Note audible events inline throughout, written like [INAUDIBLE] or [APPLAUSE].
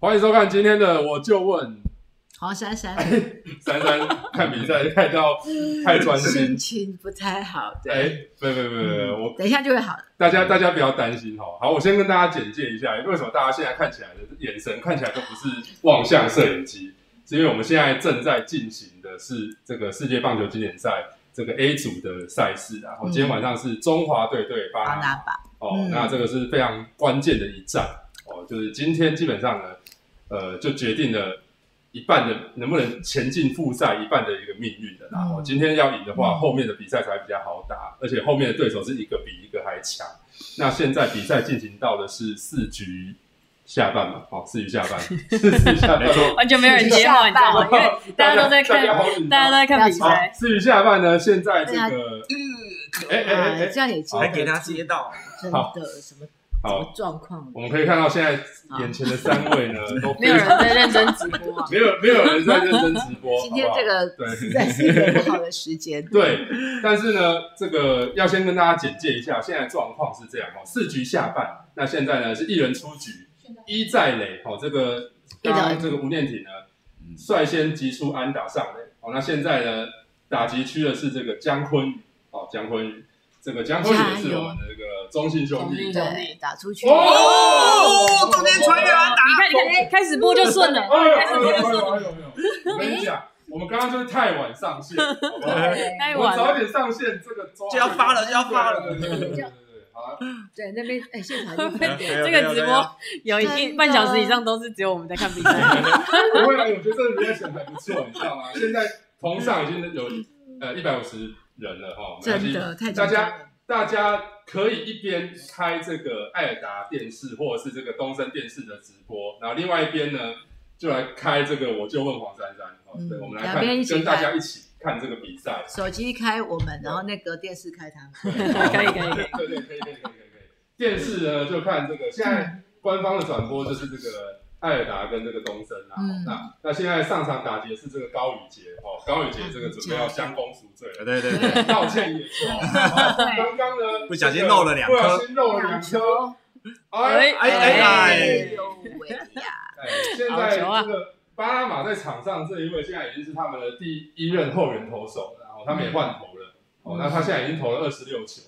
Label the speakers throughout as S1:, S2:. S1: 欢迎收看今天的我就问
S2: 黄珊珊
S1: 珊珊看比赛看到太专
S2: 心
S1: 心，
S2: 情不太好，对，
S1: 哎，没没没没，
S2: 嗯
S1: 我
S2: 等一下就会好的。
S1: 大家大家不要担心哈。好，我先跟大家简介一下，为什么大家现在看起来的眼神看起来都不是望向摄影机，是因为我们现在正在进行的是这个世界棒球经典赛这个 A 组的赛事啊。我今天晚上是中华队对巴
S2: 巴
S1: 拿
S2: 拿
S1: 马
S2: 吧，
S1: 哦
S2: 嗯，
S1: 那这个是非常关键的一战哦，就是今天基本上呢，呃，就决定了一半的能不能前进复赛一半的一个命运的啦。
S2: 嗯
S1: 哦，今天要赢的话，
S2: 嗯
S1: 后面的比赛才比较好打，而且后面的对手是一个比一个还强。那现在比赛进行到的是四局下半嘛，哦，四局下
S2: [LAUGHS]
S1: 半，四局下半，没错，
S3: 完全没有人接话，你知道吗？因为大家都在看，大家都在看比
S1: 好，
S3: 赛。
S1: 四局下半呢，现在这个，
S2: 嗯
S1: 哎哎哎
S2: 哎，
S1: 哎，
S2: 这样也接
S4: 还
S2: 得
S4: 给他
S2: 住
S4: 接到，
S2: 真
S1: 好
S2: 的什么什
S1: 好
S2: 么，状况？
S1: 我们可以看到现在眼前的三位呢，都非
S3: 没有人
S1: 常。
S3: 在认真直
S1: [LAUGHS]
S3: 播啊！
S1: 没有没有人在认真直播。
S2: [LAUGHS] 今天
S1: 好不好
S2: 这个
S1: 对，
S2: 实在是一个不好的时间
S1: 对，但是呢，这个要先跟大家简介一下，现在状况是这样哦，四局下半，那现在呢是一人出局，一再垒哦，这个
S2: 一垒
S1: 刚刚这个吴念挺呢率先击出安打上垒哦，那现在呢打击区的是这个姜昆宇哦，姜昆宇，这个姜昆宇也是我们的这个中信兄弟
S3: 对加油。
S2: 对，打出去，
S1: 哦
S4: 中间穿
S2: [LAUGHS]
S4: 越安
S3: 你看，你看，哎开始播就顺了，
S1: 哎呦
S3: 开始播就顺了。
S1: 哎呦哎呦哎呦！我跟你讲，我们刚刚就是太晚上线，好不好？
S2: 对
S3: 太
S1: 我
S3: 晚
S1: 早
S3: 哎了，
S1: 点上线，这个周
S4: 就要发了就要发了
S1: 对对对对对对对好啊
S2: 对，那边哎，现场就分点，
S3: 这个直播有一半小时以上都是只有我们在看比赛。
S1: 不会啊，我觉得这个 reaction 还不错，你知道吗？现在同上已经有呃一百五十人了哈，没关系
S2: 真的太紧
S1: 大
S2: 张
S1: 家
S2: 了。
S1: 大家可以一边开这个艾尔达电视或者是这个东森电视的直播，然后另外一边呢就来开这个我就问黄珊珊，哦
S2: 嗯
S1: 对，我们来
S2: 两
S1: 看
S2: 边一起
S1: 跟大
S2: 看
S1: 家一起看这个比赛。
S2: 手机开我们，然后那个电视开他们，
S3: 可以可以
S1: [LAUGHS]
S3: 可
S1: 对
S3: 以，
S1: 对，可以可以可以可以可以。电视呢就看这个，现在官方的转播就是这个艾尔达跟这个东升啊。
S2: 嗯
S1: 那那现在上场打劫是这个高宇杰哦，高宇杰这个准备要相公赎罪了。
S4: [LAUGHS] 对对对，
S1: 道歉也是哦，刚刚呢
S4: 不小心漏了两颗
S1: 不小心漏了两颗，哎
S3: 哎
S4: 哎
S2: 哎
S4: 哎，
S2: 呦喂呀，
S1: 哎，现在这个巴拿马在场上这一位，现在已经是他们的第一任后援投手了，然后他们也换投了，哦，那他现在已经投了二十六球。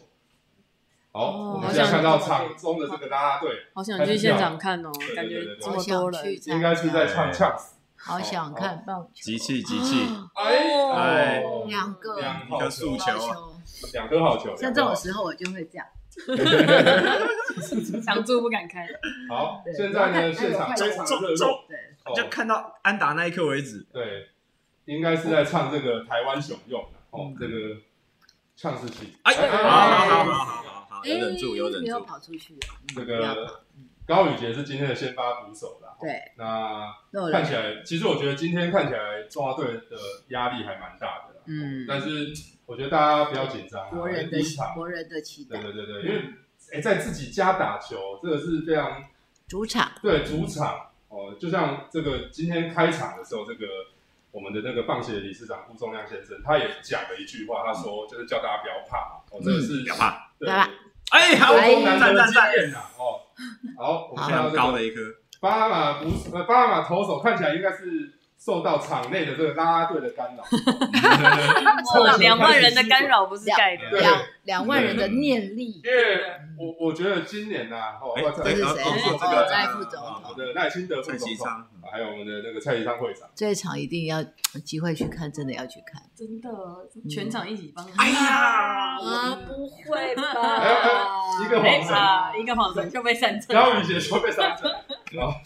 S1: 好，
S3: 哦
S1: 我们现在看到场中的这个啦啦队，
S3: 好想去现场看哦，感觉这
S2: 好
S3: 么多
S2: 想
S3: 人，
S2: 去参加，
S1: 应该是在唱呛死。
S2: 好想看棒球，
S4: 集气集气，
S2: 哦
S1: 哎
S4: 哎，
S2: 两个
S1: 两号
S4: 一个
S1: 球啊
S4: 速，球
S2: 棒球
S1: 两颗好球。
S2: 像这种时候我就会这样，
S3: 想住不敢
S2: [LAUGHS]
S3: 开。
S1: 好，
S2: 对
S1: 现在
S2: 然后
S1: 呢，
S2: 还
S1: 现场
S2: 还有
S1: 非常
S4: 快
S1: 热
S4: 走
S1: 络，
S2: 对，
S1: 哦
S4: 就看到安打那一刻为止。
S1: 对，应该是在唱这个台湾雄用的哦，这个呛死啊起。
S4: 哎，好好好
S2: 哎
S4: 好好好，有忍住有忍
S2: 没有
S4: 住，
S2: 哎跑出去，
S1: 这
S2: 不要
S1: 个高宇杰是今天的先发捕手啦。
S2: 对，
S1: 那 [LAUGHS]
S2: 漏
S1: 看
S2: 了
S1: 起来，其实我觉得今天看起来中华队的压力还蛮大的啦。
S4: 嗯，
S1: 但是我觉得大家不要紧张啊，
S2: 国人的
S1: 一场，
S2: 国人的期
S1: 对
S2: 待，
S1: 对对对，因为哎、在自己家打球，这个是非常
S2: 主场
S1: 对主场哦，就像这个今天开场的时候，这个我们的那个棒协理事长顾仲亮先生，他也讲了一句话，他说就是叫大家不要怕，哦，这个是
S4: 嗯不要，怕，
S1: 对
S2: 不要怕，
S4: 哎，好，
S1: 高中
S4: 赞
S1: 难得的
S4: 赞
S1: 经
S4: 赞，
S1: 验啊，哦，好，我们
S4: 非
S1: 看到
S4: 常
S1: 这个
S4: 高的一颗，
S1: 巴拿马不是呃，巴拿马投手看起来应该是受到场内的这个啦啦队的
S2: [LAUGHS]
S1: 干扰，
S3: 两万人的干扰不是盖的，
S1: 对
S2: 两两万人的念力，
S1: 因为我我觉得今年呐、哦，
S4: 哎
S1: 哇这
S2: 这是
S1: 哎
S2: 谁？
S1: 哦
S4: 这
S1: 这
S4: 个啊
S2: 哦，
S1: 个
S2: 赖副总
S1: 我
S2: 统
S1: 们的赖清德副
S4: 蔡
S1: 总
S4: 其
S1: 昌，
S4: 昌，
S1: 还有我们的那个蔡其昌会长，
S2: 这一场一定要机会去看，真的要去看，
S3: 真的全场一起帮。
S4: 哎呀，
S2: 啊，不会
S1: 哎哎 [LAUGHS] 一个
S3: 哎
S1: 黄色，
S3: 啊，一个晃神就被闪成。
S1: 高宇杰说被三振，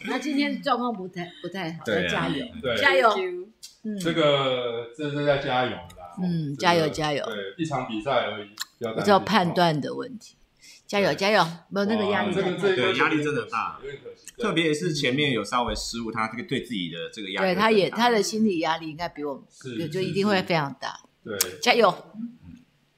S2: 那今天状况不太不太好，
S4: 对
S2: 要
S4: 啊
S2: 加油，
S1: [LAUGHS] 对，
S2: 加油，嗯
S1: 这个这是在加油啦，这
S2: 嗯，
S1: 个
S2: 加油加油，
S1: 对，一场比赛而已，不要担
S2: 我
S1: 心
S2: 知道判。断的问题，加油
S1: 对
S2: 加油，没有那个
S1: 哇
S2: 压力
S1: 哦这
S2: 在
S1: 个
S2: 那，
S1: 这个
S4: 对压力真的大
S1: 有点可惜，对
S4: 特别是前面有稍微失误，他这个对自己的这个压力
S2: 对
S4: 会更大，
S2: 他也他的心理压力应该比我们，
S1: 是
S2: 就是一定会非常大，
S1: 对，
S2: 加油，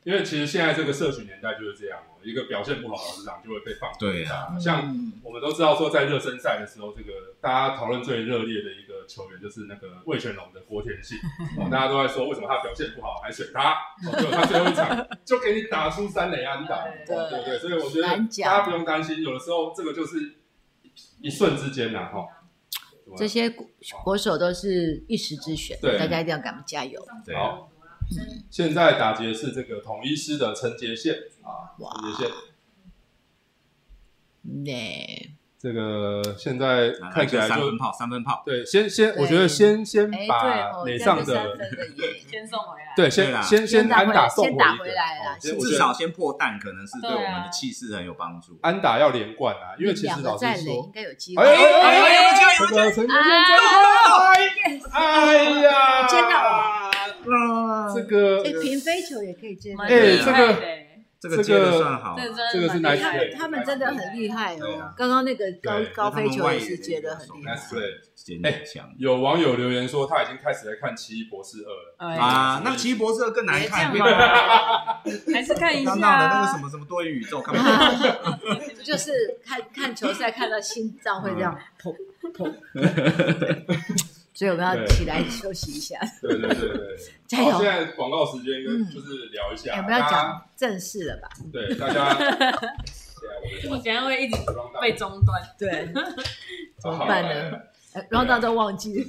S1: 因为其实现在这个社群年代就是这样哦，一个表现不好的老师长就会被放
S4: 对啊，
S1: 大。像
S2: 嗯
S1: 我们都知道说，在热身赛的时候，这个大家讨论最热烈的一个球员就是那个魏全龙的郭天
S2: [LAUGHS]
S1: 信哦，大家都在说为什么他表现不好还选他，哦，结果他最后一场就给你打出三垒安打，哦
S3: 对
S1: 对不对？所以我觉得大
S2: 难讲
S1: 家不用担心，有的时候这个就是一瞬之间呐，哈，怎么
S2: 这些国国手都是一时之选，
S1: 对
S2: 大家一定要给他们加油。
S4: 对，啊
S1: 好，现在打劫是这个统一师的陈杰宪啊，
S2: 哇
S1: 陈杰宪
S2: 对，
S1: 这个现在
S4: 来来
S1: 看起来
S4: 三
S1: 就
S4: 分炮，三分炮，
S1: 对，先先
S2: 对
S1: 我觉得先先
S2: 哎，对
S1: 把
S2: 哦，
S1: 垒
S2: 这
S1: 上
S2: 样就三
S1: 的
S2: 分的耶
S3: 先送回来。
S1: 对
S4: 对
S1: 先
S4: 啦
S1: 先
S2: 先打
S1: 安
S2: 回
S1: 打
S2: 来
S1: 送
S2: 先打
S1: 一
S2: 回
S1: 个
S2: 来
S1: 哦
S2: 啦
S1: 先我
S4: 至
S1: 觉
S4: 少
S1: 得
S4: 先破蛋，可能是对我
S2: 啊
S4: 们的气势很有帮助。
S1: 安打要连贯啊， [LAUGHS] 因为其
S2: 两
S1: 实
S2: 个
S1: 老
S2: 再
S1: 实
S2: 垒应
S1: 说，
S2: 该有机
S1: 哎
S2: 会。
S1: 哎
S4: 哎
S1: 哎哎，
S4: 有机会，有
S1: 这
S4: 机会
S1: 个陈杰宪
S2: 啊
S1: 在，哎呀，
S2: 真的
S4: 哇
S1: 这个
S2: 哎，平飞球也可以这样，
S3: 蛮
S1: 哎
S3: 厉害
S1: 这个
S3: 的欸
S4: 这个接的算好，
S3: 这个
S1: 这
S3: 真
S1: 个
S3: 的
S1: 是 nice
S3: 蛮厉害
S1: play
S2: 他们真的很厉害
S4: 对
S2: 哦
S4: 啊。
S2: 刚刚那个高
S1: 对
S2: 高飞球也是觉得很厉害
S1: Nice。play
S4: 真的很强
S1: 有网友留言说他已经开始在看《奇异博士二》了。
S3: 哎
S4: 啊！那奇异博士更难
S3: 别这
S4: 看，
S3: 样
S4: 刚 [LAUGHS]
S3: 吧，还是看一下
S4: 刚闹的那个什
S3: 啊。
S4: 么什么多元宇宙，看不懂。
S2: [LAUGHS] 就是看看球赛看到心脏会这样砰砰。嗯所以我们要起来休息一下，
S1: 对对对对，
S2: 加
S1: 好现在
S2: 油！
S1: 广告时间跟
S2: 嗯
S1: 就是聊一下，
S2: 哎我们要
S1: 大家
S2: 讲正事了吧？
S1: 对大家，对啊
S3: 你等一下会一直
S1: 我装大
S3: 被中断。
S2: 对，怎么
S1: 好
S2: 办
S1: 来来
S2: 呢
S1: 来？
S2: 呃然后大家都忘记了。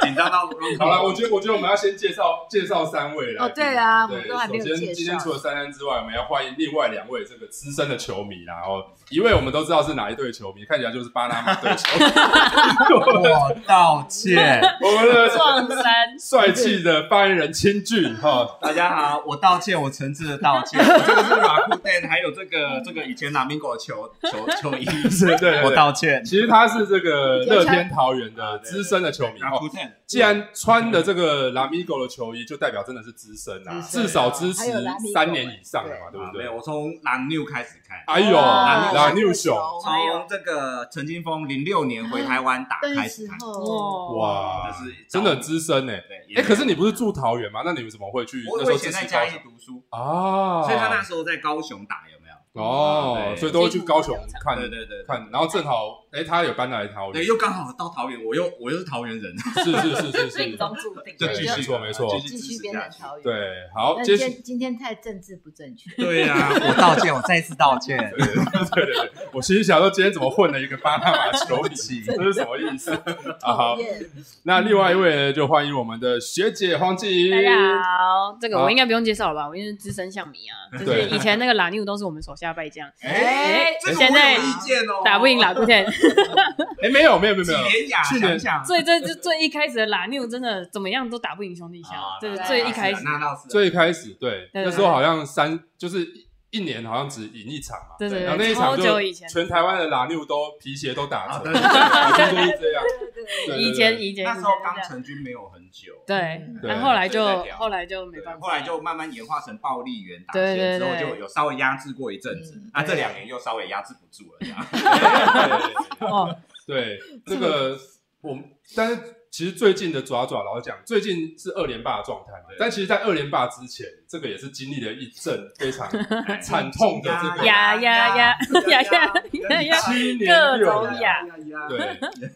S4: 紧张到
S1: [LAUGHS] 好了，我觉得我觉得我们要先介绍介绍三位来
S2: 哦，
S1: 宾
S2: 对啊，我
S1: 对，
S2: 们都还没有
S1: 首先
S2: 介
S1: 今天除
S2: 绍。
S1: 了珊珊之外，我们要欢迎另外两位这个资深的球迷啦。哦，一位我们都知道是哪一队球迷，看起来就是巴拿马队球迷。
S2: [LAUGHS]
S4: 我道歉，
S1: 我们的
S3: 撞衫，
S1: 帅气的发言人青俊哈，
S4: [LAUGHS] 大家好，我道歉，我诚挚的道歉。我这个是 Rakuten，还有这个这个以前拿民狗的球球
S1: [LAUGHS]
S4: 球衣，
S1: 对对对
S4: 我啊道歉。
S1: 其实他是这个乐天桃园的资深的球迷哦。
S4: Rakuten，
S1: 既然穿的这个拉米狗的球衣，就代表真的是资深啊，
S2: 资深
S1: 至少支持
S2: 还有 Lamigo
S1: 三年以上的嘛，对
S4: 啊
S1: 不
S4: 没
S1: 对
S4: 有，？啊我从蓝 New 开始看，
S1: 哎呦，
S2: 哇
S1: 拉牛熊，
S4: 从这个陈金峰零六年回台湾打
S2: 那
S4: 开始
S2: 时
S4: 看，
S2: 候，
S4: 哦
S3: 哦哇，
S1: 哇，
S4: 就是
S1: 真的很资深呢。
S4: 对。也
S1: 哎，可是你不是住桃园吗？那你们怎么会去那
S4: 我我
S1: 时候
S4: 以
S1: 支
S4: 前在
S1: 持
S4: 嘉
S1: 高
S4: 义
S1: 雄
S4: 读书，
S1: 啊？
S4: 所以他那时候在高雄打有没有？
S1: 哦，
S4: 对
S1: 所以都会去高雄看
S4: 对对对，对
S1: 看，然后正好哎，他也搬来桃
S4: 对，
S1: 园，
S4: 又刚好到桃园，我又我又是桃园人，
S1: 是是是是
S3: 所以你
S1: 是，
S3: 总注定
S4: 就
S2: 对
S4: 继
S2: 就
S4: 续
S1: 没错没错
S2: 继续变成桃园。，
S1: 对，好，
S2: 但
S1: 接
S2: 今
S1: 下
S2: 天今天太政治不正确。
S4: 对呀、我道歉，我再次道歉。
S1: 对 [LAUGHS] 对对，对我心里想说今天怎么混了一个巴拿马球迷，这是什么意思？啊好
S2: 讨，厌
S1: 那另外一位呢，就欢迎我们的学姐黄静怡。
S3: 大家好，这个我应该不用介绍了吧？我因为是资深象迷啊，就
S1: 对
S3: 是以前那个拉纽都是我们手下败将，
S4: 哎、 [LAUGHS] 这个我
S3: 现在
S4: 有意见哦，
S3: 打不赢拉布天，
S1: 哎，没有没有没有没
S4: 几
S1: 有，
S4: 连雅，
S1: 去年
S4: 想想
S3: 所以这这 [LAUGHS] 最一开始的拉纽真的怎么样都打不赢兄弟象，这啊是
S4: 啊那
S3: 最
S4: 那
S3: 一开始，
S4: 那倒是啊，
S1: 最开始对，
S3: 对
S1: 那时候好像三就是一一年好像只赢一场嘛，
S3: 对对
S1: 然后那
S3: 对，
S1: 一场
S3: 超
S1: 就
S3: 久以前，
S1: 全台湾的拉六都皮鞋都打
S4: 啊
S1: 折，
S4: 对
S1: 听 [LAUGHS]
S4: 对
S1: 说是这样。对对
S3: 以前以前
S4: 那时候刚
S3: 成，
S4: 成军没有很久，
S2: 哎
S3: 对，
S1: 对
S3: 然后后来
S4: 所
S3: 就
S4: 以再聊
S3: 后来就没
S4: 对
S3: 办法，
S4: 后来就慢慢演化成暴力员打
S3: 对对
S4: 线之后，
S3: 对
S4: 就有稍微压制过一阵子
S2: 嗯。
S4: 那
S3: 对
S4: 这两年又稍微压制不住了，这样。
S3: 哦，
S1: 对这个我们，但是其实最近的爪爪老实讲，最近是二连霸的状态嘛
S4: 对，
S1: 但其实，在二连霸之前，这个也是经历了一阵非常
S4: [LAUGHS] 哎啊
S1: 惨痛的这个
S3: 呀呀呀
S4: [LAUGHS]
S3: 呀呀呀呀，
S1: 七年六
S3: 各种
S1: 年，
S3: 呀
S1: 对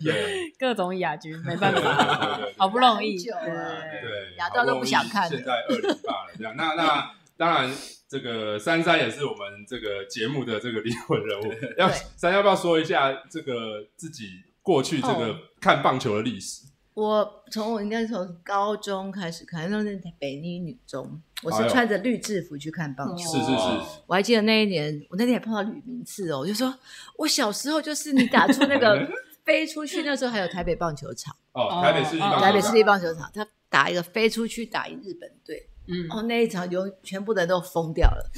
S1: 对
S3: 各种亚军没办
S4: [LAUGHS]
S1: 对
S3: 法，
S1: 对对
S3: 好不容易，
S2: 很久啊
S3: 对
S1: 对，
S2: 亚到都不想看了
S1: 现在二零八了，这样。那那当然，这个珊珊也是我们这个节目的这个灵魂人物。要珊要不要说一下这个自己过去这个
S2: 哦
S1: 看棒球的历史？
S2: 我从我应该从高中开始看，那那北一女中，我
S1: 哎
S2: 是
S1: 呦
S2: 穿着绿制服去看棒球。
S1: 是是是，
S2: 我还记得那一年，我那天也碰到吕明次哦，我就说我小时候就是你打出那
S4: [LAUGHS]
S2: 个飞出去，那时候还有台北棒球场，
S1: 哦，台北市立棒球
S3: 哦
S4: 啊
S1: 场，
S2: 台北市立棒球场，他打一个飞出去打赢日本队，
S3: 嗯，
S2: 哦，那一场有全部的人都疯掉
S4: [LAUGHS]
S2: 了，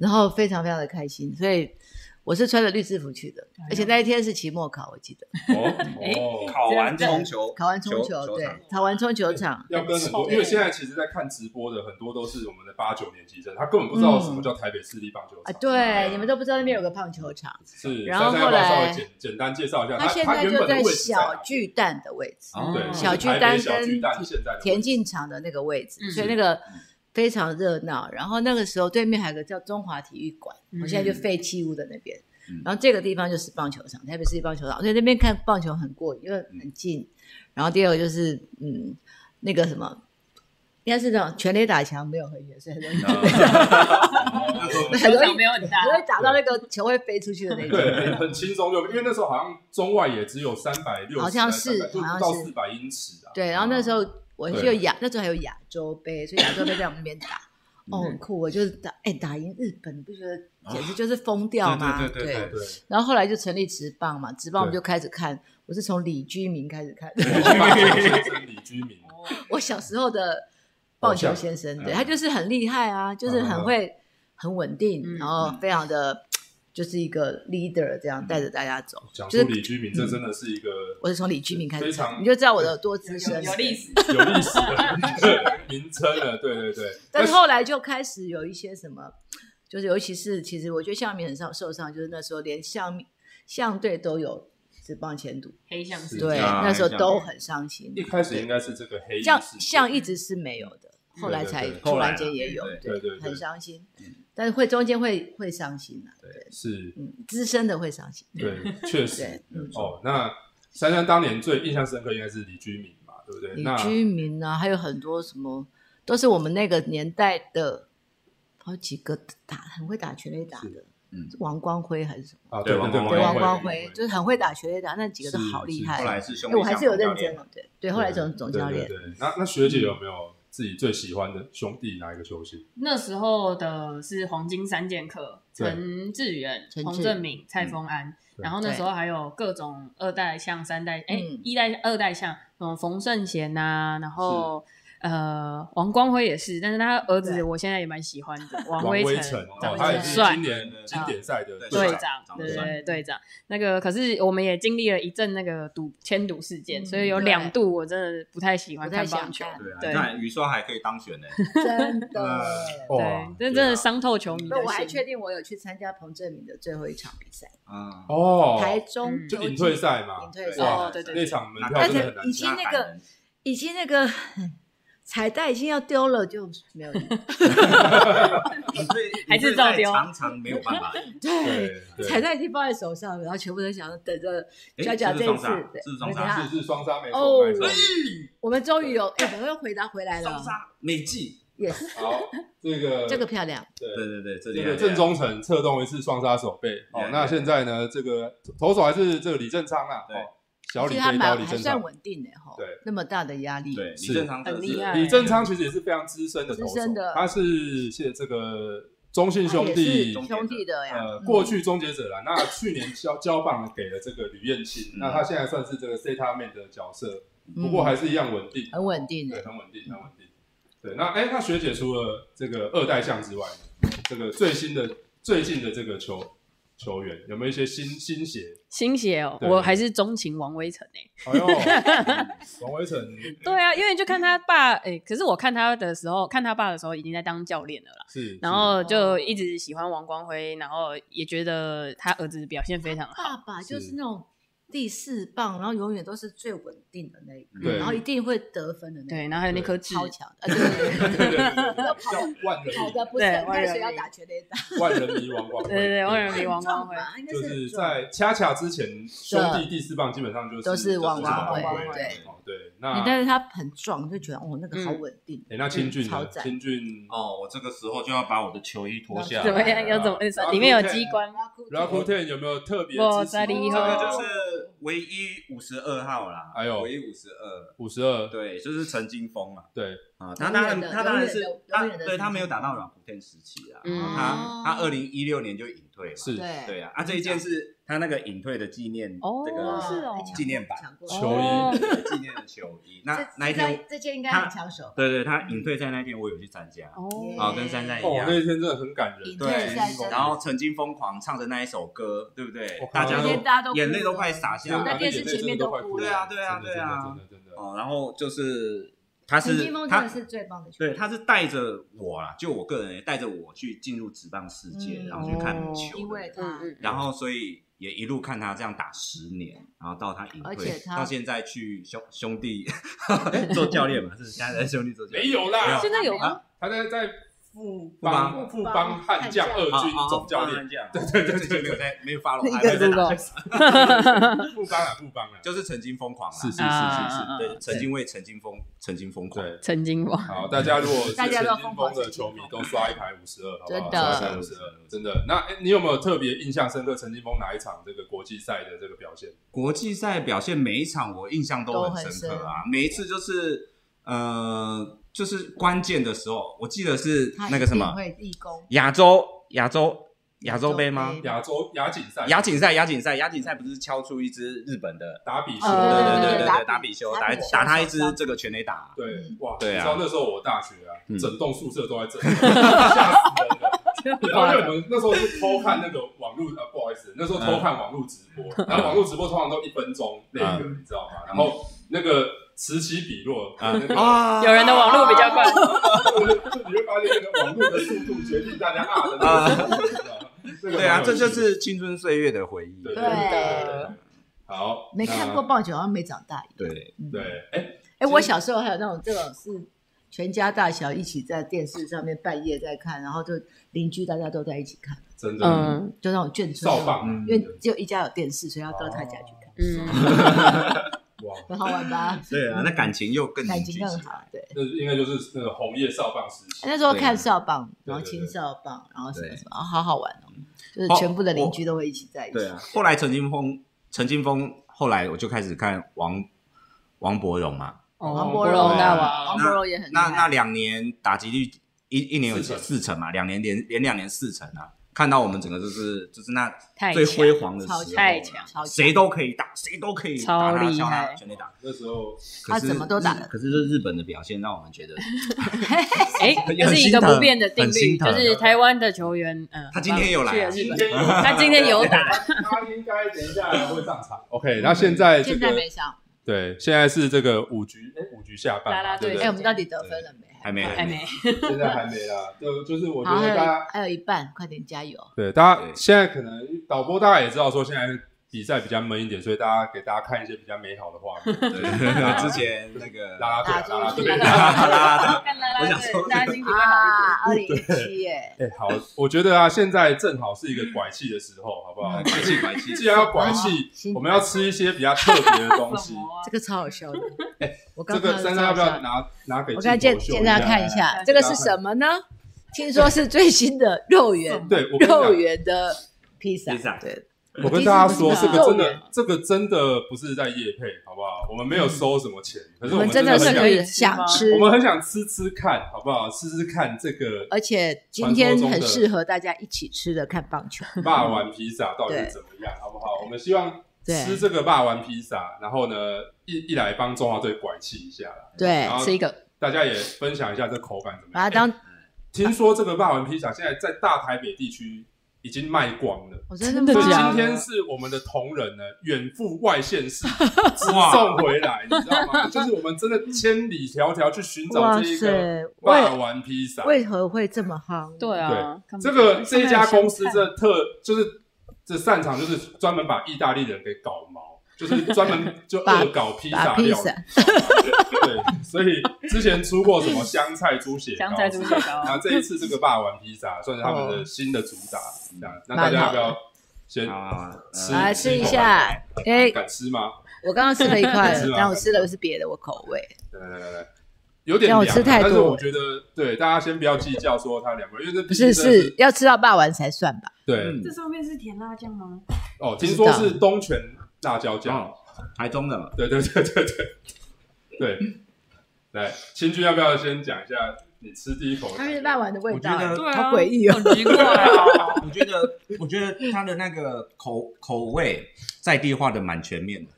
S2: 然后非常非常的开心，所以我是穿着绿制服去的，而且那一天是期末考，我记得
S1: 哦
S2: 哎
S1: 哦，
S4: 考完冲球，
S2: 考完冲
S4: 球
S2: 球，
S4: 球
S2: 对
S4: 场，
S2: 考完冲球场，
S1: 要跟很多，因为现在其实，在看直播的很多都是我们的八九年级生，他根本不知道什么叫台北市立棒球
S2: 嗯啊，
S1: 场。
S2: 对，你们都不知道那边有个棒球场，
S1: 是，
S2: 然
S1: 珊
S2: 后
S1: 珊要不要
S2: 后来
S1: 稍微简简单介绍一下，
S2: 它
S1: 他
S2: 现在
S1: 原
S2: 就
S1: 本的
S2: 在
S1: 位置在哪
S2: 小巨蛋的位置，
S3: 嗯
S4: 哦
S1: 对，
S2: 小
S1: 就是
S2: 巨
S1: 台北
S2: 蛋
S1: 小巨
S2: 跟
S1: 蛋
S2: 田
S1: 现在的位
S2: 田
S1: 置
S2: 径场的那个位置，
S3: 嗯
S2: 所以那个非常热闹。然后那个时候对面还有个叫中华体育馆，
S3: 嗯
S2: 我现在就废弃物的那边
S4: 嗯。
S2: 然后这个地方就是棒球场，台北市立棒球场，所以那边看棒球很过瘾，因为很近。然后第二个就是嗯，那个什么。该是那种全垒打墙没有很远，所以很容易
S4: 呃
S1: 哦
S4: 那时
S2: 很
S4: 候
S2: 容易
S3: 手没有很 [LAUGHS] 大
S2: 很，容易打到那个球会飞出去的那种。
S1: 对，很轻松就，因为那时候好像中外也只有三百六，
S2: 好像是
S1: 就不
S2: 好像
S1: 到
S2: 是
S1: 四百英尺啊。
S2: 对，然后那时候我
S1: 对
S2: 就亚，那时候还有亚洲杯，所以亚洲杯在我们那边打，哦，很酷。我就是打，哎，打赢日本，你不觉得简直就是疯掉吗？
S4: 对对对对
S1: [LAUGHS] 对，
S2: 然后后来就成立职棒嘛，职棒我们
S1: 对哦
S2: 就开始看，我是从李居明开始看，
S1: 先生李居民，
S2: [LAUGHS] 我小时候的棒球先生，
S1: 偶像嗯
S2: 对他就是很厉害啊，就是很会、很稳定，
S3: 嗯
S2: 然后非常的就是一个 leader，这样带着大家走。
S1: 讲
S2: 哦就
S1: 出
S2: 是嗯
S1: 李居民，这真的是一个
S2: 我是从李居明开始
S1: 非常
S2: 看，你就知道我有多资深
S3: 有。有历史，
S1: 有历史的 [LAUGHS] 名称了。对对对，
S2: 但是后来就开始有一些什么，就是尤其是其实我觉得项面很受受伤，就是那时候连项面项队都有职棒前途，
S3: 黑象是
S1: 是
S2: 对，
S4: 啊
S2: 那时候
S4: 像
S2: 都很伤心。
S1: 一开始应该是这个黑衣
S2: 像
S1: 事件
S2: 像一直是没有的，后来才
S1: 对对
S4: 后
S2: 突
S4: 来啊
S2: 然间也有，
S1: 对对对对嗯
S2: 很伤心，但是会中间会会伤心啊，
S1: 是，
S2: 嗯，资深的会伤心，
S1: 对，确实
S2: 对，嗯，
S1: 哦。那珊珊当年最印象深刻应该是李居民嘛，对不对？
S2: 李
S1: 那
S2: 居民啊，还有很多什么都是我们那个年代的好几个打很会打全垒打的，
S4: 嗯
S2: 是王光辉还是什么？
S1: 啊，对
S4: 对
S1: 对，
S4: 王
S2: 对，王
S4: 辉
S2: 光辉就是很会打全垒打，啊那几个都
S1: 是
S2: 好厉
S1: 是
S2: 害
S4: 后
S2: 哦，
S4: 来是
S2: 因
S4: 兄弟
S2: 为我还是有认
S4: 相
S2: 真
S4: 好
S2: 哦，对对，后来总总教练
S1: 对对对，那那学姐有没有自己最喜欢的兄弟哪一个球星？
S3: 那时候的是黄金三剑客，
S1: 对
S3: 陈志远
S2: 陈、志
S3: 洪振敏、蔡峰安，
S1: 对
S3: 然后那时候还有各种二代像、三代，哎
S2: 嗯，
S3: 一代、二代像，什么冯圣贤呐，然后。呃，王光辉也是，但是他儿子
S2: 对
S3: 我现在也蛮喜欢的，王
S1: 王
S3: 威
S1: 成，哦，
S3: 长得
S1: 他也
S3: 很
S1: 是
S3: 帅
S1: 今，年经典赛的啊
S4: 对
S3: 队
S1: 长。
S3: 长
S4: 长，得
S3: 对
S4: 帅
S3: 对队长。那个可是我们也经历了一阵那个赌签赌事件，
S2: 嗯
S3: 所以有
S2: 对
S3: 两度我真的不太喜欢
S2: 不太
S3: 看
S2: 想
S3: 棒球。
S2: [LAUGHS] 看
S4: 对啊，
S3: 对
S4: 你看雨刷还可以当选呢，
S2: [LAUGHS] 真的
S4: 呃。
S1: 哇啊
S3: 对，这真的伤透球迷的
S2: 那
S3: 心。
S2: 我还确定我有去参加彭正明的最后一场比赛，
S4: 啊，
S1: 哦，
S2: 台中
S3: 嗯
S1: 就
S2: 洲
S1: 隐
S2: 际
S1: 退赛嘛，
S2: 隐退
S4: 对
S2: 赛，
S3: 哦对对对
S1: 那场门票真的很难
S2: 但是
S1: 抢。
S2: 那个已经那个嗯彩带已经要丢了，就没有赢。
S1: [LAUGHS]
S3: [LAUGHS] 还是照丢
S4: 常常没有办
S3: [LAUGHS]
S4: 法赢。
S2: 对，
S1: 对对，
S2: 彩带已经放在手上了，然后全部都想着等着
S4: 诶
S2: 佳佳
S4: 这
S2: 这
S4: 是
S2: 一
S4: 双
S2: 次
S4: 杀，
S2: 对
S4: 这是双
S2: 我等一
S4: 杀
S2: 下，
S1: 是是双杀没错，
S2: 哦
S1: 没错。
S2: 我们终于有哎，赶快回答回来了
S4: 双，杀美记，
S2: 也
S1: 好，这个
S2: 这个漂亮，
S4: 对对对，
S1: 这
S4: 这里
S1: 个郑宗成策动一次双杀手背。哦，
S4: 对
S1: 那现在呢，这个投手还是这个李正昌啊，
S4: 对
S1: 哦，小
S2: 其
S1: 李
S2: 实他
S1: 飞刀
S2: 蛮
S1: 李
S2: 还
S1: 正
S2: 算
S1: 昌。
S2: 稳定的哈，吼
S1: 对
S2: 那么大的压力，
S4: 对，
S1: 是
S4: 李正昌真的是
S3: 很厉害
S1: 李正昌其实也是非常资深的投手
S2: 资深的，
S1: 他是现这个中信
S2: 他
S1: 兄
S2: 也是
S1: 弟
S4: 中
S2: 兄弟
S3: 啊
S2: 的呀
S1: 呃，，
S2: 嗯
S1: 过去终结者啦，那去年交 [LAUGHS] 交棒给了这个吕彦青，
S4: 嗯
S1: 那他现在算是这个 Zeta Man 的角色，
S2: 嗯
S1: 不过还是一样稳定，
S3: 嗯
S2: 很稳定
S1: 对，
S2: 的。
S1: 很稳定，很稳定。对，那哎，那学姐除了这个二代项之外，这个最新的最近的这个球球员有没有一些新新血？
S3: 新血哦，
S1: 对
S3: 我还是钟情王威成诶。
S1: 哎呦，王威成，
S3: 对啊，因为就看他爸诶，可是我看他的时候，看他爸的时候已经在当教练了啦。
S1: 是，
S3: 然后
S4: 哦
S3: 就一直喜欢王光辉，然后也觉得他儿子表现非常好。
S2: 爸爸就是那种第四棒，然后永远都是最稳定的那一
S4: 对
S2: 个，然后一定会得分的那
S3: 对，
S2: 一
S3: 然后还有那颗痣，
S2: 超强的，啊对对对
S1: 是对对对对对，
S3: [LAUGHS]
S1: 叫万
S2: [LAUGHS]
S1: 人
S2: 跑
S1: 迷
S2: 的不是很
S3: 对
S2: 快，所以要打全垒打。
S1: 万人迷王光辉，
S3: 对对对万人迷
S2: 很
S3: 王光
S2: 壮
S3: 辉
S2: 吧，应该
S1: 就是是
S2: 很壮
S1: 在恰恰之前，兄弟第四棒基本上就是
S2: 都是王
S1: 就是
S4: 光辉
S1: 王辉
S4: 对
S1: 哦对，
S2: 你
S1: 那
S2: 但是他很壮，就觉得哦，那个好稳定。
S1: 诶那清俊
S2: 嗯超
S1: 呢？
S2: 赞
S1: 清俊
S4: 哦，我这个时候就要把我的球衣脱下来，
S3: 怎么样？要怎么
S1: 然？后
S3: 里面有
S1: 就
S3: 机关，
S1: 然后 Rakuten 有没有特别
S3: 我
S1: 支持
S3: 在
S1: 你？
S3: 里
S4: 这
S3: 头
S4: 个就是唯一五十二号啦，
S1: 哎呦
S4: 唯一五十二，
S1: 五十二，
S4: 对，就是陈金峰嘛，
S1: 对，
S4: 啊，他当然
S2: 永远的
S4: 他当然
S2: 永
S4: 是
S2: 远的
S4: 他
S2: 永远的
S4: 对他
S2: 陈金峰
S4: 没有打到软骨天时期啊，
S3: 嗯
S4: 他他二零一六年就隐退了，
S1: 是
S2: 对
S4: 对啊，啊这一件是他那个隐退的纪念
S3: 哦
S4: 这
S2: 哇
S4: 个
S3: 是哦
S2: 还抢
S4: 纪念版
S2: 抢过
S1: 球
S2: 哦
S3: 哦
S1: 衣，
S4: 对纪念的球衣，那
S2: 这
S4: 那一
S2: 这
S4: 天
S2: 这件应该
S4: 他
S2: 很抢手。
S4: 对对，他隐退赛那天我有去参加，
S3: 哦，
S4: 啊，跟珊珊一
S1: 哦，那
S4: 样。
S1: 一天真的很感人，
S2: 隐
S4: 退赛
S2: 真的
S4: 然后曾经疯狂唱着那一首歌，对不对
S1: 我靠？
S4: 大家
S2: 那
S4: 都
S2: 天大家都哭
S4: 眼泪都
S2: 了
S4: 快洒下
S2: 在
S4: 来。
S2: 电视前面都
S1: 快
S2: 哭
S1: 了
S4: 对啊对啊对啊
S1: 真的真的真的，
S4: 哦，然后就是他
S2: 陈
S4: 是
S2: 金峰真
S4: 他
S2: 的是最棒的球员
S4: 对，他是带着我啦，就我个人也带着我去进入职棒世界，
S2: 嗯
S4: 然后去看
S3: 哦
S4: 球，
S2: 因为
S3: 嗯
S2: 他
S3: 嗯，
S4: 然后所以也一路看他这样打十年，然后到他隐
S2: 而
S4: 退
S2: 且，他
S4: 到现在去兄兄 [LAUGHS] 弟做教练嘛，是现在在兄弟做教练
S1: 没有啦啊
S4: 没有
S3: 现在有
S4: 啊
S1: 他在在富
S4: 邦
S1: 邦富邦悍将二军
S4: 啊
S1: 总教练，
S4: 对对对对，没有在
S2: [LAUGHS]
S4: 没有 follow
S2: 一个
S4: 他，没有在打
S3: Google
S1: 富邦啊富邦啊，
S4: [LAUGHS] 就是曾经疯狂啦，
S1: 是是是
S3: 啊
S1: 是是，
S4: 对，曾经为曾经疯，曾经疯狂，
S1: 对。
S3: 曾经
S4: [LAUGHS]
S3: 我
S1: 好，大家如果是
S2: 大家都
S1: 陈
S2: 疯
S1: 金
S2: 狂
S1: 峰的球迷，都刷一排五十二，好不好？
S2: 真的
S1: 刷一排五十二，真的。那哎你有没有特别印象深刻陈金峰哪一场这个国际赛的这个表现？
S4: 国际赛表现每一场我印象都很深刻啊，每一次就是呃，就是关键的时候，我记得是
S2: 他
S4: 那个什
S2: 一定
S4: 么
S2: 会立功，
S4: 亚洲亚洲亚洲杯吗？
S1: 亚洲亚锦赛，
S4: 亚锦赛，亚锦赛，亚锦赛不是敲出一支日本的？
S1: 打比
S4: 对
S2: 呃
S4: 对
S1: 赛，
S4: 对对
S2: 打
S4: 对，
S2: 比
S4: 打比修，
S2: 打
S4: 打
S2: 比修
S4: 打他一支这个全垒打，
S2: 嗯
S1: 对，哇，
S4: 对啊
S1: 你知道那时候我大学啊
S4: 嗯，
S1: 整栋宿舍都在震，吓死人了。
S2: [LAUGHS]
S1: 然后因为我们那时候是偷看那个网络啊，不好意思，那时候偷看网络直播，
S4: 嗯
S1: 然后网络直播通常都一分钟那个，你知道吗？然后那个此起彼落，
S4: 啊
S1: 那个
S4: 啊
S3: 有人的网络比较快，
S1: 就你会发现那个网络的速度决定大家 [LAUGHS] 啊的那个速度，你知道吗这个
S4: 对啊，
S1: 蛮有
S4: 这
S1: 趣
S4: 就
S1: 的
S4: 是青春岁月的回忆。
S1: 对
S2: 对
S1: 对对。好，
S2: 没看过
S1: 那。
S2: 棒球，好像没长大一样。
S4: 对，
S2: 嗯
S1: 对，，哎，
S2: 哎，我小时候还有那种这种是全家大小一起在电视上面半夜在看，然后就邻居大家都在一起看，
S1: 真的，
S3: 嗯
S2: 就那种眷村
S1: 少
S2: 那种，
S1: 棒，
S4: 嗯
S2: 因为只有一家有电视，所以要到他家去看，
S3: 嗯，
S1: 哇，
S2: 很好玩吧？
S4: 对啊，那感情又更
S2: 感
S4: 凝聚
S2: 情
S4: 起
S2: 更
S4: 来。
S2: 好，对。
S1: 那应该就是那个红叶少棒时期。
S2: 那时候
S4: 对啊
S2: 看少棒，然后
S1: 对对
S2: 青
S1: 对
S2: 少棒，然后什么
S4: 对
S2: 什么，啊好好玩哦！就是
S4: 哦
S2: 全部的邻
S4: 我
S2: 居都会一起在一起。
S4: 对啊，后来陈金峰，陈金峰后来我就开始看王王伯荣嘛，
S3: 王
S2: 伯
S3: 伯
S2: 荣
S3: 哦荣大
S2: 啊，
S3: 王
S2: 王，伯荣也很厉
S4: 那那
S2: 害。
S4: 两年打击率一一年有
S1: 四成
S4: 四成嘛，两年连连两年四成啊，看到我们整个就是就是那
S3: 太
S4: 最
S3: 强
S4: 辉煌的时候
S2: 超
S4: 啊，
S2: 强，
S3: 太强
S2: 超强
S4: 谁都可以打，谁都可以打
S3: 超
S4: 他，
S3: 厉
S4: 敲他
S3: 害
S4: 全力打。
S1: 那时候
S4: 可是
S2: 他怎么都打得
S4: 可是这日本的表现让我们觉得，
S3: 哎，这是一个不变的定
S4: 很心
S3: 律，
S4: 疼
S3: 就是台湾的球员，嗯，
S4: 他今天有来啊
S3: 去了
S1: 今
S3: 日本，
S1: 天有
S3: 他今天有打，
S1: 他应该等一下会上场。OK，那 [LAUGHS] 现在这
S2: 现在
S1: 个
S2: 没上。
S1: 对，现在是这个五局，哎，五局下半嘛，
S3: 啦啦
S1: 对不
S3: 队
S2: 哎，
S1: 对
S2: 我？们到底得分了没？
S4: 还没
S3: 还哎没，
S1: 现在还没啦，就就是我
S2: 好，
S1: 觉
S2: 还
S1: 得
S2: 有
S1: 大
S2: 一
S1: 家
S2: 还有一半，快点加油！
S1: 对大家
S4: 对
S1: 现在可能导播大家也知道说现在比赛比较闷一点，所以大家给大家看一些比较美好的画面。
S2: [LAUGHS]
S4: 对之前那个
S1: 啦啦队啊，啦啦队啊
S2: 打出去。
S4: 啦
S1: [LAUGHS]
S4: 啦
S3: 看啦
S4: 我
S3: 啦
S4: 想说
S3: 队，大家心情会好
S2: 啊，二零一七耶，
S1: 哎，好，我觉得啊，现在正好是一个拐气的时候，好不好
S4: 啦，？拐气
S2: [LAUGHS]
S4: 拐气，
S1: 既然要拐气，
S2: 嗯
S1: 我们要吃一些比较特别的东
S3: 一点。
S2: [LAUGHS]
S3: 什
S1: 西。
S3: 么
S2: [LAUGHS]
S3: 啊
S2: 这个超
S1: [LAUGHS]
S2: 好笑的。我刚
S1: 这
S2: 刚
S1: 个珊珊要不要拿拿给
S2: 我
S1: 镜头
S2: 刚见
S1: 秀
S2: 见
S1: 一
S2: 大
S1: 下
S2: 家看一
S1: 来
S2: 下，这个是什么呢？听说是最新的肉圆
S1: 来 [LAUGHS] 对，我跟你讲
S2: 肉圆的披萨
S4: 披萨，
S2: 对，
S1: 我跟大家说，
S2: 我
S1: 这
S2: 第一
S1: 个
S2: 次
S1: 真
S2: 知道
S1: 的，这个真的不是在夜配，好不好？我们没有收什么钱，可是
S2: 我们
S1: 真
S2: 真的
S1: 很
S2: 是
S1: 想
S3: 可以
S2: 想
S3: 吃
S2: 吃
S1: 我，们很想吃吃看，好不好？吃吃看这个
S2: 而且今天很适合大家一起吃的看棒球。
S3: [LAUGHS]
S1: 霸王披萨到底是怎么样，好不好？我们希望
S2: 对
S1: 吃这个霸王披萨，然后呢，一一来帮中华队拐气一下啦。
S2: 对
S1: 然，后
S3: 吃一个，
S1: 大家也分享一下这口感怎么
S2: 把它
S1: 样。
S2: 当
S1: 听说这个霸王披萨现在在大台北地区已经卖光了。
S2: 我
S3: 真
S2: 的
S3: 的
S1: 所以
S3: 假的
S1: 今天是我们的同仁呢，远赴外县市直
S4: 哇
S1: 送回
S3: [LAUGHS]
S1: 来，你知道吗？就是我们真的千里迢迢去寻找
S2: 哇
S1: 这一个
S2: 塞，
S1: 霸
S2: 为
S1: 王披萨。
S2: 为何会这么夯？
S3: 对啊，干嘛
S1: 这个这一家公司
S3: 看
S1: 这特就是这擅长就是专门把意大利人给搞毛，就是专
S2: [LAUGHS]
S1: 门就
S2: 把
S1: 恶搞披萨
S2: 把披
S1: 料
S2: 萨
S1: 理。对，所以之前出过什么香菜猪血糕
S3: 香菜猪血糕
S1: 那这一次这个霸王披萨算是他们
S2: 哦
S1: 的新的主打。这样那大家要不要先
S4: 好啊，
S1: 吃
S2: 来试一下，哎，
S1: 敢吃吗？
S2: 我刚刚吃了一
S1: [LAUGHS]
S2: 块
S1: 是，吗
S2: 但我吃的是别的，我口味。
S1: 来来来来，有点
S2: 让我
S1: 凉啊
S2: 吃太
S1: 但是
S2: 多
S1: 我觉得对大家先不要计较说它两个，因为这
S2: 不
S1: 毕竟
S2: 是，
S1: 真的
S2: 是要吃到霸王才算吧？
S1: 对
S4: 嗯
S3: 这上面是甜辣酱吗？
S1: 哦，听
S2: 知
S1: 说
S2: 道
S1: 是东泉辣椒酱，
S4: 哦，台中的
S1: 对对对对对对。来，清君要不要先讲一下你吃第一口的
S2: 它
S1: 感觉？
S2: 是霸王的味道，
S4: 我觉得
S3: [LAUGHS] 对啊，
S2: 好诡异哦
S3: 很奇怪 [LAUGHS] 哦。
S4: 我觉得，我觉得他的那个口口味在地化的蛮全面的，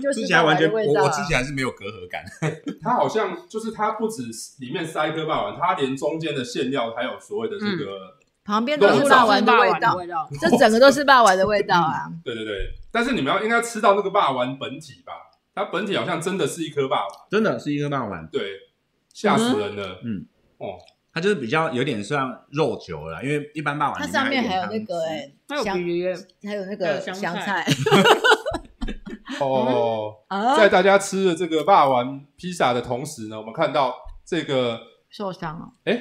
S2: 就是
S4: 吃起来完全
S2: 霸
S4: 我
S2: 王的味道啊
S4: 我吃起来是没有隔阂感。
S1: 它好像就是它不止里面塞一颗霸王，它连中间的馅料还有所谓的这个，
S2: 旁边都是霸王的味
S3: [LAUGHS]
S2: 道，
S3: 味道，
S2: 这整个都是霸王的味道啊！
S3: 嗯
S1: 对对对。但是你们要应该吃到那个霸王本体吧？它本体好像真的是一颗霸王，
S4: 真的是一个傍晚，
S1: 对，吓死人了。
S4: 它就是比较有点像肉球了，因为一般傍晚
S2: 它上面还有那个
S4: 哎，
S2: 哎，香
S3: 鱼，
S2: 还有那个
S3: 还有香
S2: 香菜
S3: 菜嗯
S1: 哦，
S2: 啊
S1: 在大家吃了这个霸王披萨的同时呢，我们看到这个
S2: 受伤了，
S1: 哎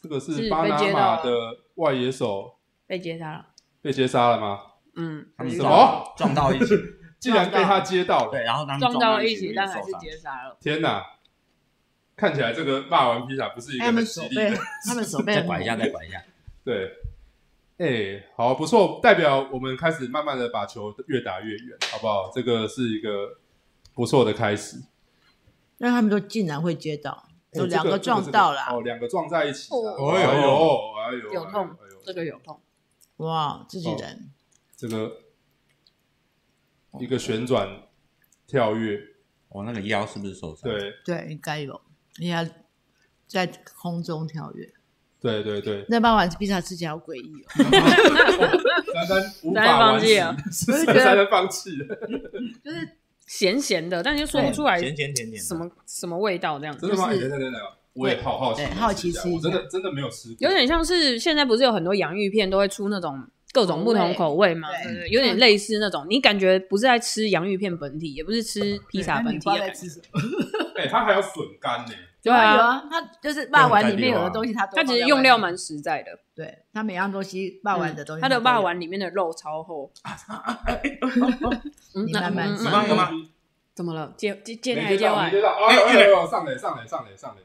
S1: 这个
S3: 是
S1: 是
S3: 被
S1: 巴拿
S3: 接到
S1: 马
S3: 了
S1: 的外野手
S3: 被接杀了。
S1: 被接杀了吗？
S3: 嗯，
S4: 他们
S1: 什
S4: 撞
S1: 么
S4: 撞到 [LAUGHS] 一起？
S1: 竟然被他接到了！
S4: 对，然后他们
S3: 撞
S4: 到
S3: 到一
S4: 起
S3: 起，
S4: 就
S3: 但还
S4: 受
S3: 是
S4: 伤
S3: 接杀了。
S1: 天哪，看起来这个霸王披萨不是一个
S2: 哎他
S1: 很
S2: 们
S1: 吉
S2: 手
S1: 利的
S2: 背，他们手背
S4: 再
S2: 很
S4: 拐一下，
S2: 猛
S4: 再拐一下。
S2: [LAUGHS]
S1: 对，哎、好不错，代表我们开始慢慢的把球越打越远，好不好？这个是一个不错的开始。
S2: 那他们都竟然会接到，
S1: 哎
S2: 有
S1: 这
S2: 两
S1: 个
S2: 个
S1: 这
S2: 撞到
S1: 这个
S2: 啦，
S1: 哦，两个撞在一起了，
S2: 哦
S1: 哎呦，
S4: 哎
S1: 哎
S4: 呦
S1: 呦，哎呦
S3: 有痛
S1: 哎呦，
S3: 这个有痛，
S2: 哇，自己人
S1: 这个一个旋转跳跃，
S4: 哦我那个腰是不是受伤？，
S1: 对
S2: 对应该有，人家在空中跳跃。
S1: 对对
S2: [LAUGHS]
S1: 对，
S2: 那八碗披萨吃起来好诡异哦，
S1: 珊珊无
S3: 珊珊
S1: 法
S3: 放
S1: 完
S3: 弃了
S1: 成，是
S2: 我就觉
S1: 珊 [LAUGHS]
S2: 得
S1: 珊放弃了，
S3: 就是咸哎咸的，但又说不出来
S4: 甜甜甜甜的
S3: 什么什么味道，这样
S1: 真的吗？哎
S2: 就是
S1: 等等等等，我也好好奇
S2: 对
S1: 一下，
S2: 好奇吃一
S1: 我真
S2: 下
S1: 的真的没有吃过，
S3: 有点像是现在不是有很多洋芋片都会出那种各种不同口味吗？
S2: 口味
S3: 对对对有点类似那种，你感觉不是在吃洋芋片本体，也不是吃披萨
S2: 那
S3: 本
S2: 你
S3: 体
S2: 不知
S3: 的
S2: 道在
S3: 感觉，
S2: 吃什么？
S1: 哎，它还有笋干呢，
S2: 有
S3: 对啊，
S2: 啊，它就是霸碗里面
S1: 啊
S2: 有的东西，它都
S3: 它
S2: 放
S3: 其
S2: 在
S3: 实用料
S2: 碗里
S3: 蛮实在的，嗯
S2: 对，它每样东西嗯霸碗的东西，
S3: 它的
S2: 霸
S3: 霸碗里面的肉超厚。
S2: [LAUGHS]
S3: 嗯
S2: 你
S3: 那
S2: 慢慢吃
S4: 你帮我吗
S3: 嗯怎么了？接接接
S1: 没
S3: 来
S1: 接到，
S3: 来
S1: 没，接到，哎哎呦，上来上来上来上来，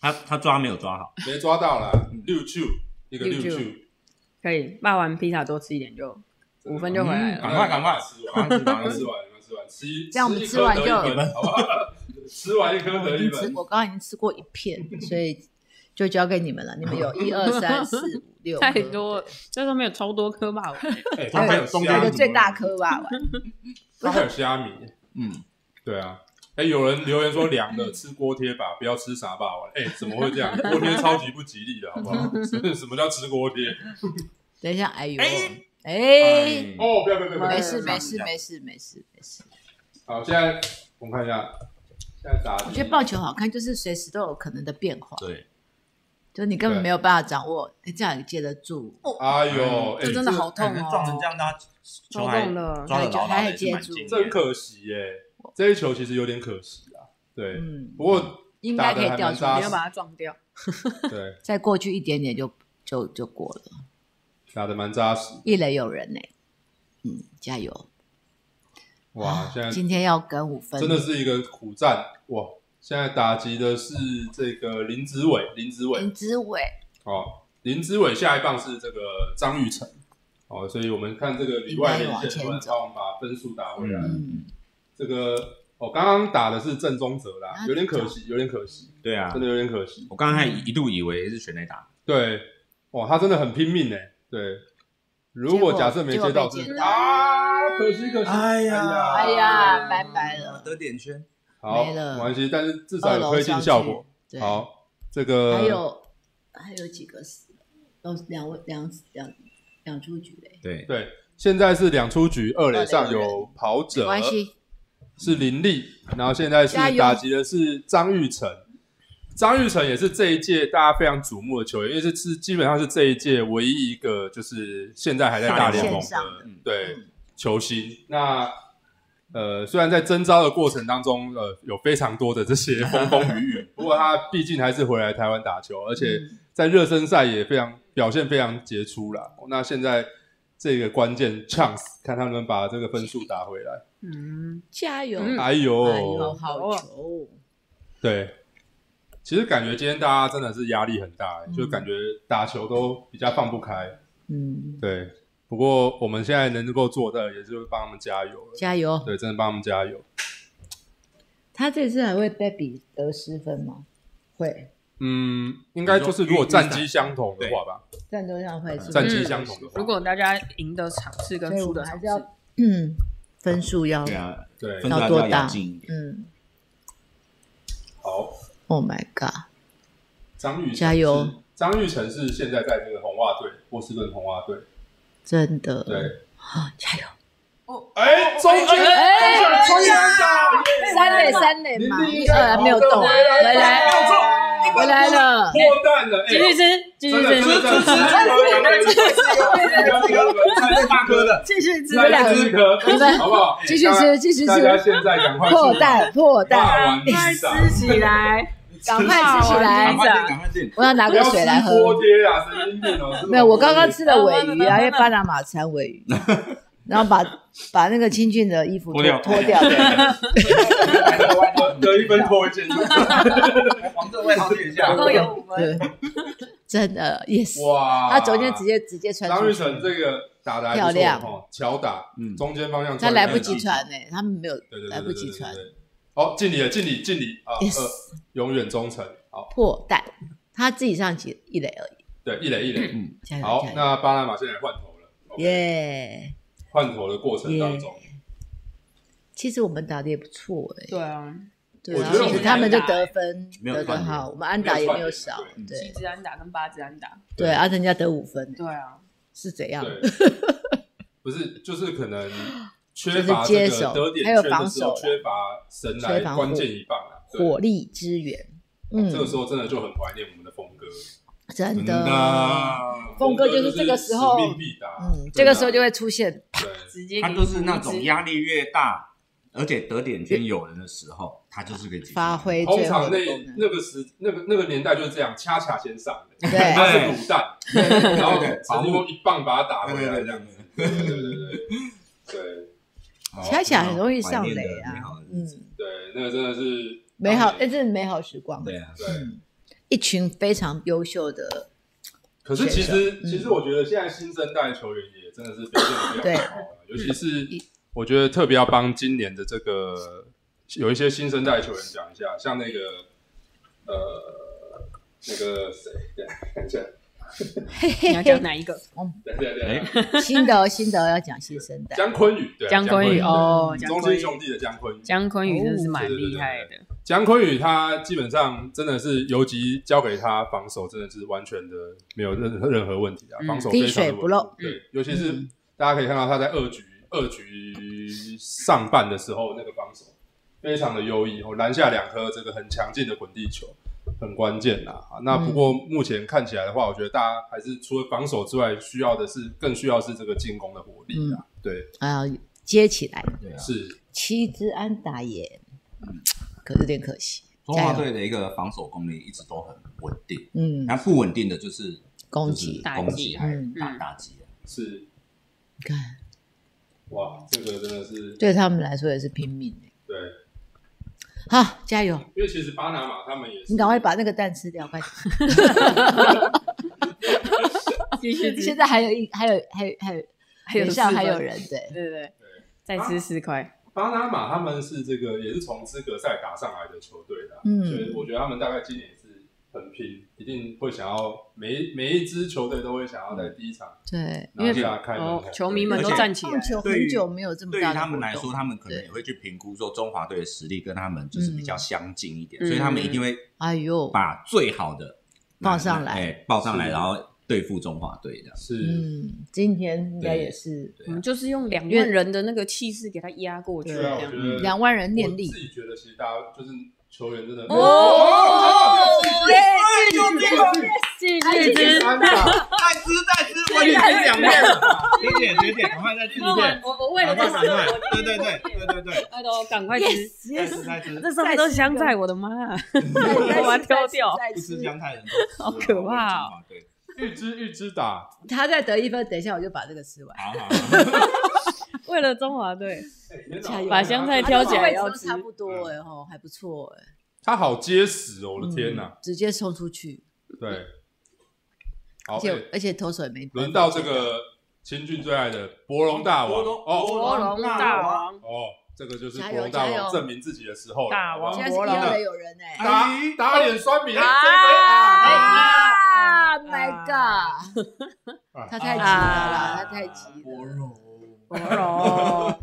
S4: 他他抓没有抓好，
S1: 没抓到啦，六球一个
S3: 六球
S1: 六球，
S3: 可以霸完披萨多吃一点就五分就回来
S4: 嗯
S3: 了。
S4: 赶快赶快
S1: [LAUGHS] 吃
S4: 赶
S1: 完，
S4: 快吃
S1: 赶
S4: 赶
S1: 快
S4: 快
S1: 吃
S4: 吃
S1: 完，赶快吃完，吃一
S2: 这样我们
S1: 吃一
S2: 吃
S1: 颗
S2: 完
S1: 得一
S2: 就
S4: [LAUGHS]
S1: 分好不好？吃完一颗
S2: 我
S1: 得
S2: 已
S1: 一
S2: 经吃
S1: 分，，
S2: 我刚刚已经吃过一片，所以就交给你们了。
S1: [LAUGHS]
S2: 你们有一二三四五六，
S3: 太多，了，这上面有超多颗霸王，
S1: 哎
S4: 它还有
S1: 虾
S4: 中
S1: 米
S4: 间
S2: 那个最大颗霸
S3: [LAUGHS]
S2: 碗，
S1: 它还有虾米，
S4: 嗯，
S1: 对啊。哎，有人留言说凉
S2: [LAUGHS]
S1: 的吃锅贴吧，不要吃啥霸王。哎，怎么会这样？锅贴超级不吉利的，好不
S2: [LAUGHS]
S1: 好？什么叫吃锅贴？
S2: 等一下，哎呦，
S4: 哎
S2: 哎，
S1: 哦，不要不要不要，
S2: 没事
S1: 不要
S2: 没事没事没事没事。
S1: 好，现在我们看一下，现在打，
S2: 我觉得棒球好看就是随时都有可能的变化，
S4: 对，
S2: 就是你根本
S1: 对
S2: 没有办法掌握，哎，这样也接得住，
S1: 哎呦，
S2: 嗯
S1: 哎
S3: 这真的好痛哦，
S4: 撞成这样，他球
S3: 超
S4: 还
S3: 痛的
S4: 抓得牢牢
S2: 还
S4: 的，
S2: 还
S4: 也是蛮
S2: 接住
S4: 惊
S1: 真
S4: 艳的。
S1: 可惜耶，这一球其实有点可惜啊。对，
S2: 嗯，
S1: 不过
S2: 应该可以
S1: 打
S2: 掉
S1: 得
S2: 出
S1: 还蛮扎
S3: 你
S1: 实
S3: 要
S2: 来，
S3: 把它撞掉。
S1: 对
S2: 再过去一点点就就就过了，
S1: 打得蛮扎实。
S2: 一垒有人呢，嗯，加油，
S1: 哇，现在
S2: 啊今天要跟五分，
S1: 真的是一个苦战哇！现在打击的是这个林子伟，林子伟
S2: 林之伟，
S1: 哦，林子伟下一棒是这个张玉成哦，所以我们看这个里外连线，
S2: 应该往前走
S1: 帮我们把分数打回来。
S2: 嗯，
S1: 这个哦，刚刚打的是郑宗哲
S2: 啊
S1: 啦，有点可惜，有点可惜，
S4: 对啊
S1: 真，的有点可惜。
S4: 我刚才还一度以为是全垒打，
S1: 对，哇，他真的很拼命哎。对，如果假设没接到
S2: 结果
S1: 是
S2: 被接到
S1: 啊，可惜可惜，
S4: 哎呀
S2: 哎呀，拜拜了，
S4: 得点圈，
S1: 好，
S2: 没了
S1: 没关系，但是至少
S2: 二
S1: 有
S2: 楼
S1: 推进
S2: 上
S1: 效
S2: 去
S1: 果。，
S2: 对，
S1: 好，呃这个
S2: 还有还有几个死了，都两位两两两出局嘞，
S4: 对，
S1: 对，现在是两出局，二
S2: 二
S1: 垒
S2: 垒
S1: 上
S2: 有人
S1: 有跑
S2: 没
S1: 者，
S2: 关系，
S1: 是林立，然后现在是
S2: 加油
S1: 打击的是张玉成。张玉成也是这一届大家非常瞩目的球员，因为是是基本上是这一届唯一一个就是现在还在大联盟
S2: 线上的
S1: 嗯对球星。那呃，虽然在征招的过程当中，呃，有非常多的这
S2: [LAUGHS]
S1: 些风风雨雨，不过他毕竟还是回来台湾打球，而且
S2: 嗯
S1: 在热身赛也非常表现非常杰出啦。那现在这个关键 chance，看他们把这个分数打回来。
S3: 嗯，
S2: 加油，
S3: 嗯
S1: 哎呦，
S2: 哎呦，好啊球，
S1: 对，其实感觉今天大家真的是压力很大、
S2: 嗯
S1: 就感觉打球都比较放不开。
S2: 嗯，
S1: 对，不过我们现在能够做的，也就是帮他们加油了。
S2: 加油，
S1: 对，真的帮他们加油。
S2: 他这次还会被比得失分吗？会，
S1: 嗯，应该就是如果战绩相同的
S4: 对
S1: 话吧，
S2: 战斗上会是
S1: 战绩相同的话，
S3: 如果大家赢的场次跟
S2: 所以我
S3: 输的
S2: 们还
S3: 场次
S2: 是，要，嗯，分数要，
S4: 对啊，
S1: 对
S4: 分数还是
S2: 要多
S4: 要咬
S2: 大
S4: 近一点。
S2: 嗯
S1: 好，
S2: ，Oh my god，
S1: 张玉成
S2: 加油
S1: 是！张玉成是现在在这个红袜队，波士顿红袜队。
S2: 真的，
S1: 对，
S2: 啊，加油，
S1: 哎，中间中
S2: 哎
S1: 间穿越打，
S2: 三垒三垒
S1: 林
S2: 嘛，
S1: 立
S2: 一二还没有动，
S1: 回
S2: 回
S1: 来
S2: 来
S1: 没有中
S2: 回来了， [LAUGHS]
S1: 破蛋了，哎
S3: 继续吃，继续
S1: 真的真的
S3: 吃，
S1: 真的
S4: 太大颗的，
S2: 继续
S1: 再来四颗，好不好？
S2: 继续
S1: 大家
S2: 吃，继续
S1: 大家
S2: 吃，
S1: 现在赶快
S2: 破蛋破
S1: 大
S2: 蛋，
S1: 完披萨，
S3: 吃起来，
S2: 赶快吃起来
S4: 赶快练，赶快练。
S2: 我要拿
S1: 不
S2: 个
S1: 要
S2: 啊水来
S1: 吃
S2: 喝。
S1: 锅贴啊，神经病哦！
S2: 没有，我刚刚吃的尾
S3: 慢慢
S2: 鱼
S3: 慢
S2: 啊，
S3: 慢
S2: 因为巴拿马产尾鱼，然
S1: [LAUGHS]
S2: 后把把那个清俊的衣服脱
S4: 脱掉
S2: 脱掉，对
S1: 得一分脱一件，
S4: 黄正位好练一下
S3: 总共有五分，
S2: 对，真的 yes。
S1: 哇！哦
S2: 他昨天直接直接穿
S1: 张
S2: 出
S1: 玉
S2: 去，
S1: 成这个打的
S2: 漂亮
S1: 哦，巧打，
S4: 嗯
S1: 中间方向
S2: 他
S1: 转得
S2: 来
S1: 很好，
S2: 不及传呢，他们没有
S1: 对，对对对对对对
S2: 来不及传，
S1: 好，敬礼了，敬礼，敬礼啊！
S2: Yes
S1: 呃，永远忠诚。好，
S2: 破蛋，他自己上几一垒而已，
S1: 对，一垒一垒。
S2: 加油
S1: 好
S2: 加，油，
S1: 那巴拿马现在换头了。OK，
S2: 耶
S1: 换头的过程当
S2: 耶
S1: 中，！
S2: 其实我们打的也不错哎，
S3: 对啊，
S2: 对
S1: 我
S2: 啊，
S1: 觉得
S2: 其
S1: 我
S2: 实
S1: 们
S2: 他们就
S3: 安打
S2: 得分
S4: 没有
S2: 得得
S4: 串联
S2: 好，我们安打也没有少
S1: 没，
S2: 对
S3: 七支安打跟八支安打，
S1: 嗯对
S2: 对，啊，人家得五分
S3: 对啊，
S2: 是怎样？
S1: 对，不是，就是可能缺乏
S2: [LAUGHS] 就是接
S1: 这
S2: 手
S1: 个得点
S2: 还有
S1: 圈的
S2: 防
S1: 时候，
S2: 守
S1: 缺乏神来
S2: 缺防护
S1: 关键一棒啊。对
S2: 火力支援，嗯
S1: 哦这，个时候真的就很怀念我们的峰哥，嗯
S2: 真
S4: 真的
S2: 的，，峰哥就是这个时候
S1: 使命必达。
S2: 嗯，
S1: 真
S2: 这
S1: 的
S2: 个时候就会出现
S1: 对
S3: 直接
S4: 他
S3: 给
S4: 就是
S3: 你
S4: 那
S3: 一支
S4: 种压力越大，而且得点圈有人的时候，他就是可以解决
S2: 发。挥
S1: 通
S2: 最
S1: 常
S2: 后
S1: 那
S2: 的功能。
S1: 那个时那个那个年代就是这样，恰恰先上的，
S2: 对
S1: [LAUGHS] 他是卤蛋，然后
S4: 对对对
S1: 陈立功一棒把他打
S4: 对
S1: 回来这
S4: 对对
S1: 样子。对对对对对
S4: 好
S2: 恰恰很容易上
S4: 怀念
S2: 垒
S4: 的
S2: 啊
S4: 美好的，日
S2: 嗯
S4: 子，
S1: 对，那个真的是
S2: 美好，
S1: 当
S2: 哎，
S1: 年
S2: 这是美好时光。嗯
S4: 对啊，
S1: 对。
S2: 一群非常优秀
S3: [LAUGHS]
S2: 的，
S1: 可是其实嗯其
S2: 选手
S1: 实我觉得现在新生代球员也真的是表现得非
S2: 对
S1: 常好啊，尤其
S3: 嗯
S1: 是我觉得特别要帮今年的这个有一些新生代球员讲一下，像那个呃那个谁，等一下看一下，
S2: 嘿
S3: 你
S2: 嘿
S3: 要讲
S2: 嘿，
S3: 哪一个？
S1: 等一下等
S3: 哎
S1: 一下，
S2: 新的新的要讲新生
S1: [LAUGHS]
S2: 代，
S1: 江坤宇对啊
S3: 江坤宇
S1: 对
S3: 哦江
S1: 中
S3: 坤宇
S1: 心兄弟的江坤宇，
S3: 姜昆宇真的是蛮
S1: 哦对对对
S3: 厉害的，
S1: 江坤宇他基本上真的是游击交给他防守，真的是完全的没有任何任何问题啊，
S3: 嗯
S1: 防守非常
S2: 滴水
S1: 的稳
S2: 不漏嗯
S1: 固对，尤其是大家可以看到他在二局二局上半的时候，那个防守非常的优异哦，篮下两颗这个很强劲的滚地球，很关键呐、
S2: 嗯
S1: 啊。那不过目前看起来的话，我觉得大家还是除了防守之外，需要的是更需要是这个进攻的火力啊。对，
S2: 啊，接起来，
S4: 对啊。
S1: 是
S2: 七支安打也，
S1: 嗯
S2: 可是有点可惜，
S4: 中
S2: 加
S4: 华
S2: 油，
S4: 队的一个防守功力一直都很稳定，
S2: 嗯，
S4: 那不稳定的就是
S2: 攻
S4: 就是
S2: 击，
S3: 打
S4: 攻
S3: 击
S4: 击还
S2: 嗯
S4: 打打击啊。
S1: 是，
S2: 你看
S1: 哇，这个真的是
S2: 对他们来说也是拼命欸
S1: 对。
S2: 好，加油！
S1: 因为其实巴拿马他们也是，
S2: 啊你赶快把那个蛋吃掉，快 [LAUGHS] 点！
S3: 继续继续
S2: 现在还有一，还有，还有，还有，
S3: 还有
S2: 等一下
S3: 四分
S2: 还有人对，
S3: 对对对，再吃四块，
S1: 巴拿马他们是这个也是从资格赛打上来的球队啦，
S2: 嗯
S1: 所以我觉得他们大概今年也是很拼，一定会想要每每一支球队都会想要在第一场
S2: 对，
S1: 拿下开门
S3: 哦
S1: 红，，
S3: 球迷们都
S4: 而且
S3: 站起来
S2: 棒，球
S4: 对于
S2: 很久没有这么
S4: 对
S2: 大
S4: 于
S2: 的
S4: 他们
S2: 活
S4: 来
S2: 动
S4: 说，他们可能
S2: 对
S4: 也会去评估说中华队的实力跟他们就是比较相近一点，
S3: 嗯
S4: 所以他们一定会
S2: 哎呦，
S4: 把最好的
S2: 报上来
S4: 哎，报上来，
S1: 是
S4: 然后对付中华队这样。
S1: 是
S2: 嗯，今天应该也是
S1: 啊
S3: 我们就是用两
S2: 因为
S3: 万人的那个气势给他压过去，
S2: 对
S1: 对啊，
S3: 这
S1: 我
S3: 样
S1: 觉得
S2: 两万人念力
S1: 我自己觉得其实大家就是球员真的
S3: 哦
S1: 继续
S3: 继续吃。
S1: 安打，
S4: 再吃再吃，我已经吃两遍了。学姐学姐，赶快再吃一遍，
S3: 我我为
S4: 赶快赶快，对对对
S3: 对，
S4: 对对对，
S3: 哎都赶快吃
S2: yes
S4: 再吃
S2: yes，
S4: 再吃，
S3: 这上面都是香菜，我的妈、啊！
S2: 我
S3: 我把它挑掉。
S4: 不吃香菜人
S2: [LAUGHS]
S3: 好可怕
S4: 哦。对，
S1: 预知预知打，
S2: 他再得一分，等一下我就把这个吃完。[LAUGHS]
S4: 好好好，
S3: 为了中华队，
S1: 哎天哪
S2: 加油
S3: 把香菜挑起来要吃
S2: 差不多哎吼，还不错哎。
S1: 他好结实嗯哦，我的天哪，
S2: 嗯直接冲出去，
S1: 对，好哎
S2: 而，且而且投手也没
S1: 轮到这个清俊最爱的博龙大王
S4: 博龙
S1: 哦
S4: 博龙大王，
S1: 哦，这个就是
S2: 加
S1: 博
S2: 油
S1: 龙大
S2: 加
S1: 王
S2: 油
S1: 证明自己的时候了，
S3: 大王
S1: 好
S2: 现
S1: 不好
S2: 在是一二垒有人哎。
S1: 打
S4: 哎
S1: 打脸酸民，
S2: 啊！My
S3: 啊
S2: God，
S1: 啊
S2: 他太急了
S3: 啊
S2: 啦，他太急了。
S4: 哦龙，
S3: 博龙，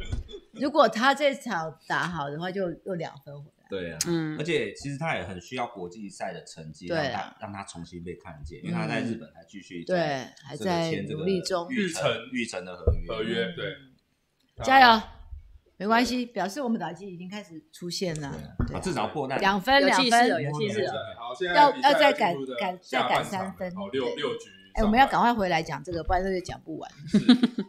S2: 如果他这场打好的话，就又两分回来。
S4: 对啊。
S3: 嗯
S4: 而，且其实他也很需要国际赛的成绩，
S2: 对
S4: 让
S2: 啊嗯
S4: 他让他重新被看见，因为他在日本还继续
S2: 对，还
S4: 这个
S2: 在
S4: 签这
S2: 努
S4: 个
S2: 力中，嗯
S4: 育
S1: 成
S4: 成育成的合约
S1: 合约对，
S2: 加油，没关系，表示我们打击已经开始出现了
S4: 对啊。
S2: 对
S4: 啊，至少破蛋
S2: 两分，
S3: 有
S2: 两
S3: 气势了，
S2: 分，
S3: 有气势了。
S1: 好，现在
S2: 要
S1: 比赛
S2: 要再
S1: 进
S2: 赶
S1: 入的
S2: 赶
S1: 下
S2: 再赶
S1: 半场
S2: 三分
S1: 好，六
S2: 对
S1: 六局
S2: 哎、我们要赶快回来讲这个，不然这就讲不完。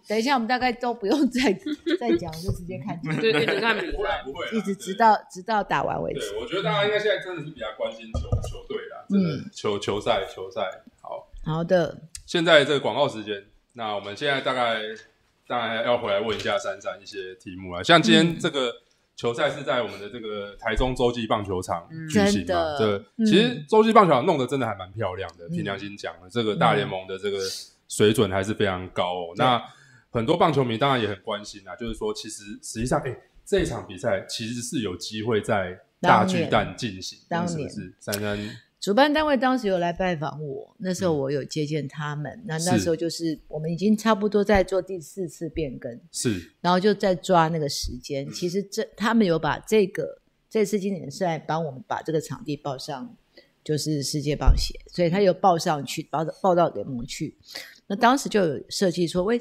S2: 等一下，我们大概都不用再再讲，就直接看 [LAUGHS] 球，
S3: 对，一直看比
S1: 不会啦啊
S3: 赛。
S1: 不会啦，
S2: 一直直
S1: 对
S2: 到直到打完为止。
S1: 对，我觉得大家应该现在真的是比较关心球球队啦，真
S2: 嗯
S1: 的球球赛球赛。好，
S2: 好的，
S1: 现在这个广告时间，那我们现在大概大概要回来问一下珊珊一些题目啦，啊像今天这个。球赛是在我们的这个台中洲际棒球场
S3: 嗯
S1: 举行嘛？
S2: 真的
S1: 对，
S2: 嗯
S1: 其实洲际棒球场弄得真的还蛮漂亮的。凭良心讲了，这个大联盟的这个水准还是非常高
S2: 嗯
S1: 哦。那很多棒球迷当然也很关心啊，就是说，其实实际上，哎、这一场比赛其实是有机会在大巨蛋进行的，
S2: 当
S1: 是不
S2: 年
S1: 是？珊珊，
S2: 主办单位当时有来拜访我，那时候我有接见他们。那那
S1: 是
S2: 时候就是我们已经差不多在做第四次变更，
S1: 是
S2: 然后就在抓那个时间。其实这他们有把这个这次经典赛帮我们把这个场地报上，就是世界棒协，所以他又报上去，报到报到联盟去。那当时就有设计说，喂，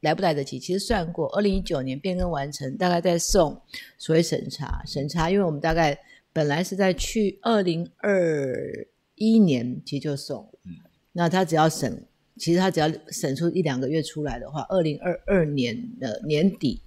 S2: 来不来得及？其实算过，二零一九年变更完成，大概在送所谓审查，审查，因为我们大概本来是在去二零二一年其实就送了，那他只要审，其实他只要审出一两个月出来的话，二零二二年的年底，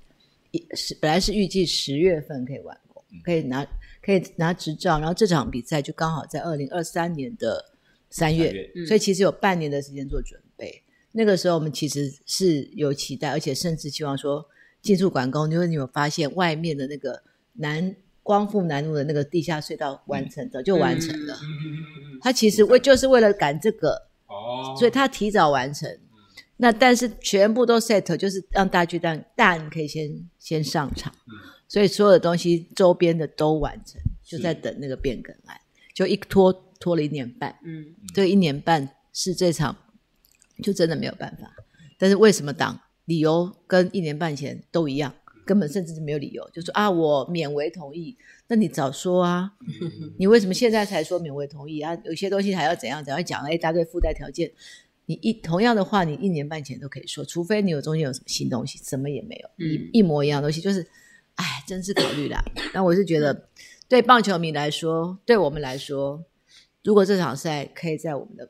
S2: 一是本来是预计十月份可以完工，可以拿可以拿执照，然后这场比赛就刚好在二零二三年的三月，
S4: 三月
S3: 嗯
S2: 所以其实有半年的时间做准备。那个时候我们其实是有期待，而且甚至希望说进驻管工，因为你有发现外面的那个南光复南路的那个地下隧道完成，早就完成了。
S1: 嗯嗯嗯嗯嗯，
S2: 他其实为就是为了赶这个，
S1: 哦，
S2: 所以他提早完成。那但是全部都 set，就是让大巨蛋蛋可以先先上场，所以所有的东西周边的都完成，
S1: 是
S2: 就在等那个变更案，就一拖拖了一年半。
S3: 嗯，
S2: 这一年半是这场就真的没有办法。但是为什么党理由跟一年半前都一样，根本甚至是没有理由，就说啊我勉为同意，那你早说啊，你为什么现在才说勉为同意啊？有些东西还要怎样怎样讲了一大堆附带条件。你一同样的话，你一年半前都可以说，除非你有中间有什么新东西，什么也没有，
S3: 嗯
S2: 一一模一样的东西，就是，哎，真是考虑啦。那我是觉得，对棒球迷来说，对我们来说，如果这场赛可以在我们的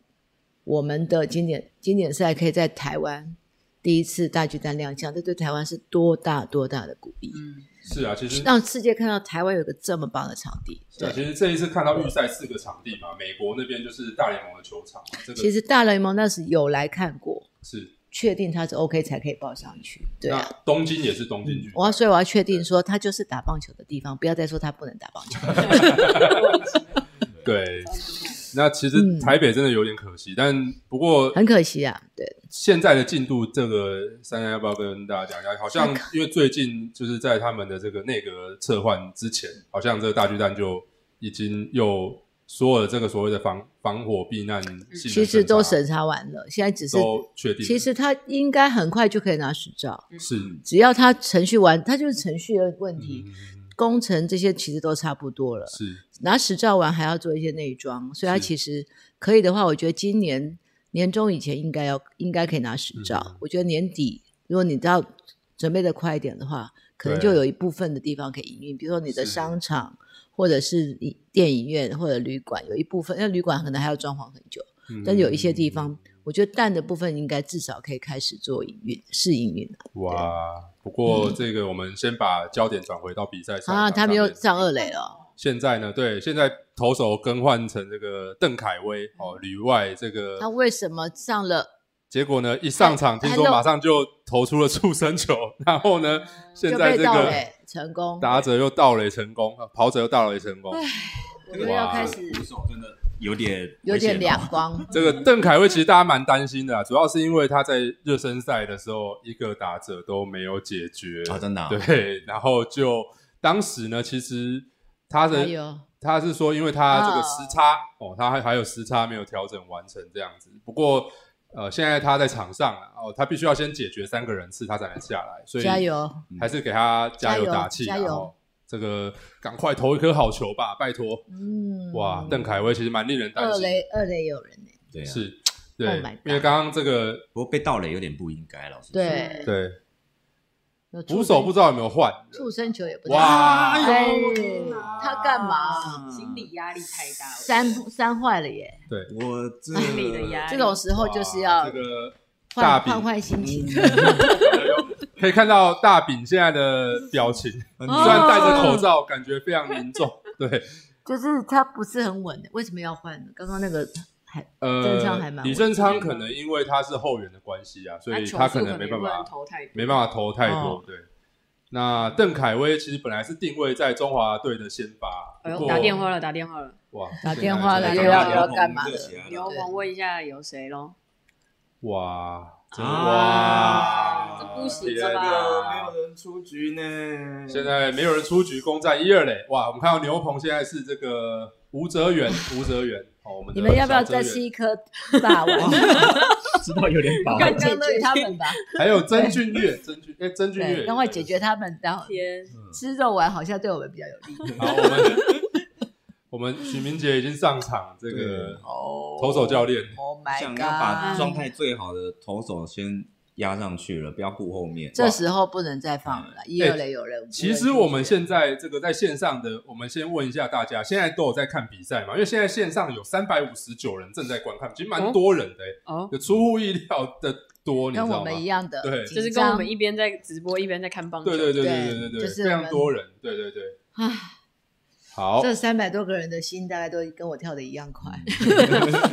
S2: 我们的经典经典赛可以在台湾第一次大巨蛋亮相，这对台湾是多大多大的鼓励，
S3: 嗯
S1: 是啊，其实
S2: 让世界看到台湾有个这么棒的场地。
S1: 对，其实这一次看到预赛四个场地嘛，美国那边就是大联盟的球场，这个
S2: 其实大联盟那时有来看过，
S1: 是
S2: 确定他是 OK 才可以报上去。对
S1: 那
S2: 啊，嗯
S1: 东京也是东京巨
S2: 我要
S1: 蛋，
S2: 所以我要确定说他就是打棒球的地方，不要再说他不能打棒
S1: [LAUGHS]
S2: 球。 [LAUGHS]
S1: 对。那其实
S2: 嗯
S1: 台北真的有点可惜，但不过
S2: 很可惜啊，对，
S1: 现在的进度，这个珊珊要不要跟大家讲一下？好像因为最近就是在他们的这个内阁撤换之前，好像这个大巨蛋就已经又所有的这个所谓的防防火避难性能审查，
S2: 其实都审查完了，现在只是
S1: 都确定了，
S2: 其实嗯他应该很快就可以拿执照，
S1: 是
S2: 只要他程序完，他就是程序的问题，
S1: 嗯
S2: 工程这些其实都差不多了。
S1: 是
S2: 拿执照完还要做一些内装，所以他
S1: 是
S2: 其实可以的话，我觉得今年年中以前应该要应该可以拿执照。
S1: 嗯
S2: 我觉得年底如果你到准备的快一点的话，可能
S1: 对
S2: 就有一部分的地方可以营运，比如说你的
S1: 是
S2: 商场或者是你电影院或者旅馆，有一部分，那旅馆可能还要装潢很久，
S1: 嗯
S2: 但有一些地方，我觉得淡的部分应该至少可以开始做营运，试营运了
S1: 哇。不过这个我们先把焦点转回到比赛上
S2: 嗯啊，他们
S1: 没有。
S2: 又上二垒了哦。
S1: 现在呢，对，现在投手更换成这个邓凯威哦，旅外这个
S2: 嗯他哎为什么上了
S1: 结果呢，一上场
S2: 还
S1: 听说
S2: 还漏
S1: 马上就投出了触身球，然后
S2: [LAUGHS]
S1: 呢，现
S2: 就
S1: 在
S2: 被
S1: 这
S2: 盗
S1: 个
S2: 垒成功？哎
S1: 打者又盗垒成功，啊跑者又盗垒成功。
S2: 我们要
S1: 哇
S2: 开始
S4: 捕手真的有点
S2: 有
S4: 危险
S2: 点
S4: 哦
S1: [LAUGHS]
S2: 两光。
S1: 这个邓凯威其实大家蛮担心的啊、主要是因为他在热身赛的时候一个打者都没有解决，
S2: 哦
S4: 啊，真的啊
S1: 对，然后就当时呢，其实他的
S2: 还有
S1: 他是说，因为他这个
S2: 哦
S1: 时差哦，他还还有时差没有调整完成这样子。不过呃，现在他在场上啊哦，他必须要先解决三个人次，他才能下来，所以
S2: 加油，
S1: 还是给他加油
S2: 加油
S1: 打气啊，
S2: 加油
S1: 哦这个赶快投一颗好球吧，拜托！
S2: 嗯，
S1: 哇，邓凯威其实蛮令人担
S2: 二
S1: 心
S2: 雷
S1: 的，
S2: 二雷有人呢，
S4: 对啊，
S1: 是，对
S2: Oh my，God
S1: 因为刚刚这个
S4: 不过被盗垒有点不应该，老师说
S2: 对
S1: 对
S2: 有
S1: 捕手不知道有没有换人，
S2: 畜生球也不知道
S1: 哇，哎
S2: 哎
S1: 呦，
S2: 他干嘛？啊
S3: 心理压力太大了。
S2: 三三坏了耶！
S4: 我这
S3: 心理的压力
S2: 这种时候就是
S1: 这
S2: 要
S1: 个大
S2: 换
S1: 饼嗯
S2: 换换心情。
S1: 可以看到大饼现在的表情，虽
S4: 很
S3: 哦
S1: 然戴着口罩，感觉非常凝重。 [LAUGHS] 对，
S2: 就是他不是很稳的，为什么要换呢？刚刚那个还郑昌还
S1: 呃，
S2: 蛮
S1: 李正昌可能因为他是后援的关系啊，所以他可能没办法
S3: 投太
S1: 没办法投太多
S2: 哦。
S1: 对，那邓凯威其实本来是定位在中华队的先发，
S3: 哎
S1: 不
S3: 呦，
S1: 过
S3: 打电话了，打电话了，
S1: 哇，
S2: 打电话
S1: 啊
S2: 了又要又要干嘛了？
S3: 你要访问一下有谁喽？
S1: 哇
S4: 啊
S1: 哇，
S3: 这不行
S1: 天
S3: 了吧
S1: 哪
S4: 没有人出局呢。
S1: 现在没有人出局，攻占一二垒。哇，我们看到牛棚现在是这个吴哲源，吴哲源。哦，我们的
S2: 你们要不要
S1: 小哲
S2: 再
S1: 源
S2: 吃一颗
S1: [LAUGHS]
S2: 大碗， [LAUGHS]
S5: 知道有点饱，
S2: 快解决他们吧？
S1: [LAUGHS] 还有曾俊乐，曾俊哎，曾俊乐
S2: 对，
S1: 也，
S2: 赶快解决他们，然
S1: 嗯
S2: 后
S3: 天，
S2: 吃肉丸好像对我们比较有利。
S1: [LAUGHS] 好，我们 [LAUGHS] 我们许明杰已经上场，这个
S2: 哦
S1: 投手教练，
S2: ，Oh my
S4: 想要把
S2: god！
S4: 状态最好的投手先压上去了，不要顾后面。
S2: 这时候不能再放了啦，一二垒有人。
S1: 哎其实我们现在这个在线上的，我们先问一下大家，现在都有在看比赛吗？因为现在线上有三百五十九人正在观看，其实蛮多人的、欸，
S3: 哦，
S1: 有出乎意料的多，你知
S2: 跟我
S1: 道吗？
S2: 们一样的，
S1: 啊对
S3: 就是
S2: 紧
S3: 跟
S2: 张
S3: 我们一边在直播一边在看棒球，
S1: 对对对对对对，
S2: 就是
S1: 非
S2: 我
S1: 常
S2: 们
S1: 多人，对对对。
S2: 唉
S1: 好，
S2: 这三百多个人的心大概都跟我跳的一样
S3: [LAUGHS]
S2: 快，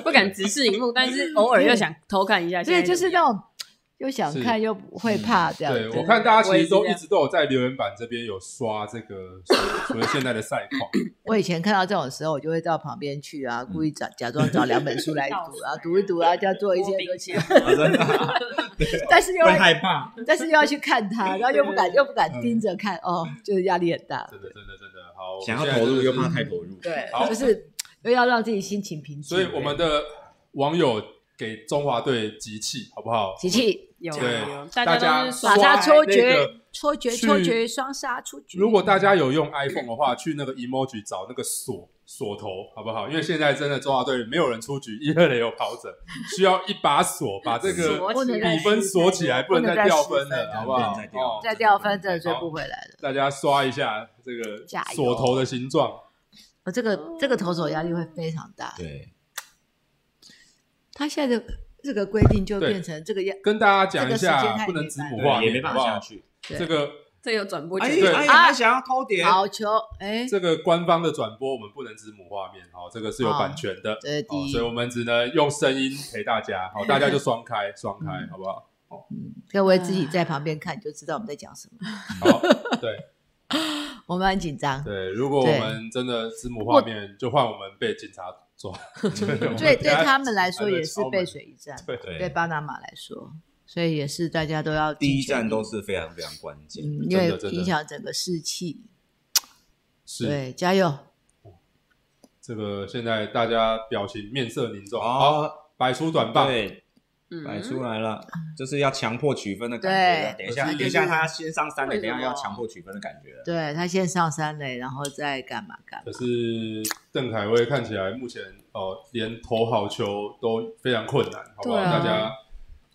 S3: 不敢直视荧幕，但是偶尔又想偷看一下。
S2: 所以就是
S3: 让
S2: 那种又想看又不会怕这样
S1: 嗯对
S2: 子。
S1: 我看大家
S3: 我
S1: 其
S3: 也
S1: 实
S3: 是
S1: 都
S3: 这
S1: 一
S3: 样
S1: 直都有在留言板这边有刷这个所所谓现在的赛况，
S2: 我以前看到这种时候，我就会到旁边去啊，
S1: 嗯
S2: 故意找假装找两本书来
S3: 笑
S2: 读
S3: 死 [LAUGHS]
S2: 啊，读一读啊，这样做一些东 [LAUGHS] 西，
S4: 啊真的啊
S2: [LAUGHS] 但是又
S5: 会
S2: 要
S5: 害怕。
S2: 但是又要去
S1: [LAUGHS]
S2: 看它，然后又不
S1: 嗯
S2: 敢又不敢盯着看，哦，就是压力很大。
S1: 真的真的真的好，我们
S4: 想要
S1: 现在
S4: 投
S1: 真
S4: 入
S1: 的
S4: 又
S1: 是
S4: 怕太投入。
S2: 对
S1: 好，
S2: 就是又要让自己心情平静。
S1: 所以我
S4: 哎
S1: 们的网友给中华队集气，好不好？
S2: 琪琪
S3: 有
S1: 对
S3: 有有，大
S1: 大
S3: 家
S1: 家
S3: 都是
S2: 把
S1: 刷
S2: 它
S1: 那
S2: 戳
S1: 个
S2: 决，戳决，
S1: 去
S2: 戳决，双杀出局。
S1: 如果大家有用 iPhone 的话，去那个 emoji 找那个锁锁头，好不好？因为现在真的中华队没有人出局，一二垒有跑者，需要一把锁把这个
S2: 不能再
S1: 比分锁起来，不能再掉分
S2: 不能再失
S1: 了，
S2: 分了
S1: 好不好
S4: 不能再掉？
S1: 哦
S2: 再掉分，真的追不回来了。
S1: 大家刷一下这个
S2: 加油
S1: 锁头的形状。
S2: 我这个这个投手压力会非常大。
S4: 对，
S2: 他现在的这个规定就
S1: 对
S2: 变成这个样，
S1: 跟大家讲一
S2: 这个时间
S1: 下，
S2: 太
S1: 不能子母
S4: 对
S1: 化，
S4: 也没办法下
S1: 去。
S4: 去。
S2: 对
S1: 这个
S3: 这有转播
S4: 哎
S3: 权，
S1: 对
S4: 哎，他想要偷点，
S2: 啊好球，哎，
S1: 这个官方的转播我们不能子母画面，哦好、这个是有版权的，
S2: 这啊是
S1: 哦
S2: 第，一
S1: 所以我。们只能用声音陪大家，好、大家就双开双
S2: 嗯
S1: 开，好不好？
S2: 各位自己在旁边看，就知道我们在讲什么。
S1: 好，对
S2: 我们很紧张，
S1: 对，如果我们真的子母画面，就换我们被警察抓，[LAUGHS]
S2: 对
S1: 对
S2: 嗯对他们来说也是背水一战，
S1: 对
S4: 对
S2: 对巴拿马来说，所以也是大家都要
S4: 第一
S2: 尽全
S4: 站
S2: 力
S4: 都是非常非常关键。
S2: 嗯，
S1: 真
S2: 因
S1: 的
S2: 为
S1: 真的
S2: 影响整个士气。
S1: 是
S2: 对，加油！
S1: 这个现在大家表情面色凝重，好、
S4: 哦，
S1: 摆出短棒，
S4: 对，
S3: 嗯
S4: 摆出来了，就是要强迫取分的感觉。
S2: 对
S4: 等一下，
S2: 就是
S4: 等一下，他先上三垒，
S3: 为什
S4: 等一
S3: 么
S4: 下要强迫取分的感觉了。
S2: 对他先上三垒，然后再干嘛干嘛
S1: 可？是邓凯威看起来目前哦、连投好球都非常困难，好不好？
S3: 对啊
S1: 大家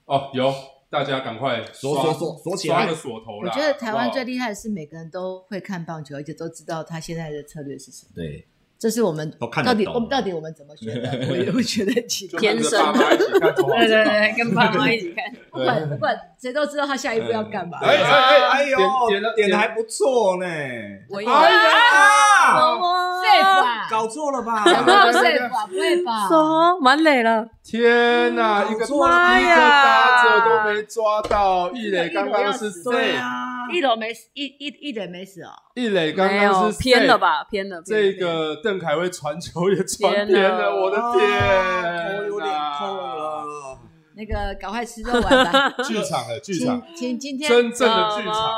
S1: 哦，有大家赶快
S4: 锁
S1: 刷
S4: 锁锁锁起
S1: 刷
S4: 来
S1: 个，锁头
S2: 我
S1: 啦！
S2: 觉得台湾最
S1: 厉
S2: 厉害的是每个人都会看棒球，而且都知道他现在的策略是什么。
S4: 对，
S2: 这是我们
S4: 都看得
S2: 到底
S4: 懂
S2: 我们到底我们怎么学
S4: [LAUGHS]
S2: 的？我也会觉得很奇怪。
S3: 天生
S1: 对
S3: 对对对，跟爸妈一起看，
S2: [LAUGHS] 不管不管，谁都知道他下一步要干嘛。
S1: 哎哎哎
S4: 哎呦
S1: 点点了，点
S4: 点的
S1: 了
S4: 还不错呢。
S3: 我也
S1: 哎
S4: 啊，
S2: safe 啊，
S4: 搞错了吧？
S2: 有没有 safe 啊？不会吧？
S3: 么满垒了，
S1: 天哪，一个
S3: 妈
S1: 一
S3: 呀
S1: 个打者都没抓到，一垒
S2: 一个
S1: 刚
S2: 一
S1: 刚
S2: 要
S1: 是
S2: 死
S4: 对
S1: safe，
S4: 啊，
S2: 一楼没死，一一一点没死哦。
S1: 一垒刚
S3: 没有
S1: 刚是
S3: 偏了
S1: safe？
S3: 吧？偏了，偏了
S1: 这个邓凯威传球也传
S3: 天
S1: 偏
S3: 哪
S1: 了，我的天，
S4: 啊头有点痛。了。
S2: 那个赶快吃肉丸吧。
S4: [LAUGHS]
S1: 剧场了，剧
S2: 请
S4: 啊
S1: 场，
S2: 请今天
S1: 真正的剧场。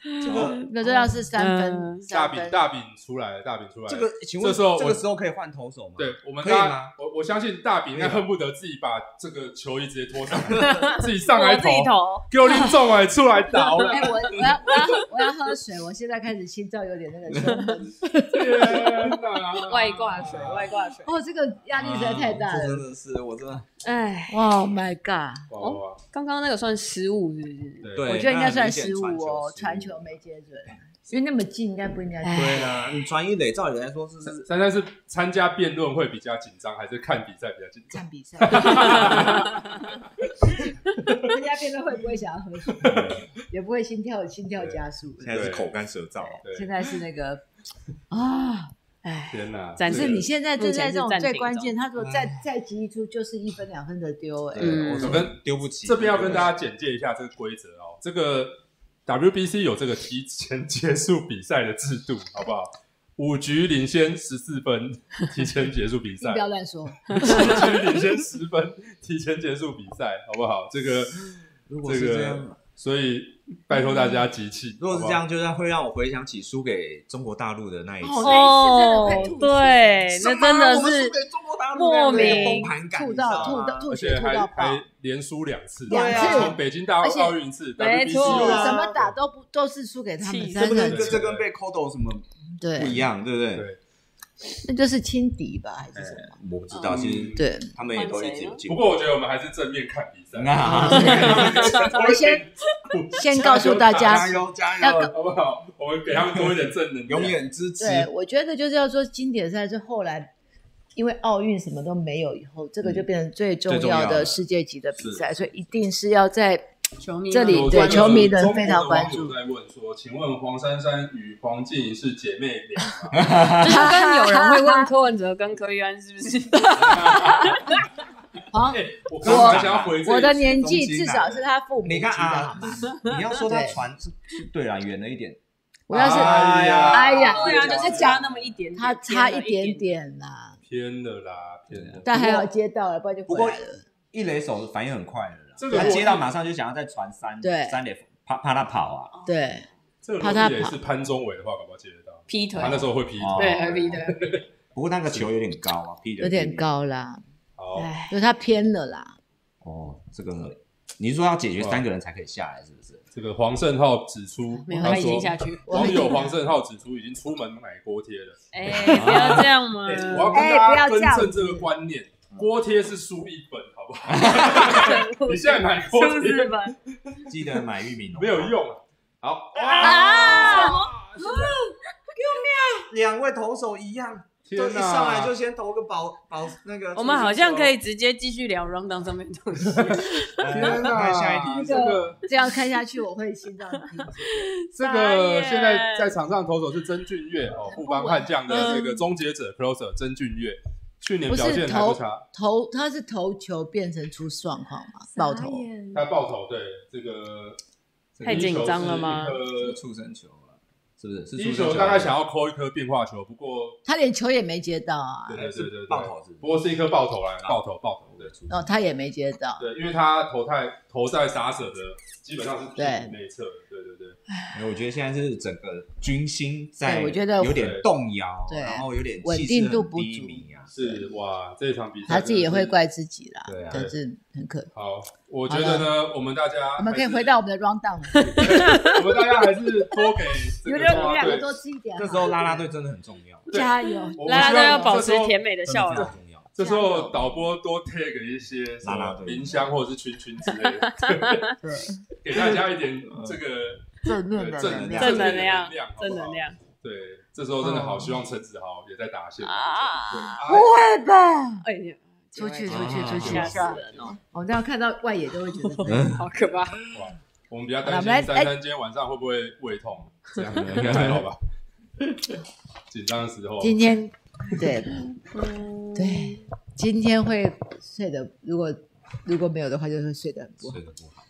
S3: 什么
S4: 这个
S2: 那这要是三分，
S3: 嗯
S1: 大
S2: 三
S1: 饼
S2: 分
S1: 大饼出来了，大饼出来了。
S4: 这个，请问
S1: 这时候我
S4: 这个时候可以换投手吗？
S1: 对我们
S4: 可以吗
S1: 大家，我我相信大饼应该恨不得自己把这个球衣直接脱上
S3: [LAUGHS]
S1: 来，自己上来
S3: 我自己投，
S1: 给我拎中哎出来打。我
S3: [LAUGHS]
S2: 哎，我我要我要我要喝水，我现在开始心脏有点那个胸闷。
S1: 天哪！
S3: 外挂水，
S1: 嗯
S3: 外挂水。
S2: 哦，这个压力实在太大
S4: 嗯这
S2: 了。
S4: 真的是我真的
S3: 哎，
S2: 哇、oh、，My God！
S1: 哇哇哇
S3: 刚刚那个算失误是不是？
S4: 对
S2: 我觉得应该
S4: 那很
S2: 算
S4: 明显
S2: 失误哦，传
S4: 传球失误
S2: 球没接准，因为那么近应该不应该接准。
S4: 对啦，你传一垒，照理来说是是
S1: 珊珊是参加辩论会比较紧张，还是看比赛比较紧张？
S2: 看比赛， [LAUGHS] 人家辩论会不会想要喝水，也不会心跳心跳加速。
S4: 现在是口干舌燥啊，
S1: 对
S2: 现，在是那个啊，哎，
S1: 天哪！
S3: 展示
S2: 是
S1: 这个
S2: 你现在正在这种
S3: 目前是
S2: 最
S3: 暂停中
S2: 关键，他如果再再急一出，就是一分两分的丢哎。
S4: 哎对，
S3: 嗯
S4: 我跟丢不起。
S1: 这边要跟大家简介一下这个规则哦。这个 WBC 有这个提前结束比赛的制度，好不好？五局领先十四分，提前结束比
S2: 你
S1: 赛
S2: 不；要乱说，
S1: 十局领先十分，提前结束比赛，好不好？这个，
S4: 如果是这样，
S1: 所以拜托大家集气。
S4: 如果是
S1: 好不好
S4: 这样，，就是会让我回想起输给中国大陆的那一次。
S2: 哦那一次真的快吐血
S3: 对，那真的
S4: 什么我
S3: 啊
S4: 们
S3: 是
S4: 输给中国大陆
S3: 莫
S4: 那个
S3: 名
S4: 崩盘感，
S2: 吐
S4: 你知道
S2: 到吐
S4: 吗
S2: 到吐
S1: 而
S2: 血
S1: 且
S2: 吐
S1: 还
S2: 到爆，
S1: 还连输两次，
S2: 两
S1: 对啊
S2: 次
S1: 从北京大
S2: 而且
S1: 奥运一次
S3: 没
S1: ，WBC
S3: 错
S1: 又一次
S2: 怎么打都不都是输给他们，
S3: 气
S2: 真
S4: 这
S2: 的
S4: 这这跟被 Kodo 什么不一
S2: 对，
S4: 样，对不对？
S1: 对。
S2: 那就是轻敌吧，还是什么？
S4: 我不知道，其实
S2: 嗯对，
S4: 他们也都一直有进
S1: 不
S4: 步。
S1: 过我觉得我们还是正面看比赛，
S4: 那
S2: 我们先先告诉大家
S4: 加，油加
S2: 要
S4: 油，
S1: 好不好？我们给他们多一点正能量，
S2: [LAUGHS]
S4: 永远支持。
S2: 对，我觉得就是要说经典赛是后来。因为奥运什么都没有以后，这个就变成最重
S4: 最重
S2: 要
S4: 要
S2: 的
S4: 的
S2: 世界级的比
S4: 是
S2: 赛，所以一定是要在
S3: 球迷
S2: 这里
S1: 有
S2: 对
S1: 关注
S2: 球迷人非常关注
S1: 中国的网友在问说，请问黄珊珊与黄静怡是姐妹俩
S2: [LAUGHS]
S1: 吗？
S3: 就是跟有人会问柯文哲跟柯玉安是不是？
S2: 啊，
S1: 哎我刚刚还想要回这一
S2: 我的
S1: 句
S2: 年纪
S4: 中
S2: 至
S4: 心啊
S2: 少是他父母级
S4: 你
S2: 的
S4: 看
S2: 好
S4: 啊
S2: 吗？，
S4: 你要说他
S2: 对
S4: 传是是对啦，远了一点，
S2: 我要是
S1: 哎呀
S2: 哎呀
S3: 对啊，就是加那么一点点，
S2: 他差一
S3: 添了
S2: 点
S3: 点。
S2: 点啦，
S1: 偏的啦，偏的。
S2: 但还好接到了，不然就
S4: 不
S2: 回
S4: 过
S2: 来了。
S4: 一垒手反应很快的啦，
S1: 这个
S4: 他
S1: 我
S4: 接到马上就想要再传三，
S2: 对
S4: 三垒怕怕他跑啊。
S2: 对，
S1: 这个
S2: 怕他
S1: 逻辑也是潘宗伟的话，搞不好接得到。
S3: 劈腿
S1: 他，那时候会劈
S4: 哦
S1: 腿，
S3: 对，合理的。
S4: 不过那个球有点高啊，劈的
S2: 有点。高啦，
S1: 好，
S3: 哎，
S2: 就他偏了啦。
S4: 哦，这个你是说要解决三个人才可以下来，是不是？
S1: 这个黄胜浩指出，
S3: 啊没有，
S1: 他
S3: 他已
S1: 说
S3: 经下去。
S1: 网友黄胜浩指出已经出门买锅贴了。
S3: 哎，不要这样嘛
S1: 哎，我要跟
S2: 哎
S1: 大
S2: 不
S1: 家
S2: 要
S1: 更
S2: 这样
S1: 正这个
S2: 子
S1: 观念，锅贴是输一本，好不好？你现在买锅
S3: 是不
S1: 贴
S3: 是吧？
S4: [LAUGHS] 记得买玉米浓，
S1: 没有，
S4: [LAUGHS]
S1: 用啊。好，哇，
S3: 啊，
S4: 两位投手一样，
S1: 天哪！
S4: 先投个保保那个
S3: 我们好像可以直接继续聊 round down 上面的东西。
S1: 天哪！
S4: 看哎下一题
S1: 这个
S2: 这样看下去，我会心脏停
S1: [LAUGHS]
S2: 止。
S1: 这
S3: 傻
S1: 个
S3: 眼
S1: 现在在场上投手是曾俊岳哦，富邦悍将的
S3: 嗯
S1: 这个终结者 closer 曾俊岳，去年表现还不差，
S2: 头他是头球变成出状况嘛，爆头。
S1: 他爆头对这个
S3: 太紧张了吗
S1: 呃，
S4: 畜生球了，是不是？是
S1: 第一
S4: 畜生
S1: 球
S4: 球
S1: 大概想要扣一颗变化球，不过
S2: 他连球也没接到啊
S1: 对，对对对对，
S4: 爆哎头是
S1: 不过是一颗爆头来，爆头爆头对。
S2: 然后哦他也没接到，
S1: 对，因为他投在投在杀手的基本上是屁股内侧，对对对，
S4: 哎我觉得现在是整个军心在，
S2: 对我觉得
S4: 有点动摇，
S2: 对
S4: 然后有点
S2: 稳
S4: 气势
S2: 定度
S4: 很
S2: 不
S4: 低
S2: 足
S4: 迷啊。
S1: 是哇，这一场比赛
S2: 他自己也会
S1: 真的
S2: 怪自己啦
S4: 对啊，
S2: 但是很可。
S1: 是。好，我觉得呢，我们大家
S2: 我们可以
S1: 还是
S2: 回到我们的 round down，
S1: 我们大家还是多给这个中华队
S2: 吃一点啊
S4: 这时候拉拉队真的很重要，
S1: 对
S2: 加油，
S1: 我
S3: 拉拉
S1: 希
S3: 队
S1: 望
S3: 要保
S1: 这
S3: 持
S1: 时候
S3: 甜美的
S4: 真
S3: 笑
S4: 的非
S3: 容。
S4: 常重要。
S1: 这时候导播多 tag 一些什么冰箱或者是群群之类
S2: [LAUGHS]
S1: 的，对给大家一点这个
S2: 正面的
S1: 正
S2: 能量
S1: 正
S3: 正能量
S1: 量，
S3: 正能。量
S1: 对，这时候真的
S2: 哦
S1: 好希望陈子豪也在打线。对
S3: 啊！
S1: 哎
S2: 对吧？
S3: 哎呀，
S2: 出去
S3: 结
S2: 出
S3: 尾
S2: 去出去
S3: 吓死
S2: 是啊
S3: 人哦，
S2: 我这样看到外野就会觉得
S3: 好可怕！
S1: 我们比较担
S2: 好我
S1: 心
S2: 们来哎
S1: 珊珊今天晚上会不会胃
S2: [LAUGHS]
S1: 痛，这样应该还好吧？紧张的时候，
S2: 今天对
S3: 嗯
S2: 嗯对，今天会睡得，如果如果没有的话，就会睡得很不好。
S4: 睡得不好，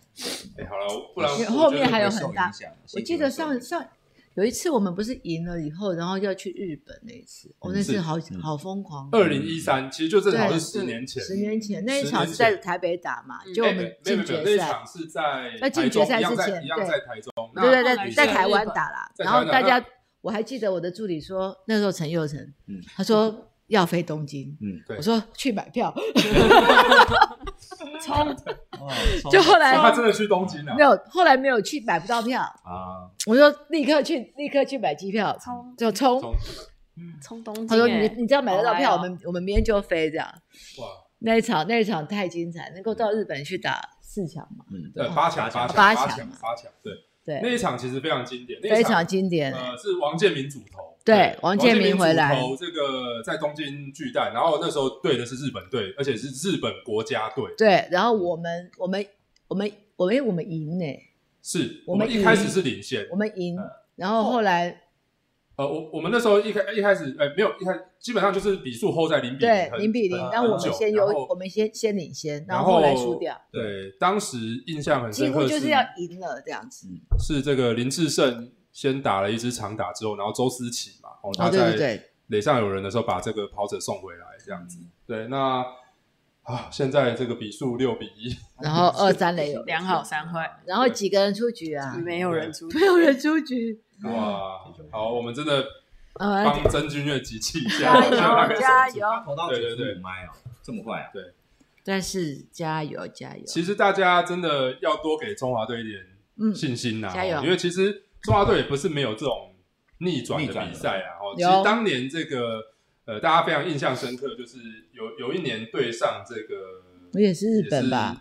S1: 哎，好了，不然
S2: 因为
S1: 我
S2: 后面
S1: 觉得
S2: 还有
S4: 会受
S2: 很大
S4: 影响啊
S2: 我记得上
S4: 心情会受影响
S2: 上有一次我们不是赢了以后，然后要去日本那一次，哦，那次好好疯狂。
S1: 嗯二零一三其实就正好
S2: 对
S1: 是十年前，
S2: 十年前那一
S1: 10
S2: 场
S1: 年
S2: 是在
S1: 前
S2: 台北打嘛，
S3: 嗯
S2: 就我
S1: 哎没
S2: 们
S1: 没有
S2: 进
S1: 没有
S2: 决
S1: 那一
S2: 赛
S1: 场，是在
S2: 那进
S1: 台
S2: 决
S1: 中
S2: 赛
S1: 一样
S2: 之
S1: 在
S2: 前
S1: 一样
S2: 对
S1: 在台中，那
S2: 对对
S3: 那
S2: 对，
S3: 女
S2: 在
S3: 生
S2: 台
S3: 日
S2: 湾
S3: 本
S2: 打啦。
S1: 在
S2: 然
S1: 台
S2: 后
S1: 湾打
S2: 大家，我还记得我的助理说，那时候陈佑成
S4: 嗯，
S2: 他说要飞东京，
S4: 嗯
S1: 对
S2: 我说去买
S1: [LAUGHS]
S2: 票，
S3: 冲
S2: [LAUGHS] 就后来
S1: 所以他真的去东京了
S2: 没。有，后来没有去买不到票，
S4: 啊，
S2: 我说立刻去，立刻去买机票，
S3: 冲
S2: 就冲。
S1: 从
S3: 冲东京
S2: 他说
S3: 欸
S2: 你你只要买得到票，
S3: 好
S2: 我
S3: 嗨哦
S2: 们我们明天就飞这样。
S1: 哇，
S2: 那一场那一场太精彩，能够到日本去打四强嘛？
S4: 嗯，
S1: 呃，八强八
S4: 八强
S1: 强
S2: 八
S1: 八
S2: 强
S1: 强八强，对，那
S2: 对，
S1: 一场其实非常经典，那一
S2: 非常经典。
S1: 呃，是王建民主投，
S2: 对王
S1: 王
S2: 建民
S1: 民
S2: 回来
S1: 主投这个在东京巨蛋，然后那时候对的是日本队，而且是日本国家队，
S2: 对，然后我们我们我们我们我们赢呢、
S1: 是
S2: 我
S1: 我
S2: 们
S1: 们一开始是领先，
S2: 我们赢
S1: 嗯。
S2: 然后后来
S1: 呃，我我们那时候一开一开始，呃，没有一开，基本上就是比数 hold 在零比
S2: 对
S1: 很
S2: 零比零
S1: 很，
S2: 但我们
S1: 很久
S2: 先
S1: 然
S2: 优，
S1: 后
S2: 我们先先领先，
S1: 然
S2: 后
S1: 后
S2: 后来输掉，
S1: 对，当时印象很
S2: 几
S1: 深
S2: 乎
S1: 刻
S2: 就是要赢了这样
S1: 嗯
S2: 子。
S1: 是这个林志胜先打了一支长打之后，然后周思齐嘛，哦，
S2: 哦，
S1: 他
S2: 对对
S1: 在
S2: 对，
S1: 垒上有人的时候把这个跑者送回来，这样子。对，那啊，现在这个比数六比一，
S2: 然后二三垒
S3: [LAUGHS]
S2: 有，
S3: 两好三坏，
S2: 然后几个人出局啊？ [LAUGHS]
S3: 没有人出，
S2: 没有人出局，
S1: 哇，好，我们真的
S2: 呃，
S1: 帮曾君乐集气一下，
S2: 加
S1: [LAUGHS] 希望他可
S2: 油
S1: 以
S2: 加
S1: 守
S3: [LAUGHS]
S1: 住
S2: 油！
S4: 投到
S1: 对
S4: 九
S1: 对
S4: 十
S1: 对
S4: 五迈哦，这么快啊？
S2: 但是加油加油！
S1: 其实大家真的要多给中华队一
S2: 嗯
S1: 点信心呐、
S2: 加油
S1: 因为其实中华队也不是没有这种逆转的
S4: 逆转的
S1: 比赛啊。哦，其
S2: 有
S1: 实当年这个呃，大家非常印象深刻，就是有有一年对上这个，
S2: 我也是日本吧，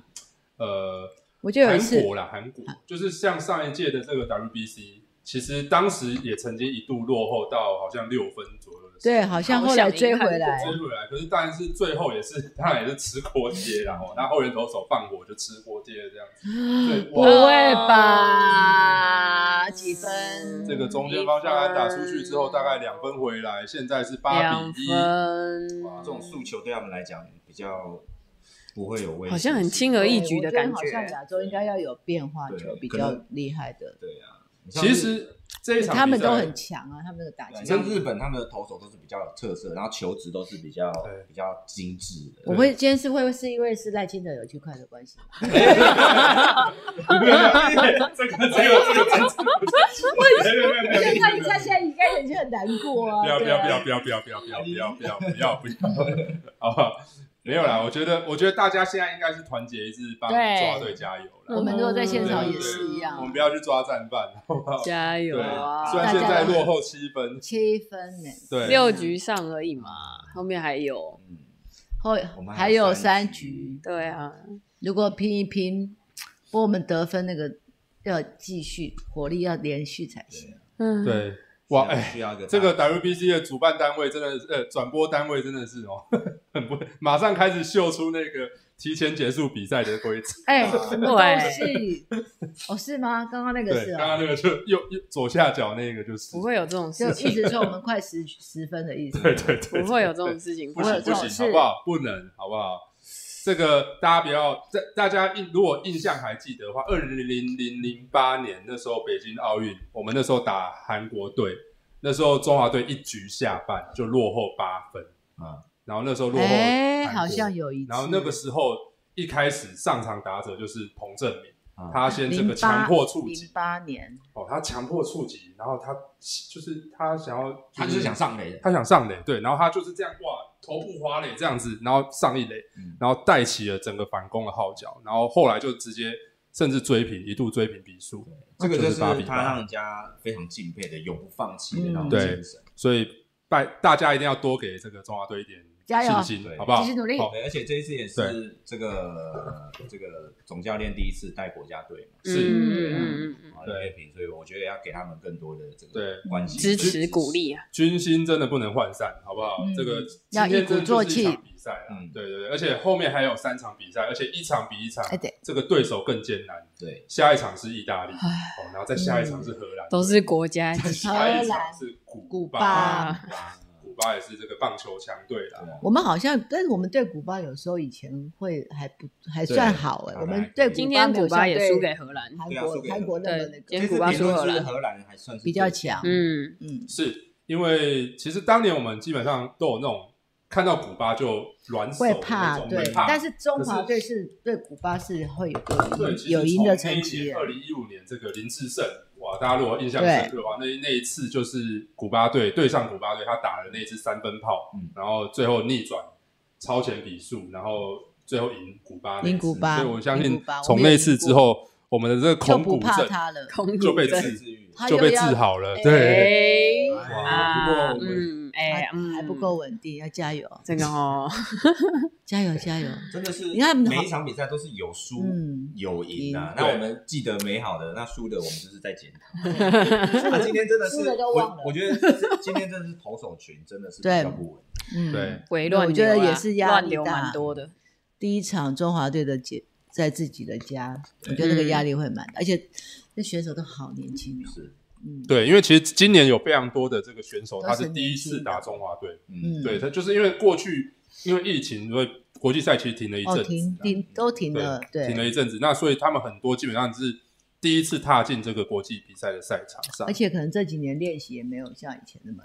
S1: 呃，
S2: 我就有一次
S1: 韩国啦，韩国
S2: 啊
S1: 就是像上一届的这个 WBC，其实当时也曾经一度落后到好像六分左右的时候。
S2: 对，好像后来追回来，
S1: 追回来，可是当然是最后也是，当然也是吃锅贴啦。哦，那后援投手放火就吃锅贴这样子。对
S2: 不会吧？几分？
S1: 这个中间方向安打出去之后，大概两分回来，现在是八
S3: 两
S1: 比一。
S3: 分，
S4: 这种诉求对他们来讲比较不会有威胁，
S3: 好像很轻而易举的感
S2: 我觉得好像
S3: 觉。
S2: 亚洲应该要有变化
S4: 对
S2: 球比
S4: 可
S2: 较
S4: 能
S2: 厉害的，
S4: 对啊。你像
S1: 其
S4: 日
S1: 实这一场比赛
S2: 他们都很强啊，他们的打
S4: 对
S2: 击。
S4: 像日本他们的投手都是比较有特色，然后球质都是比较
S1: 对
S4: 比较精致的。
S2: 我会今天是会是因为是赖清德有去快乐关系吗，
S1: 这个只有这个政治，没有没有没有没有没有
S2: 他他现在应该很很难过啊
S1: 不要不
S2: 对
S1: 要
S2: 啊
S1: 不要不要不要不要不要不要不要不要不要，好不好？没有啦，我觉得我觉得大家现在应该是团结一致，帮中
S2: 对
S1: 华队加油
S2: 我
S1: 了。
S2: 们如果在现场
S1: 对
S2: 也是
S1: 我
S2: 一
S1: 们
S2: 样，
S1: 不要去抓战犯，好不好？
S3: 啊加油
S1: 对，
S3: 啊！
S1: 虽然现在落后七分，
S2: 七分呢，
S1: 对，
S3: 六局上而已嘛，后面还有。
S4: 嗯，
S2: 后
S4: 我们
S2: 还
S4: 还
S2: 有
S4: 有
S2: 三
S4: 三
S2: 局
S4: 局，
S3: 对啊，
S2: 如果拼一拼，不过我们得分那个要继续火力要连续才行。
S3: 嗯，，
S1: 对， [LAUGHS] 哇，哎，
S4: 需要一个
S1: 这个 WBC 的主办单位真的是，呃，转播单位真的是哦， [LAUGHS] 很不，马上开始秀出那个提前结束比赛的规则。
S2: [LAUGHS] 哎，
S4: 对
S2: 什么东西？哦，是吗？刚刚那个是
S1: 对，刚
S2: 啊
S1: 刚，那个就右右左下角那个就是，
S3: 不会有这种
S2: 就
S3: 事
S2: [LAUGHS]
S3: 情，
S2: 一直说我们快十十分的意
S1: [LAUGHS]
S2: 思。
S1: 对对对，
S3: 不会有这种事情
S1: 不
S3: 发
S2: 会有
S1: 行
S2: 这
S3: 生。
S1: 不行，
S2: 种事
S1: 好不好？不能，好不好？这个大家不要，在大家印如果印象还记得的话，二零零零零八年那时候北京奥运，我们那时候打韩国队，那时候中华队一局下半就落后八分，
S4: 啊，
S1: 然后那时候落后
S2: 哎，
S1: 韩国
S2: 好像有一次。
S1: 然后那个时候一开始上场打者就是彭正明，
S4: 啊
S1: 他先这个强迫触
S2: 零
S1: 及，
S2: 八年，
S1: 哦，他强迫触及，然后他就是他想要，
S4: 他就是想上垒的，
S1: 他想上垒，对，然后他就是这样哇，头部滑垒这样子，然后上一垒
S4: 嗯，
S1: 然后带起了整个反攻的号角，然后后来就直接甚至追平，一度追平比数，
S4: 这个就是
S1: 98比
S4: 他让
S1: 八，
S4: 人家非常敬佩的永不放弃的那
S2: 嗯
S4: 种
S1: 对
S4: 精神。
S1: 所以拜大家一定要多给这个中华队一点
S2: 加油啊
S1: 信心，
S4: 对
S1: 好不好？
S2: 继续努力
S1: 好
S4: 对，而且这一次也是
S1: 对
S4: 这个这个总教练第一次带国家队嘛，
S1: 是
S3: 嗯嗯嗯嗯嗯，
S4: 啊，李月平，所以我觉得要给他们更多的这个
S1: 对
S4: 关心、
S3: 支持鼓。励啊，
S1: 军心真的不能涣散，好不好？
S2: 嗯
S1: 这个
S2: 要
S1: 今天
S2: 一鼓
S1: 真的
S2: 作
S1: 就是
S2: 气
S1: 一场比赛啦，
S4: 嗯
S1: 对对对，而且后面还有三场比赛，而且一场比一场，
S2: 哎对
S1: 这个对手更艰难。
S4: 对，
S1: 下一场是意大利，
S3: 唉
S1: 哦，然后
S2: 嗯
S1: 再下一场是荷兰，
S3: 都是国家级
S1: 再下一场是古
S2: 古
S1: 巴，
S2: 巴
S3: 啊，
S4: 哇
S1: 古巴也是这个棒球强队啦。
S4: 啊
S2: 我们好像，但是我们对古巴有时候以前会还不还算好哎、
S4: 对
S2: 我们对
S3: 今
S2: 古巴没
S3: 天
S2: 有
S3: 古
S2: 像
S3: 巴也输
S2: 对
S3: 给荷兰，
S2: 韩
S4: 对啊输
S2: 国
S4: 给
S2: 韩国那么
S3: 对
S2: 那
S3: 今
S2: 个
S3: 天
S4: 其实
S3: 古巴
S4: 理
S3: 输荷
S4: 论是
S3: 兰，
S4: 荷兰还算是
S2: 比较强，
S3: [LAUGHS] 嗯，
S2: 嗯，
S1: 是因为其实当年我们基本上都有那种看到古巴就软手的
S2: 会
S1: 那
S2: 怕
S1: 种，
S2: 对
S1: 会怕，
S2: 但是中华
S1: 可
S2: 队是对古巴是会有
S1: 对
S2: 有有赢的成绩的
S1: 二，零一五年这个林志胜，哇，大家如果印象深刻的话，那那一次就是古巴队对上古巴队，他打了那一次三分炮，
S4: 嗯
S1: 然后最后逆转超前比数，然后最后赢古巴那次，
S2: 赢古巴
S1: 所以我相
S2: 赢
S1: 信
S2: 古巴
S1: 从那次之后，我们的这个
S2: 就
S1: 恐
S2: 不
S1: 古
S2: 怕
S1: 症
S2: 他了。
S3: 空
S1: 就被
S3: 制
S1: 治
S4: 愈
S2: 他
S1: 就
S2: 又
S1: 被治
S2: 要哎
S1: 好了， [LAUGHS] 对。
S3: 对
S4: 哇
S3: 啊，
S1: 不过我们
S3: 嗯，哎
S2: 还，
S3: 嗯
S2: 还不够，稳定，要加油，
S3: 这
S2: [LAUGHS]
S3: 个哦，
S2: 加油，加油！
S4: 真的是，
S2: 你看
S4: 每一场比赛都是有输
S2: 嗯
S4: 有赢的、啊
S2: 赢。
S4: 那
S1: 对
S4: 我们记得美好的，那输的我们就是在检讨。那今天真的是
S2: 输了就忘了
S4: 我，我觉得这今天真的是投手群真的是比
S2: 对
S4: 较不稳。
S2: 嗯，
S1: 对，
S3: 回乱
S2: 我
S3: 流
S2: 觉
S3: 啊，
S2: 得也是压
S3: 乱
S2: 力
S3: 流蛮
S2: 大。
S3: 多的，
S2: 第一场中华队的解在自己的家，我觉得那个压力会蛮大，而且那选手都好年轻哦，
S4: 是，
S2: 嗯，
S1: 对，因为其实今年有非常多的这个选手，
S2: 都
S1: 他
S2: 是
S1: 是第一
S2: 年轻
S1: 次
S2: 的
S1: 打中华队，
S4: 嗯，
S2: 嗯
S1: 对他就是因为过去因为疫情，因为国际赛其实停了一阵子啊，
S2: 哦，停停都停了，
S1: 停了
S2: 对，
S1: 一阵子。那所以他们很多基本上是第一次踏进这个国际比赛的赛场上，
S2: 而且可能这几年练习也没有像以前那么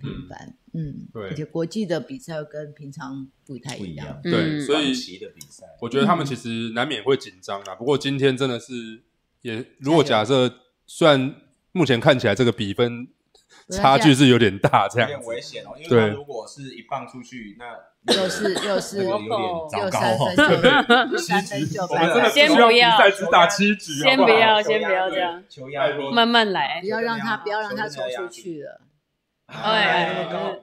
S2: 频繁，嗯，
S1: 对
S2: 而且国际的比赛跟平常不太
S4: 不一
S2: 一
S4: 样
S2: 样，。
S1: 对，
S3: 嗯
S1: 所以
S4: 短期的比赛，
S1: 我觉得
S2: 嗯
S1: 他们其实难免会紧张啦。不过今天真的是也，如果假设虽然目前看起来这个比分
S2: 不要这
S1: 差
S2: 样
S1: 距是有点大，这
S4: 有
S1: 样
S4: 点
S1: 子
S4: 危险哦，因为
S1: 对
S4: 他如果是一棒出去， [LAUGHS] 那
S2: 又是又
S4: 这
S2: 是
S4: 个有
S2: 又
S4: 点糟
S2: 三
S4: 糕
S2: [LAUGHS] 分
S4: 哦。
S2: 就三分就
S1: 我们真的
S3: 啊先
S1: 希
S3: 不
S1: 望比
S3: 要
S1: 赛只打七局，
S4: 哦
S3: 先
S1: 好
S3: 不
S1: 好 [LAUGHS]
S3: 要
S4: 球压
S3: 先不要这样，
S4: 啊球压力
S3: 慢慢来
S2: 不要让他不要让他冲出去了。
S3: 哎
S4: 那么高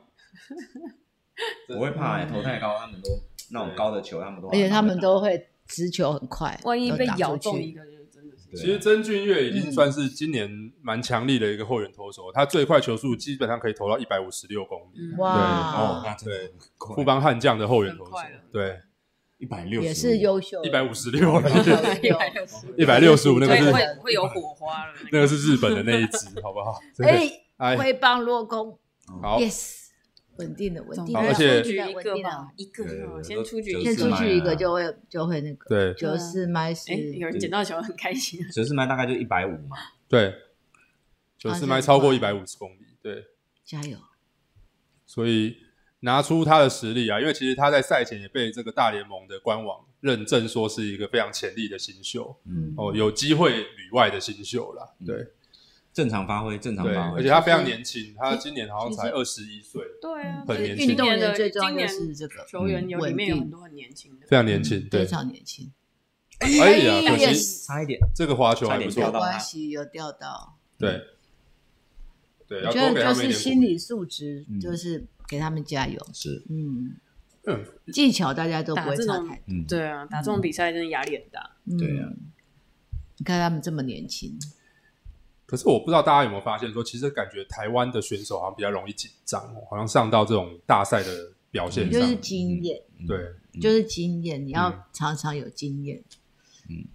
S4: 我会怕哎、
S1: 嗯
S4: 头太高，他们都那种高的球，他们都
S2: 而且他们都会直球很快，
S3: 万一被
S2: 都打
S3: 咬
S2: 出
S3: 中
S2: 去
S3: 一个，就真的是
S4: 对
S1: 其实曾俊岳已经算是今年蛮强力的一个后援投手，他最快球速基本上可以投到一百五十六公里。
S3: 嗯
S2: 哇，
S4: 哦那真的
S1: 富邦悍将的后援投手
S3: 很快了，
S1: 对，
S4: 一百六
S2: 也是优秀的，
S1: 一百五十六，
S3: [LAUGHS] 一百六十，
S1: [LAUGHS] 一百六十五，那个
S3: 会
S1: 是
S3: 会会有火花了，
S1: 那个是日本的那一只， [LAUGHS] 好不好？真的
S2: 哎，
S1: 哎，
S2: 挥棒落空
S1: 好，
S2: ，yes，稳定的，稳定的，
S1: 好而且
S3: 出局一
S2: 稳定
S3: 个
S2: 的
S3: 吧，，一个就好先出局
S4: 对
S3: 一
S2: 先
S3: 个
S2: 出去一个就会就会那个，
S1: 啊对
S2: 九四麦是
S3: 哎，有人捡到球很开心，
S4: 折士麦大概就一百五嘛，
S3: 啊
S1: 对，九四迈超过一百五十公里，对，
S2: 加油，
S1: 所以拿出他的实力啊，因为其实他在赛前也被这个大联盟的官网认证说是一个非常潜力的新秀
S2: 嗯，
S1: 哦，有机会旅外的新秀啦，
S4: 嗯
S1: 对。
S4: 正常发挥，正常
S1: 对，
S4: 发挥，
S1: 而且他非常年轻，他今年好像才二十一岁，
S3: 对啊，
S1: 很
S3: 所以
S1: 年轻
S2: 运
S3: 今
S2: 动
S3: 年的
S2: 员最重要
S3: 今
S2: 就
S3: 年
S2: 是这个
S3: 球员有里面有
S2: 稳定
S3: 很多很年轻的，
S1: 非常年轻。对
S2: 非，常年轻，
S1: 哎呀，可惜
S2: yes
S4: 差一点，嗯
S1: 这个滑球还不
S4: 差点掉
S1: 错
S2: 没
S4: 到。
S2: 关系，有钓到，
S1: 对，对，
S2: 我
S1: 要
S2: 觉
S1: 多
S2: 得
S1: 给他
S2: 就
S1: 们一
S2: 是
S1: 点
S2: 心
S1: 鼓励。
S2: 理素质
S4: 嗯，
S2: 就是给他们加油，
S4: 是，
S2: 嗯
S1: 嗯，
S2: 技巧大家都不
S3: 打
S2: 会
S3: 这
S2: 差
S3: 种
S2: 太多，
S4: 嗯，
S3: 对啊，打这种比赛真的压力很大，
S4: 对啊
S2: 嗯，你看他们这么年轻，
S1: 可是我不知道大家有没有发现说，其实感觉台湾的选手好像比较容易紧张哦，好像上到这种大赛的表现
S2: 嗯就是
S1: 上，
S2: 经验，
S1: 对，
S2: 就是经验，你要常常有经验。
S4: 嗯，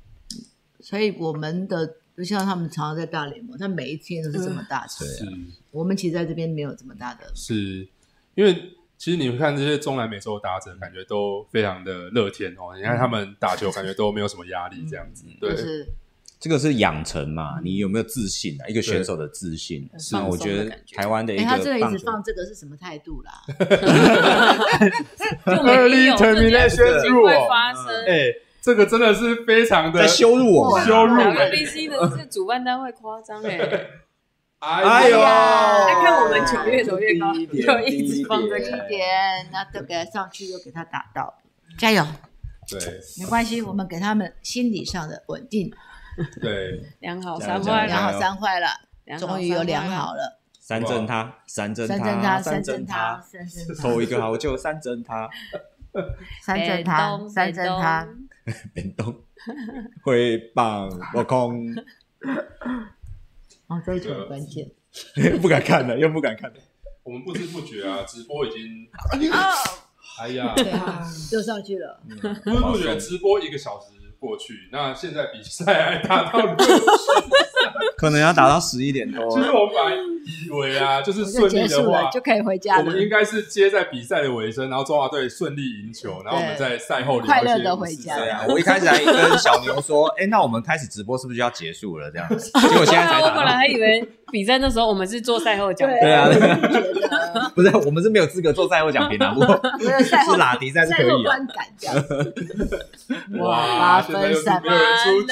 S2: 所以我们的就像他们常常在大联盟，他每一天都是这么大场。
S4: 对啊
S2: 我们其实在这边没有这么大的，
S1: 是因为其实你们看这些中南美洲的打者，感觉都非常的乐天哦，你看他们打球感觉都没有什么压力这样子，
S2: 就
S1: 对，
S2: 是
S4: 这个是养成嘛，你有没有自信啊？一个选手的自信，
S3: 是
S4: 那我
S3: 放松
S4: 觉
S3: 的
S4: 得
S3: 感觉
S4: 台湾的一
S2: 哎，他这
S4: 个
S2: 个一
S4: 棒
S2: 直
S4: 球
S2: 放这个是什么态度啦？
S3: 就没有这件事
S1: Early termination
S3: 情会发生。
S1: 哎，这个真的是非常的
S4: 在羞辱 [LAUGHS] 我们，
S1: 羞辱哎
S3: WBC 的是主办单位夸张哎，
S1: 哎
S2: 呦
S4: 啊
S3: 来看我们球越走越高，
S4: 低一点
S3: 就一直放这
S4: 低
S3: 个。
S2: 一点，那都给他上去，又给他打到，加油，
S1: 对
S2: 没关系，我们给他们心理上的稳定，
S1: 对，
S3: 良好
S4: 加
S3: 三
S4: 油
S3: 坏
S2: 良
S3: 了，
S4: 加
S2: 好三坏了，
S3: 良好
S2: 终于有
S3: 三坏
S2: 良好了，
S4: 三针他，三针
S2: 三针他，
S4: 三
S2: 三
S4: 针
S2: 针
S4: 他
S2: 他，，三针他，
S4: 头一个好就三针他，
S2: 三针他，三针他，，
S4: 联动会棒，我空 [LAUGHS]
S2: 哦，这一球很关键。
S4: 不敢看了，又不敢看了。
S1: 我们不知不觉啊，直播已经， [LAUGHS] 哎呀，
S2: 对啊，就上去了。
S1: 不
S2: [LAUGHS]
S1: 知不觉直播一个小时过去，那现在比赛还打到六十
S4: 可能要打到十一点多
S1: 其。实我本来以为啊，就是
S2: 就
S1: 顺
S2: 结
S1: 利
S2: 束
S1: 的话
S2: 了，就可以回家
S1: 我
S2: 了
S1: 们。应该是接在比赛的尾声，然后中华队顺利赢球，然后我们在赛后聊一些
S2: 快乐地回家
S1: 故
S4: 对
S1: 事
S4: 啊，我一开始还跟小牛说，哎，那我们开始直播是不是就要结束了？这样子，结果现在才
S3: 我本来 [LAUGHS]
S4: 打到。
S3: 还以为比赛那时候我们是做赛后讲话，
S4: 对啊
S2: 我也觉得
S4: 不是，我们是没有资格做赛后奖评的，
S3: [LAUGHS]
S4: 不过
S2: 我的赛后
S4: 是拉迪赛是
S2: 赛
S4: 可
S2: 后
S4: 以啊。
S2: 观感这样子，
S1: 哇，
S2: 哇
S1: 现在又是
S2: 八分
S1: 没有人出局，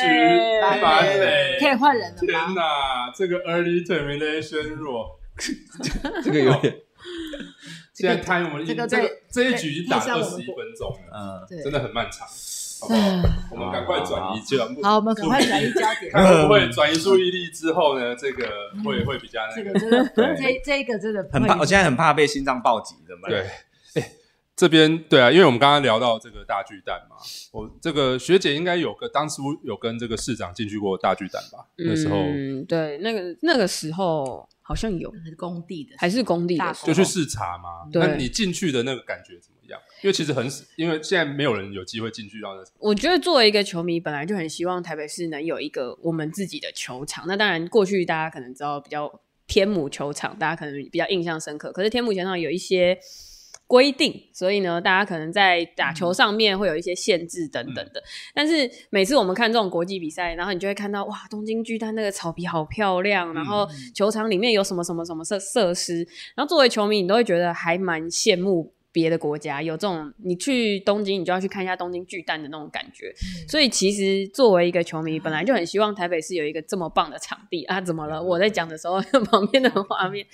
S3: 三
S1: 八
S2: 分
S1: 垒，
S2: 可以换人了
S1: 天
S2: 吗？
S1: 哪，这个 early termination rule，
S4: 这个有点，
S1: 现在 time 我们已
S2: 这
S1: 经
S2: 个
S1: 这个
S2: 对
S1: 这一局已经打
S2: 配上
S1: 了
S2: 我
S1: 二
S2: 们
S1: 十一分钟了，
S4: 嗯，
S2: 对
S1: 真，的很漫长，好不好？我们赶快转移焦，
S2: 好，我们赶快转移焦
S1: [LAUGHS]
S2: 点。
S1: 看会不会转移注意力之后呢，这个
S3: 嗯
S1: 会会比较那
S2: 这
S1: 个
S2: 个真的，
S4: 对
S2: 这这个真的
S4: 很怕，我现在很怕被心脏暴击，怎么办？
S1: 对，哎、这边对啊，因为我们刚刚聊到这个大巨蛋嘛，我这个学姐应该有个当初有跟这个市长进去过大巨蛋吧？那时候
S3: 嗯，对，那个那个时候好像有，
S2: 是工地的，
S3: 还是工地的时候
S1: 就去视察嘛。
S3: 对
S1: 那你进去的那个感觉怎么样？因为其实很，因为现在没有人有机会进去到那场，
S3: 我觉得作为一个球迷，本来就很希望台北市能有一个我们自己的球场。那当然，过去大家可能知道比较天母球场，大家可能比较印象深刻。可是天母球场有一些规定，所以呢，大家可能在打球上面会有一些限制等等的。但是每次我们看这种国际比赛，然后你就会看到哇，东京巨蛋那个草皮好漂亮，然后球场里面有什么什么什么设设施，然后作为球迷，你都会觉得还蛮羡慕别的国家有这种，你去东京，你就要去看一下东京巨蛋的那种感觉。所以其实作为一个球迷，本来就很希望台北市有一个这么棒的场地啊！怎么了？我在讲的时候， [LAUGHS] 旁边的画面。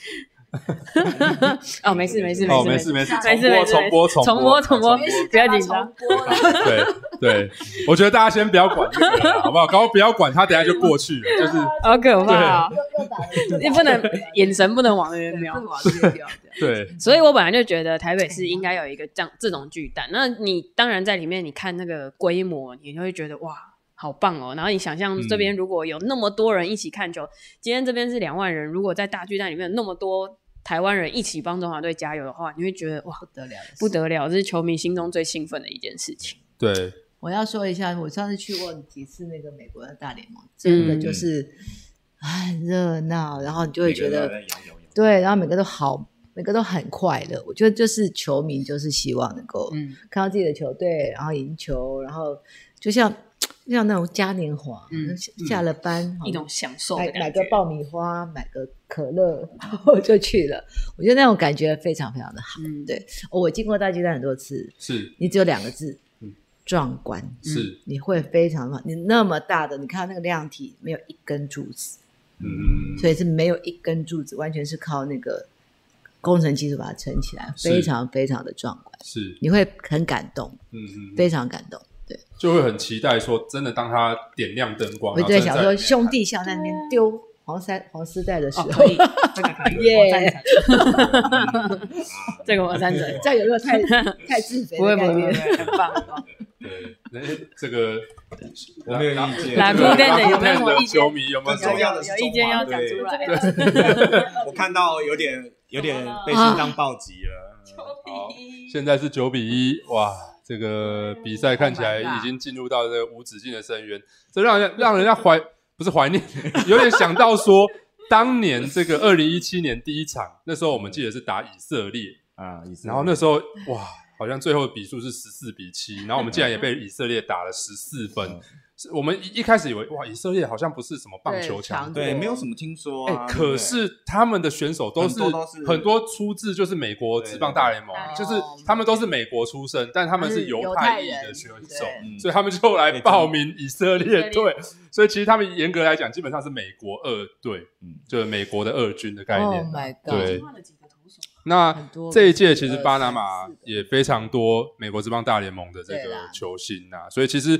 S3: [LAUGHS] 哦，没事没事
S1: 哦，
S3: 没
S1: 没
S3: 事
S1: 事没事，重
S2: 没
S3: 事
S1: 播
S3: 没事
S1: 重播重
S3: 重
S1: 播
S3: 播重播
S1: 重
S2: 因为是
S1: 播。
S3: 不要紧
S2: 重
S3: 张
S2: 播了。
S1: 对对，我觉得大家先不要管这个啦，好不好？搞不要管他，等一下就过去了。就是
S3: 好可怕哦！
S2: 又又打了，
S3: 你不能眼神不能往那边
S2: 对
S3: 瞄
S2: 不，能往这边瞄对
S1: 对，
S3: 所以我本来就觉得台北
S2: 啊
S3: 市应该有一个这样这种巨蛋。那你当然在里面，你看那个规模，你就会觉得哇，好棒哦。然后你想象这
S4: 嗯
S3: 边如果有那么多人一起看球，今天这边是两万人，如果在大巨蛋里面有那么多台湾人一起帮中华队加油的话，你会觉得哇，
S2: 不得了的事，
S3: 不得了，这是球迷心中最兴奋的一件事情。
S1: 对，
S2: 我要说一下，我上次去过几次那个美国的大联盟，真
S3: 嗯
S2: 的就是很热闹，然后你就会觉
S4: 哎
S2: 得对，然后每个都好，每个都很快乐。我觉得就是球迷就是希望能够
S3: 嗯
S2: 看到自己的球队，然后赢球，然后就像就像那种嘉年华，
S3: 嗯
S2: 下下了班好
S3: 一种享受的
S2: 买买
S3: 感
S2: 个
S3: 觉。
S2: 爆米花，买个可乐，然后就去了。我觉得那种感觉非常非常的好。
S3: 嗯，
S2: 对哦我经过大巨蛋很多次，
S1: 是
S2: 你只有两个字
S1: 嗯，
S2: 壮观。
S3: 嗯
S1: 是，
S2: 你会非常乱。你那么大的，你看到那个量体没有一根柱子，
S1: 嗯，
S2: 所以是没有一根柱子，完全是靠那个工程技术把它撑起来，
S1: 是
S2: 非常非常的壮观。
S1: 是，
S2: 你会很感动，
S1: 嗯嗯，
S2: 非常感动。对，
S1: 就会很期待说，真的当他点亮灯光，
S2: 我就在
S1: 然后真的
S2: 想
S1: 在里
S2: 说，
S1: 面
S2: 兄弟像在那边丢黄塞黄丝带的时
S3: 哦，
S2: 候
S3: 可，以，这个可以，我赞成，这个我赞成，
S2: 这样有没有太太自
S3: 不
S2: 卑的概
S3: 会不会不会，
S2: 念？
S3: 很棒很棒。
S1: 对，那这
S3: [LAUGHS]
S1: 个
S4: 我没有意见
S1: 拉
S3: 拉
S1: 布
S3: 布
S1: 店
S3: 店的有没有
S1: [LAUGHS]
S3: 什么意见
S1: 球迷有没有什
S4: 重
S1: 么
S4: [LAUGHS] 要的是
S3: 有意见要讲出来。
S4: 我看到有点有点被心脏暴击了。
S1: 好现在是九比一，哇，这个比赛看起来已经进入到这个无止境的深渊，这让人让人家怀不是怀念， [LAUGHS] 有点想到说当年这个二零一七年第一场，那时候我们记得是打以色列，
S4: 啊，
S1: 然后那时候哇，好像最后的比数是十四比七，然后我们竟然也被以色列打了十四分
S4: 嗯。
S1: [LAUGHS] 是我们一一开始以为哇，以色列好像不是什么棒球
S2: 对
S1: 强
S2: 强
S1: 队，
S4: 对，没有什么听说
S1: 哎、
S4: 啊。对不
S1: 可
S4: 对
S1: 是他们的选手都是
S4: 很多都是
S1: 很多出自就是美国职棒大联盟，
S2: 对对对
S1: 就是他们都是美国出生，但他们是嗯犹太裔的选手，
S2: 对
S4: 嗯
S1: 所以他们就来报名以色列
S3: 以真
S1: 队。所以其实他们严格来讲，基本上是美国二队，
S4: 嗯
S1: 就是美国的二军的概
S2: ，Oh
S1: 念。
S2: my god！
S1: 对
S2: 很
S1: 那
S2: 多
S1: 这一届其实巴拿
S2: 二
S1: 马
S2: 三四个
S1: 也非常多美国职棒大联盟的这
S2: 对
S1: 个
S2: 啦
S1: 球星呐、所以其实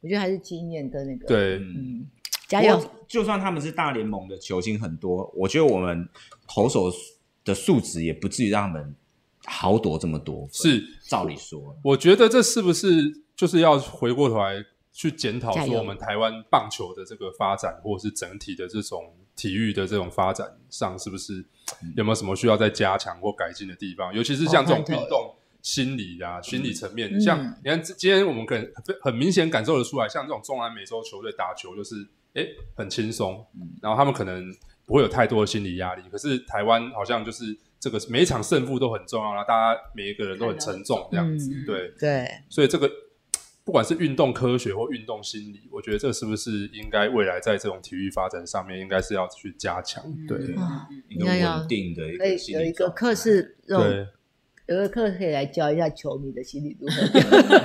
S2: 我觉得还是经验跟那个，
S1: 对，
S4: 嗯，
S2: 嗯，加油
S4: 不！过就算他们是大联盟的球星很多，我觉得我们投手的素质也不至于让他们豪夺这么多。
S1: 是，
S4: 照理说，
S1: 我觉得这是不是就是要回过头来去检讨
S2: 加
S1: 说
S2: 油
S1: 我们台湾棒球的这个发展，或者是整体的这种体育的这种发展上，是不是有没有什么需要再加强或改进的地方？尤其是像这种
S2: 哦看
S1: 运
S2: 到了
S1: 动心理啊、心理层面，
S2: 嗯
S1: 像你看今天我们可能很明显感受得出来，像这种中南美洲球队打球就是。诶很轻松，然后他们可能不会有太多的心理压力。可是台湾好像就是这个每一场胜负都很重要，然后大家每一个人都很沉重这样子，
S2: 嗯
S1: 对，
S2: 对，
S1: 所以这个不管是运动科学或运动心理，我觉得这是不是应该未来在这种体育发展上面应该是要去加强？
S3: 嗯
S1: 对，
S4: 对
S2: 啊
S4: 一个
S2: 应该要
S4: 稳定的一
S2: 可以
S4: 个心理
S2: 有一个
S4: 状态
S2: 课是这种，
S1: 对，
S2: 有一个课可以来教一下球迷的心理如
S1: [LAUGHS]
S2: 何，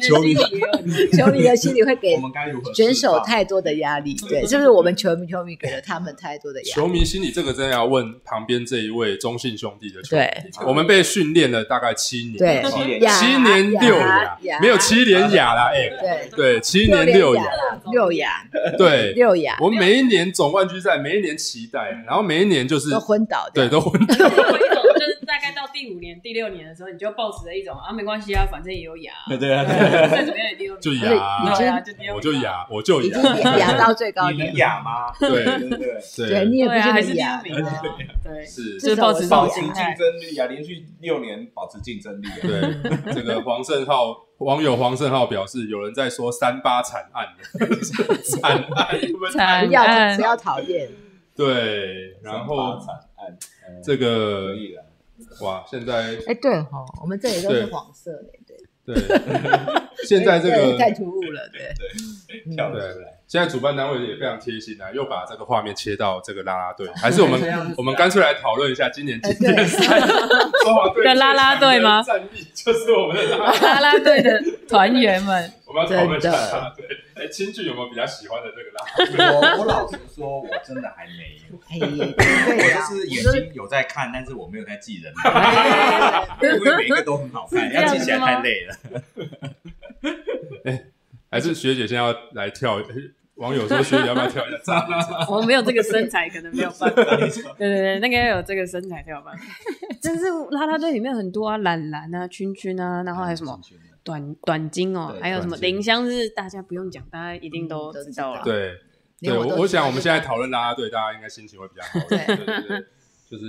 S3: 球迷的心理也很
S2: 球迷的心理会给
S4: 我们该如何
S2: 选手
S4: 释放
S2: 太多的压力，对，是不是我们球迷球迷给了他们太多的压力？
S1: 球迷心理这个真的要问旁边这一位中信兄弟的球迷
S2: 对，
S1: 我们被训练了大概七年，
S2: 对
S1: 好不好
S4: 七年
S2: 亚
S1: 七年六
S2: 亚
S1: 亚，没有七连亚啦，哎、
S2: 对
S1: 对，七年六亚，
S3: 哦 [LAUGHS]
S2: 六亚
S1: 对，
S2: 六亚
S1: 我每一年总冠军赛，每一年期待，然后每一年就是
S2: 都昏倒
S1: 对
S2: 的，
S1: 都昏，
S3: 有一种就是大概到第五年、第六年的时候，你就抱持着一种啊，没关系啊，反正也有 [LAUGHS] 牙，
S4: 对对啊，
S3: 再怎么样也 [LAUGHS] 丢，
S1: 就
S2: 所以
S1: 哑
S2: 已
S3: 对
S2: 经
S3: 啊，就丢，
S1: 我就，哑，我就
S2: 已经
S1: 哑，
S2: 压到最高
S4: 你
S2: 点
S4: 能，哑吗？
S1: 对
S4: [LAUGHS] 对对对，
S2: 对你
S1: 对，
S2: 也
S3: 对
S2: 不
S3: 啊，还
S2: 是能
S3: 是第
S2: 哑
S3: 一，名啊， [LAUGHS] 对，
S1: 是
S3: 就是抱持这
S4: 保
S3: 种
S4: 持
S3: 心
S4: 竞
S3: [LAUGHS] 态。
S4: 争力啊，连续六年保持竞争力啊。
S1: 对，这个黄胜浩网友黄胜浩表示，有人在说三八惨案，惨案，会不会
S3: 惨
S2: 不要不要讨厌，
S1: 对，然后
S4: 三八惨案，嗯
S1: 这
S4: 可
S1: 个
S4: 以了，
S1: 哇，现在
S2: 哎，对哈，我们这里都
S1: 对
S2: 是黄色的，对，
S1: 对， [LAUGHS] 现在这
S2: 对
S1: 个
S2: 太突兀了，对，嗯
S4: 跳了出
S1: 对
S4: 来。
S1: 现在主办单位也非常贴心啊，又把这个画面切到这个啦啦队，还是我们
S4: 这样子
S1: 我们干脆来讨论一下今年
S2: 哎
S1: 经典赛中华队
S3: 的啦啦队吗
S1: 最强的战力就是我们的啦啦队，
S3: 啦啦队的团员 [LAUGHS] 们，
S1: 我们要讨论一下
S2: 真的
S1: 啦啦队。哎，清俊有没有比较喜欢的这个啦啦队？
S4: 我我老实说，我真的还没有，
S2: 哎，对啊
S1: [LAUGHS]
S4: 我
S2: 呀，
S4: 就是眼
S2: 我说
S4: 睛有在看，但是我没有在记人名，
S3: [LAUGHS]
S2: 哎
S4: 因为每一个都很好看，
S3: 是这样
S4: 要
S3: 子吗
S4: 记起来太累了。
S1: 还是学姐先要来跳？ [LAUGHS] 网友说学姐要不要跳一下战力？
S3: [LAUGHS] 我没有这个身材，可能没有办法。对对对，那个要有这个身材才有办 [LAUGHS] 法。但是啦啦队里面很多啊，懒懒啊，圈圈啊，然后还有什么？短短巾哦，
S4: 对
S3: 还有什么
S1: 短巾
S3: 林香是大家不用讲，大家一定都知道了。
S1: 对
S2: 连
S1: 对，
S2: 我
S1: 我
S2: 都知道
S1: 我想我们现在讨论啦啦队，大家应该心情会比较好。对对对，就是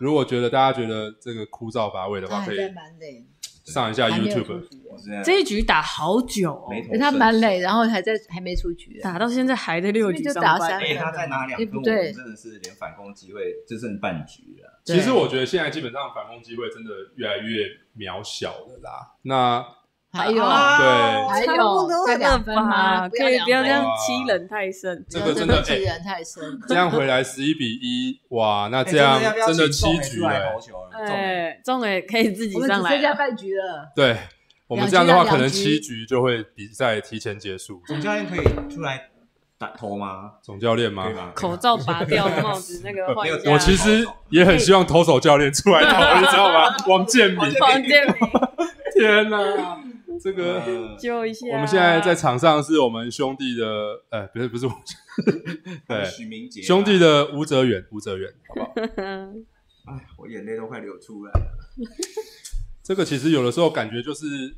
S1: 如果觉得大家觉得这个枯燥乏味的
S2: 他
S1: 话，
S2: 还
S1: 可
S2: 在
S1: 以
S2: 蛮累，
S1: 上一下
S2: 还没有出
S1: YouTube。哦
S2: 局，
S4: 我现
S3: [LAUGHS]
S4: 在
S3: 这一局打好久、哦，
S4: 眉头
S2: 哎他蛮累，然后还在还没出局，
S3: 打到现在还在六局
S2: 就
S3: 上
S2: 打到
S3: 半
S2: 三
S4: 而且他再拿两
S2: 哎
S4: 分，
S2: 不
S4: 我
S2: 对
S4: 们真的是连反攻机会只剩半局了。
S1: 其实
S2: 对
S1: 我觉得现在基本上反攻机会真的越来越渺小了啦。那哎
S2: 还有
S3: 啊
S1: 对
S2: 还有再两分吗？
S3: 可以不要
S2: 两分
S3: 这样
S1: 哇
S3: 欺人太甚。
S1: 这个真的哎
S2: 欺人太深，
S1: 这样回来十一比一，哇，那
S4: 哎
S1: 这样
S4: 要不要
S1: 真的
S4: 请宋
S1: 七
S4: 美
S1: 局
S4: 出
S1: 了
S4: 来哦
S1: 欸
S4: 投。球了？宋美
S3: 哎，仲伟可以自己
S2: [LAUGHS] 我们
S3: 上
S2: 只
S3: 来
S2: 剩下
S3: 了。
S2: 半局了，
S1: 对我们
S2: 两
S1: 这样
S2: 局
S1: 的话，
S2: 到
S1: 可能
S2: 两局
S1: 七局就会比赛提前结束。
S4: 总教练可以出来打投吗？
S1: 总教练吗
S4: 可以？吗？
S3: 口罩拔掉，帽子那
S1: [LAUGHS]
S3: 个换一下。
S1: 我
S3: [LAUGHS]
S1: 其实也很希望投手教练出来投，你知道吗？ [LAUGHS] 王建民，
S3: 黄建明
S1: 天哪，这个
S4: 呃
S3: 救一下。
S1: [LAUGHS] 我们现在
S3: [LAUGHS]
S1: 在场上是我们兄弟的，呃，不是不是我们，对，
S4: 许明杰
S1: [LAUGHS]
S4: 啊
S1: 兄弟
S4: 的，
S1: 的吴哲远，吴哲远，好不好？
S4: 哎，我眼泪都快流出来了。
S1: 这个其实有的时候感觉就是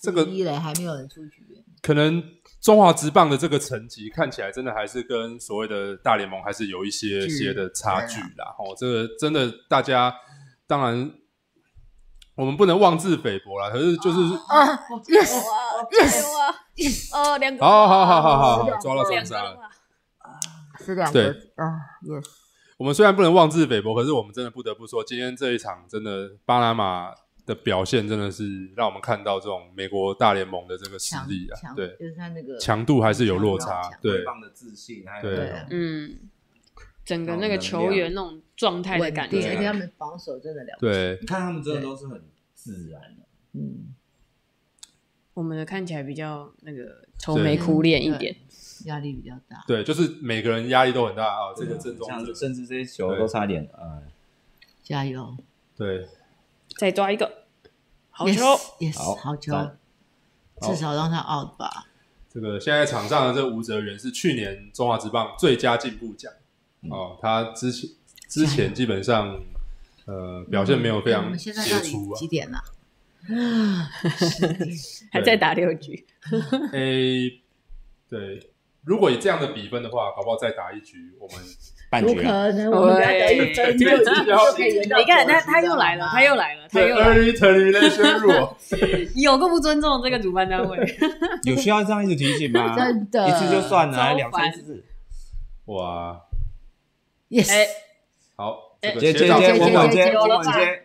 S1: 这个
S2: 一垒还没有人出局，
S1: 可能中华职棒的这个层级看起来真的还是跟所谓的大联盟还是有一些
S3: 距
S1: 些的差距
S2: 对
S1: 啦。哦，这个真的大家当然我们不能妄自菲薄啦，可是就是、
S3: 哦，两个
S1: 好好好好好好抓到
S3: 两
S1: 双杀了
S3: 个。
S2: 是两
S1: 对
S2: 个啊，yes，
S1: 我们虽然不能妄自菲薄，可是我们真的不得不说，今天这一场真的巴拿马的表现真的是让我们看到这种美国大联盟的这个实
S2: 强
S1: 力啊，
S2: 强
S1: 对，
S2: 就是他那个
S1: 强度还是有落
S2: 强
S1: 差
S2: 度，
S1: 对
S4: 挥。棒的自信，还有
S1: 对
S4: 那种
S3: 嗯，整个那个球员那种状态的
S2: 稳
S3: 感
S2: 定，而且
S3: 觉，
S2: 他们防守真的了不起，
S1: 对，
S4: 你看他们真的都是很自然啊的。
S2: 嗯，
S3: 我们的看起来比较那个愁眉苦脸一点。
S2: 压力比较大，
S1: 对，就是每个人压力都很大啊、这个
S4: 对
S1: 正
S4: 啊
S1: 宗
S4: 像
S1: 者
S4: 甚至这些球都差点，呃，
S2: 加油
S1: 对，
S3: 再抓一个，好球！
S2: ，yes，yes，
S4: 好
S2: 好球，
S4: 赞
S2: 至少让他 out 吧，
S1: 这个现在场上的这吴哲源是去年中华职棒最佳进步奖、
S4: 嗯
S1: 哦，他之前之前基本上呃表现没有非
S2: 啊嗯我
S1: 常
S2: 们现在
S1: 杰
S2: 到底
S1: 出啊
S2: 几，点了？
S3: 还在打六局，
S1: 诶、对，如果以这样的比分的话，搞不好再打一局，
S2: [LAUGHS]
S1: 我们
S4: 半
S2: 不
S4: 局啊，
S2: 可能，我们只要得一分就
S1: 对
S2: 就可以赢到
S3: 你看
S2: 九
S3: 他
S2: 十
S3: 他又
S2: 了
S3: 来了，
S2: 好吗
S3: 他又来了，他
S1: 对
S3: 又来
S1: early termination
S2: [LAUGHS]
S1: rule，
S3: 有个不尊重这个主办单位，
S4: 有需要这样一直提醒
S2: [LAUGHS]
S4: 吗？
S2: 真的
S4: 一次就算了，
S3: 超
S4: 还两三
S3: 烦
S4: 次。
S1: 哇，
S3: 哎
S2: yes，
S1: 好，
S3: 哎
S1: 这个
S4: 接接
S1: 到
S2: 接
S4: 接，我
S2: 接
S4: 们
S2: 接
S4: 接，
S2: 接
S4: 我们接。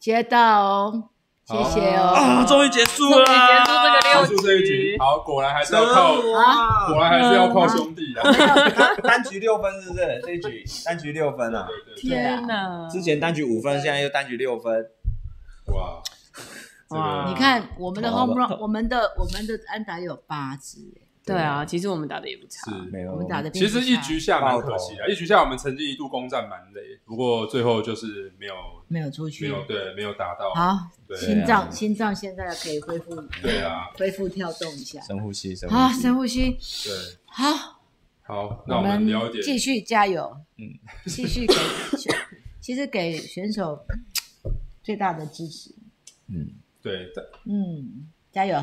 S2: 接到哦，谢谢哦，
S4: 啊，终于结束
S3: 终于
S4: 了，
S3: 结束这个六
S1: 啊结束这一局，好，果然还是要靠，
S6: 真
S1: 果
S2: 啊
S6: 哇！
S1: 然还是要靠兄弟啊，
S4: 单局六分是不是？这一局单局六分
S2: 嗯
S4: 啊，
S1: 对对对，
S3: 天哪！
S4: 之前单局五分，现在又单局六分，
S1: 哇，这
S3: 哇
S1: 个
S2: 你看我们的
S4: 好
S2: home
S4: 吧
S2: run，我们的我们的安打有八支，哎
S3: 对啊，其实我们打的也不差，
S1: 是
S4: 没有
S2: 我们打的
S1: 其实一局下蛮可惜的，一局下我们曾经一度攻占蛮累，不过最后就是没有
S2: 没有出
S1: 没
S2: 去，
S1: 有对没有达到，
S2: 好，
S1: 对
S2: 心脏心脏现在可以恢复
S1: 对啊
S2: 恢复跳动一下，
S4: 深呼吸，深
S2: 好，
S4: 呼吸
S2: 啊深。呼吸，
S1: 对，
S2: 好，
S1: 好，那
S2: 我
S1: 我们
S2: 们
S1: 聊一点
S2: 继续加油，
S4: 嗯，
S2: 继续给选，其实给选手最大的支持，
S4: 嗯，
S1: 对，但
S2: 嗯，加油！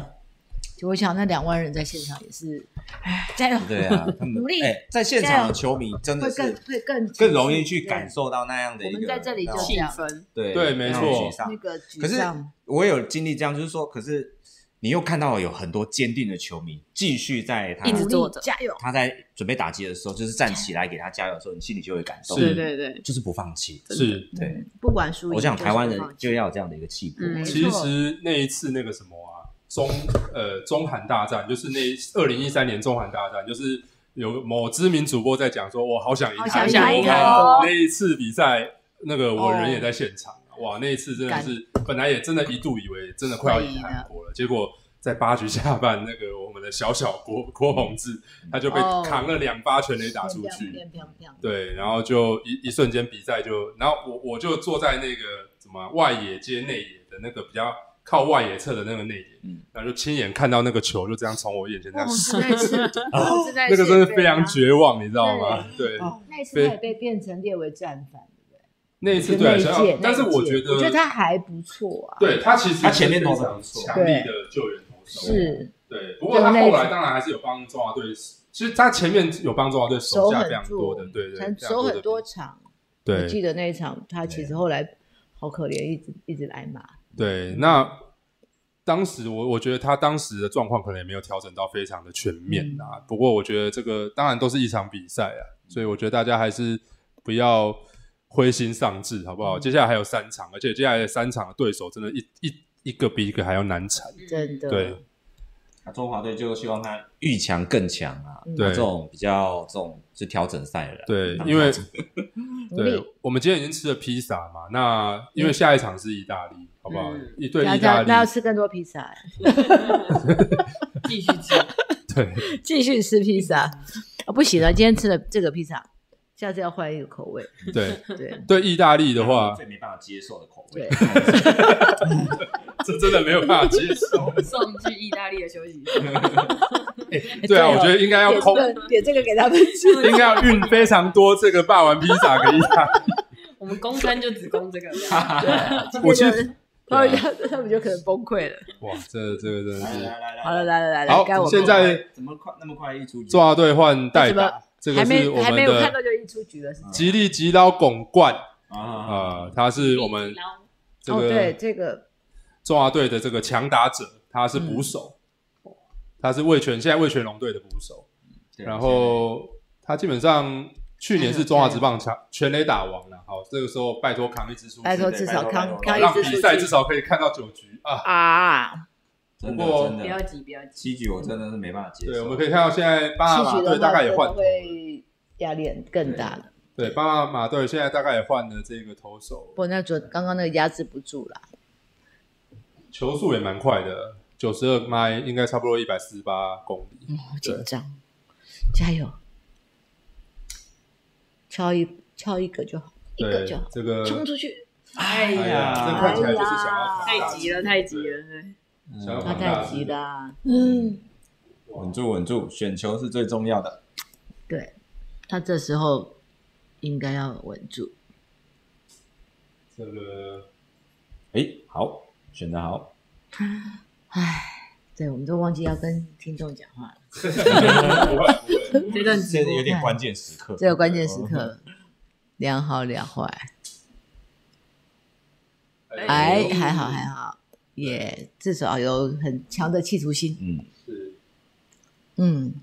S2: 就我想那两万人在现场也是，哎，加油！
S4: 对啊，他们
S2: 努力
S4: 哎，在现
S2: 加
S4: 场
S2: 油
S4: 的球迷真的
S2: 会
S4: 是
S2: 更会更
S4: 更容易去感受到那样的一个。
S2: 我们在这里就
S4: 那种
S3: 气氛
S4: 对
S1: 对没
S4: 那种
S1: 错
S4: 沮
S2: 那
S4: 丧
S2: 个沮
S4: 可是
S2: 丧，
S4: 我有经历这样，就是说，可是你又看到有很多坚定的球迷继续在他
S3: 一直
S2: 努力
S3: 坐着
S2: 加油！
S4: 他在准备打击的时候，就是站起来给他加油的时候，你心里就会感动，
S3: 对
S1: 是
S3: 对
S4: [LAUGHS]
S3: 对，
S4: 就是不放弃。
S1: 是
S4: 对
S2: 嗯，不管输赢，
S4: 我想
S2: 就是
S4: 台湾人
S2: 不放弃
S4: 就要有这样的一个气魄。
S3: 嗯
S2: 没错
S1: 其实那一次那个什么啊，中呃中韩大战，就是那二零一三年中韩大战，就是有某知名主播在讲说，我好想赢
S2: 好
S1: 韩
S3: 想
S1: 国，
S3: 赢
S1: 我
S3: 韩
S1: 看
S2: 国
S1: 那一次比赛，那个我
S2: 哦
S1: 人也在现场啊，哇，那一次真的是本来也真的一度以为真的快要赢韩国了，结果。在八局下半，那个我们的小小郭郭宏志，他就被
S3: 哦
S1: 扛了两发全垒打出去，
S2: 砰砰砰砰砰
S1: 对，然后就一一瞬间比赛就，然后我我就坐在那个什么外野接内野的那个比较靠外野侧的那个内野，
S4: 嗯
S1: 然后就亲眼看到那个球就这样从我眼前这样，
S2: 哇，实在哦是，
S1: [LAUGHS]
S2: 哇实在
S1: 那个真的
S2: 对啊
S1: 非常绝望，你知道吗？对，
S2: 那一次他也被变成列为战犯，
S1: 那一次
S2: 那
S1: 对，
S2: 一
S1: 想
S2: 届
S1: 要，但是
S2: 那一届
S1: 我觉得，
S2: 我觉得他还不错啊，
S1: 对他其实
S4: 他前面投
S1: 投
S4: 得
S1: 常
S4: 不错
S1: 强力的救援投手，
S2: 是
S1: 对，不过他后来当然还是有帮中华队，其实他前面有帮中华队
S2: 手
S1: 守下
S2: 很
S1: 非常多
S2: 住
S1: 的，对对，
S2: 很
S1: 非常
S2: 守
S1: 的
S2: 很多
S1: 比
S2: 场。我
S1: 对
S2: 记得那一场，他其实后来好可怜，一直一直挨骂。
S1: 对，那当时我我觉得他当时的状况可能也没有调整到非常的全面啊。不过我觉得这个当然都是一场比赛啊，所以我觉得大家还是不要灰心丧志，好不好？
S2: 嗯
S1: 接下来还有三场，而且接下来的三场的对手真的一一一个比一个还要难缠。
S2: 真的，
S1: 对
S4: 那中华队就希望他愈强更强啊，
S2: 嗯
S1: 对
S4: 这种比较这种是调整赛了。
S1: 对
S4: 当，
S1: 因为
S2: 努
S1: 对
S2: 力，
S1: 我们今天已经吃了披萨嘛，那因为下一场是意大利，好不好
S3: 嗯？
S1: 一对
S2: 那
S1: 意
S2: 那
S1: 大
S2: 那要
S1: 利，
S2: 吃更多披萨，
S3: 继续吃，
S1: 对
S2: 继续吃披萨
S1: 嗯
S2: 啊！不行了，今天吃了这个披萨，下次要换一个口味。 [LAUGHS]
S1: 对
S2: 对，
S1: 对，意大利的话，
S4: 最没办法接受的口
S2: 对
S4: 味，
S1: [LAUGHS] 这真的没有办法接受。
S3: 送去意大利的休息室，
S2: [LAUGHS]
S1: 对啊，
S2: 对哦
S1: 我觉得应该要
S2: 点这
S1: 空。
S2: 个点这个给他们吃。
S1: [LAUGHS] 应该要运非常多这个霸王披萨给他。
S3: 我们公餐就只供这个，
S1: 我去， [LAUGHS] 啊
S2: 他们就他们就可能崩溃了。
S1: 哇，这这个真的
S4: 来
S1: 是
S4: 来来来，
S2: 好了，来了来了，该
S1: 好。
S2: 哎我
S1: 现
S2: 们
S1: 在
S4: 怎么快那么快一出局？
S5: 啊
S1: 中华队换代
S2: 怎么
S1: 打，这个
S2: 哎还没
S1: 是我
S2: 还没
S1: 们
S2: 有看到
S1: 的
S2: 就一出局了，是吗？
S1: 吉利吉捞拱冠
S4: 啊，
S1: 啊，他是我们嗯这
S2: 哦，
S1: 个
S2: 对，这个
S1: 中华队的这个强打者，他
S2: 嗯
S1: 是捕手，他是魏全现在魏全龙队的捕手，
S4: 对
S1: 然后他基本上。去年
S2: 哎
S1: 是中华职棒强全垒打王了，好，这个时候拜托扛一支出去，
S2: 拜托至少
S4: 拜托
S2: 康
S4: 拜托
S2: 康
S1: 让
S2: 一支
S1: 比
S2: 出
S1: 赛至
S2: 去
S1: 少可以看到九局啊。
S2: 啊，
S4: 真
S1: 不
S4: 的
S1: 过
S4: 真
S3: 不
S4: 的
S3: 要急，不要急，
S4: 七局我真的是没办法接受。
S1: 对，我们可以看到现在巴拿
S2: 七
S1: 马
S2: 局的
S1: 队啊
S2: 话
S1: 大概也
S2: 真的
S1: 换头了
S2: 会压力很更大了。
S1: 对，巴拿马队现在大概也换了这个投手，
S2: 不，那昨刚刚那个压制不住了，
S1: 球速也蛮快的，九十二迈，应该差不多一百四十八公里。
S2: 好紧张，加油，敲一敲一个就好，一个
S1: 对呃
S2: 就好，，
S1: 这个
S2: 冲出去，
S3: 哎
S1: 哎呀，这看起来就是
S2: 啊
S1: 想要扛
S3: 太
S1: 大
S3: 急了，太急了，对
S4: 嗯
S1: 想要
S2: 他
S1: 把
S2: 太急了啊，嗯，
S4: 稳住稳住，选球是最重要的。
S2: 对他这时候应该要稳住，
S1: 这个
S4: 诶，好，选的好，
S2: 唉，对，我们都忘记要跟听众讲话了，
S1: 不会不会，
S3: 这段直
S4: 这
S3: 播
S4: 有点关键时刻，
S2: 这
S5: 哦
S2: 个关键时刻，两好两坏，
S1: 哎
S5: 哎
S2: 还哎还好还好，也至少有很强的企图心。
S5: 嗯，
S1: 是
S2: 嗯，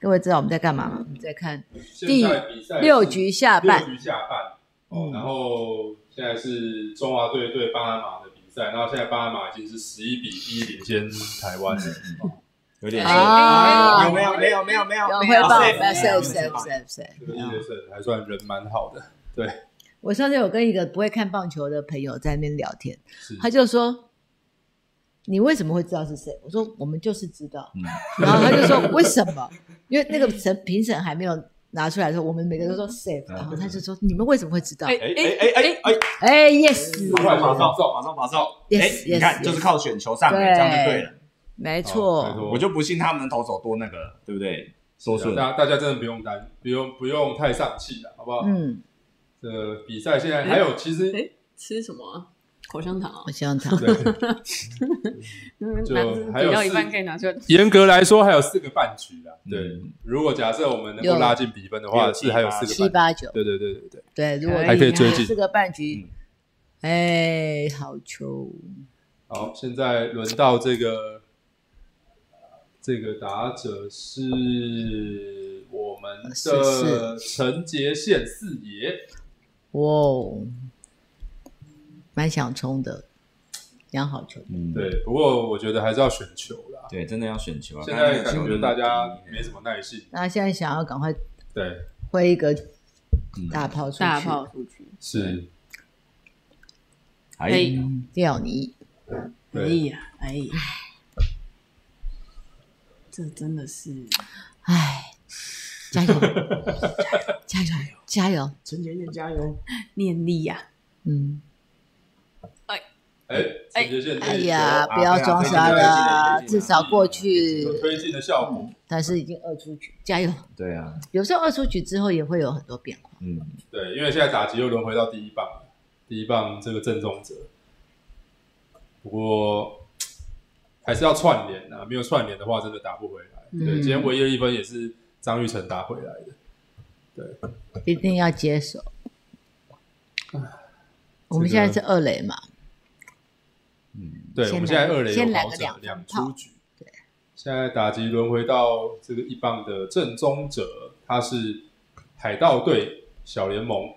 S2: 各位知道我们在干嘛吗？我们在看
S1: 现在比赛是
S2: 六局下
S1: 六
S2: 半，
S1: 局下半，哦
S2: 嗯，
S1: 然后现在是中华队对巴拿马的比赛，然后现在巴拿马已经是十一比一领先台湾了。哦
S5: 有点
S2: 哎嗯啊
S5: 有没有没有没有没有
S2: 有
S5: 没
S2: 汇
S5: 有
S2: 报，safe
S5: safe，没有
S2: safe safe
S1: 这个
S2: safe。
S1: 叶胜还算人蛮好的，
S2: 我上次有跟一个不会看棒球的朋友在那边聊天，
S1: 是
S2: 他就说：“你为什么会知道是谁？”我说：“我们就是知道。
S5: 嗯”
S2: [LAUGHS] 然后他就说：“为什么？”因为那个审评审还没有拿出来的时候，我们每个都说 safe，然后他就说：“你们为什么会知道
S3: 哎？”
S5: 哎哎哎哎哎，
S2: 哎，yes，
S1: 快马上
S5: 马上马上，
S2: Yes，
S5: 哎，你看
S2: yes，
S5: 就是靠选球上来，这样就对了。
S2: 没
S1: 好没
S2: 错
S1: 错，
S5: 我就不信他们投手多那个了，对不对？多顺，
S1: 啊大家大家真的不用担，不用不用太丧气啊了，好不好？
S2: 嗯，
S1: 这个比赛现在还有，其实
S3: 哎吃什么啊？口香糖啊
S2: 我，希望他
S1: 对， [LAUGHS]
S3: 嗯
S1: 就
S3: 拿就是
S1: 还有
S3: 点到一
S1: 四
S3: 半可以拿出来。
S1: 严格来说还有四个半局啦。对，
S5: 嗯，
S1: 如果假设我们能
S2: 六
S1: 够拉近比分的
S5: 六
S1: 话，
S5: 七
S1: 是还有
S5: 八
S1: 四个
S2: 七
S1: 半局。
S2: 八九，
S1: 对对对对对，
S2: 对，如果
S3: 还可以
S1: 追进
S2: 四个半局，哎，好球，
S1: 好，现在轮到这个这个打者是我们的
S2: 是
S1: 陈杰宪四爷，
S2: 哇哦，蛮想冲的，养好球，
S5: 嗯，
S1: 对，不过我觉得还是要选球啦。
S5: 对，真的要选球啊！
S1: 现在
S5: 刚
S1: 感
S5: 刚
S1: 觉
S5: 有
S1: 大家没什么耐性，
S2: 那现在想要赶快
S1: 对，
S2: 挥一个
S5: 嗯
S2: 大炮出去，
S3: 大炮出去，
S1: 是，
S5: 哎
S3: 哎
S2: 嗯吊你，
S3: 哎
S1: 对，
S3: 呀，哎呀，这真的是
S2: 哎，加油， [LAUGHS] 加油，加油，
S5: 陈杰燕加油！
S3: [LAUGHS] 念力呀！
S2: 嗯，
S1: 哎，陈杰宪
S2: 哎
S1: 这一
S2: 呀，
S1: 球
S2: 不要装傻
S1: 对啊
S2: 了，
S5: 推进
S2: 至
S5: 了推进了
S2: 少过去，
S1: 有推进的效果，
S2: 但是已经二出局，加油。
S5: 对啊，
S2: 有时候二出局之后也会有很多变化。
S5: 嗯，
S1: 对，因为现在打击又轮回到第一棒了，第一棒这个正中者，不过还是要串联啊，没有串联的话，真的打不回来。对，
S2: 嗯
S1: 今天唯一的一分也是张玉成打回来的。
S2: 一定要接手。我们
S1: 这
S2: 现
S1: 个
S2: 在是二垒嘛，
S1: 对，
S2: 先
S1: 我们现在二垒
S2: 先
S1: 有
S2: 来
S1: 跑
S2: 个
S1: 者
S2: 两
S1: 两
S2: 分炮
S1: 出局。现在打击轮回到这个一棒的正宗者，他是海盗队小联盟。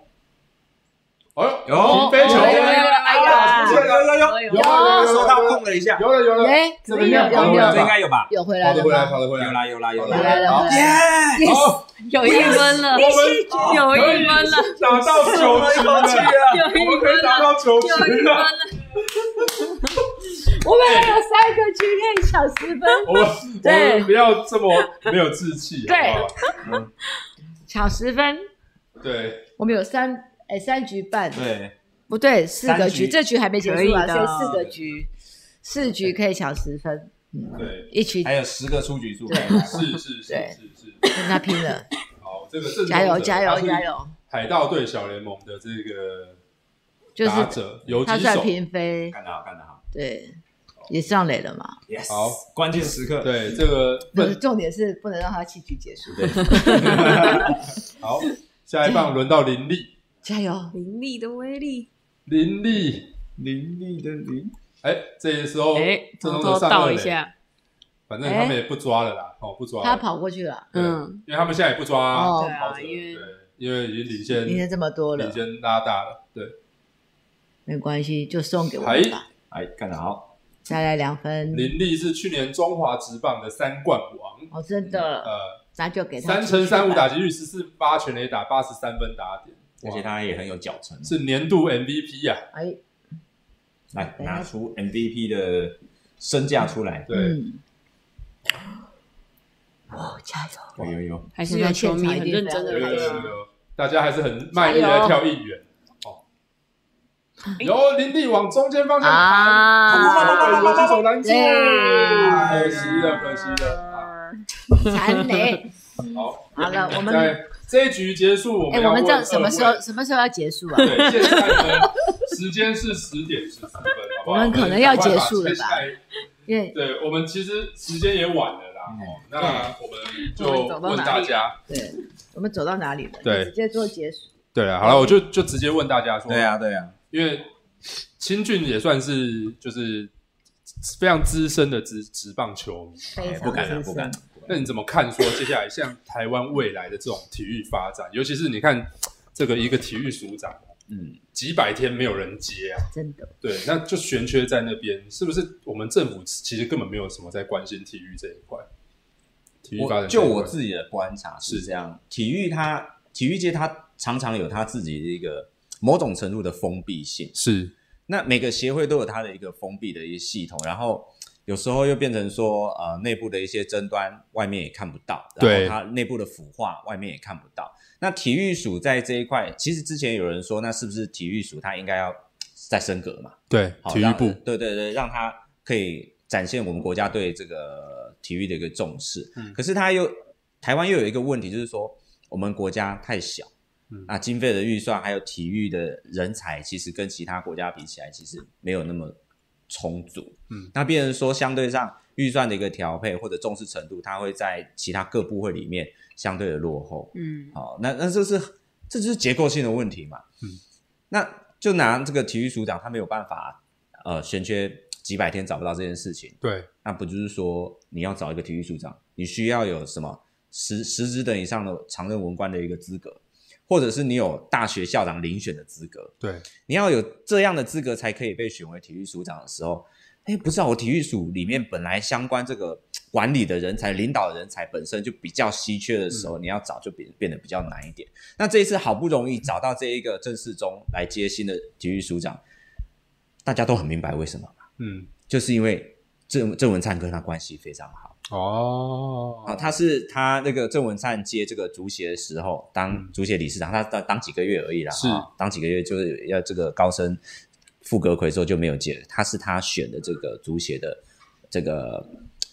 S1: 哎呦，
S5: 有
S1: 平飞球，
S2: 有有有
S3: 哎呀
S1: 有有有
S3: 哎呦
S1: 有
S2: 有
S5: 手套碰了一下，
S1: 有了有了，
S2: 哎，
S1: 这边应该
S2: 有
S1: 跑
S2: 有
S1: 回来
S5: 这
S1: 吧
S2: 有
S5: 应该有吧？
S2: 回来
S1: 跑得
S2: 了
S1: 回来，
S2: 吗？
S1: 跑得回来
S5: 有。啦有啦有
S1: 回
S5: 啦！
S2: 来了回
S5: 耶！
S1: 好，
S3: 有一分了，
S1: 我们
S3: [LAUGHS] 有一分了，
S1: 打到
S5: 有
S1: 球
S5: 了一
S1: 局
S5: 口气
S1: 了，
S5: 了，
S3: 有
S1: 我
S3: 一
S1: 们可以
S3: 分
S1: 打
S3: 了，
S1: 到球
S3: 有一
S1: 局 [LAUGHS]
S3: 分
S1: 了。
S3: 了，
S2: 我们还有三个局可以抢十
S3: 哎
S2: 分，
S1: 我们我
S2: 对
S1: 们不要这么没有志气，好不好？
S2: 抢十分，
S1: 对，
S2: 我们有三哎三局半，
S5: 对，
S2: 不对，四个
S5: 三
S2: 局，
S5: 局
S2: 这局还没结束啊，
S3: 可
S2: 所以
S3: 以的
S2: 四个局，四局可以抢十分，
S1: 对，
S2: 一局
S4: 哎
S5: 还有十个出局数，是
S1: 是是是
S2: 对
S1: 是是。
S2: 跟他拼了，
S1: 好，这个正宗者
S2: 加油加油加！
S1: 他是
S2: 油！
S1: 海盗队小联盟的这个
S2: 就是
S1: 打者游击
S2: 他算
S1: 手，
S2: 平飞，
S5: 干得好干得好
S2: 对，也上垒了嘛。
S5: ，yes！
S1: 好，
S5: 关键时
S1: [LAUGHS]
S5: 刻，
S1: 对这个
S2: 不是
S1: 笨
S2: 重点是不能让他弃局结束，
S1: 好，下一棒轮到林立，
S2: 加油！
S3: 灵力的威力，
S1: 林立，
S5: 凌厉的凌，
S1: 哎，这时候
S3: 哎，
S1: 正
S3: 偷
S1: 宗
S3: 偷
S1: 者上二
S3: 倒一
S1: 垒，
S3: 下，
S1: 反正他们也不抓了啦，哦，不抓了，
S2: 他跑过去了，
S1: 对
S3: 嗯，
S1: 因为他们现在也不抓
S2: 哦
S3: 对
S1: 跑
S3: 啊，
S1: 者，
S3: 因为
S1: 对，因为已经领先
S2: 明天这么多了
S1: 领，先拉大了，对，
S2: 没关系，就送给我们吧，
S5: 哎，干得好，
S2: 再来两分。
S1: 林立是去年中华职棒的三冠王，
S2: 哦，真的，
S1: 呃，
S2: 那就哎给他
S1: 三乘三五
S2: 继续吧
S1: 打击率，十四八全垒打，八十三分打点，
S5: 而且他也很有脚程，
S1: 是年度 MVP 呀、
S2: 哎，
S5: 来拿出 MVP 的身价出来，
S1: 对，
S2: 嗯，哦，加油！ [LAUGHS]
S5: 有有有，
S3: 还是有球迷很认真的
S1: 有有
S3: 来
S1: 有
S2: 啊
S3: 看
S1: 有有，大家还是很卖力来跳应援。哦，
S2: 哎
S1: 由林立往中间方向哦弹，
S2: 啊，
S1: 有击手拦截，
S2: 哎
S1: 可惜了，可惜了。啊
S2: 残雷！
S1: 好，哎
S2: 好了，我们
S1: 在这一局结束，我们
S2: 哎，我
S1: 要
S2: 们
S1: 问
S2: 这样什么时
S1: 二
S2: 候
S1: 位
S2: 什么时候要结束啊？
S1: 对，现在呢，时间是十点十四分，好不好？
S2: 我们可能要结束
S1: 我们赶快把接
S2: 了吧
S1: 下来
S2: 因为
S1: 对，我们其实时间也晚了啦。哦，那
S2: 嗯
S1: 我们就问大家，
S2: 对，我们走到哪里了？
S1: 对
S2: 直接做结束。
S1: 对啊，好了，我就就直接问大家说，
S5: 对，啊对啊，
S1: 因为清俊也算是就是非常资深的职职棒球迷，
S5: 哎
S2: 非
S4: 不
S2: 常
S4: 敢了，
S2: 资
S4: 不敢
S2: 深
S4: 了。。
S1: 那你怎么看说接下来像台湾未来的这种体育发展，尤其是你看这个一个体育署长
S4: 嗯，
S1: 几百天没有人接啊，
S2: 真的。
S1: 对，那就悬缺在那边，是不是我们政府其实根本没有什么在关心体育这一块？体育发
S4: 我
S1: 展
S4: 就
S1: 这一块
S4: 我自己的观察是这样，体育它体育界它常常有它自己的一个某种程度的封闭性，
S1: 是
S4: 那每个协会都有它的一个封闭的一个系统，然后有时候又变成说，呃，内部的一些争端，外面也看不到，
S1: 对
S4: 然后它内部的腐化，外面也看不到。那体育署在这一块，其实之前有人说，那是不是体育署它应该要再升格嘛？
S1: 对
S4: 好
S1: 体育
S4: 让
S1: 部
S4: 对对对，让它可以展现我们国家对这个体育的一个重视。
S1: 嗯
S4: 可是它又台湾又有一个问题，就是说我们国家太小。
S1: 嗯
S4: 那经费的预算还有体育的人才，其实跟其他国家比起来，其实没有那么充足。
S1: 嗯，
S4: 那变成说相对上预算的一个调配或者重视程度，它会在其他各部会里面相对的落后。
S3: 嗯，
S4: 好，那那这是这就是结构性的问题嘛。
S1: 嗯，
S4: 那就拿这个体育署长，他没有办法呃悬缺几百天找不到这件事情，
S1: 对
S4: 那不就是说你要找一个体育署长，你需要有什么十十职等以上的常任文官的一个资格，或者是你有大学校长遴选的资格，
S1: 对
S4: 你要有这样的资格才可以被选为体育署长的时候，哎，不是啊，我体育署里面本来相关这个管理的人才、领导的人才本身就比较稀缺的时候，你要找就变变得比较难一点。那这一次好不容易找到这一个郑世忠来接新的体育署长，大家都很明白为什么嘛，
S1: 嗯
S4: 就是因为郑郑文灿跟他关系非常好。
S1: 哦
S4: 啊，他是他那个郑文灿接这个足协的时候，当
S1: 嗯
S4: 足协理事长，他当当几个月而已啦，
S1: 是
S4: 啊当几个月就是要这个高升傅格奎之后就没有接了，他是他选的这个足协的这个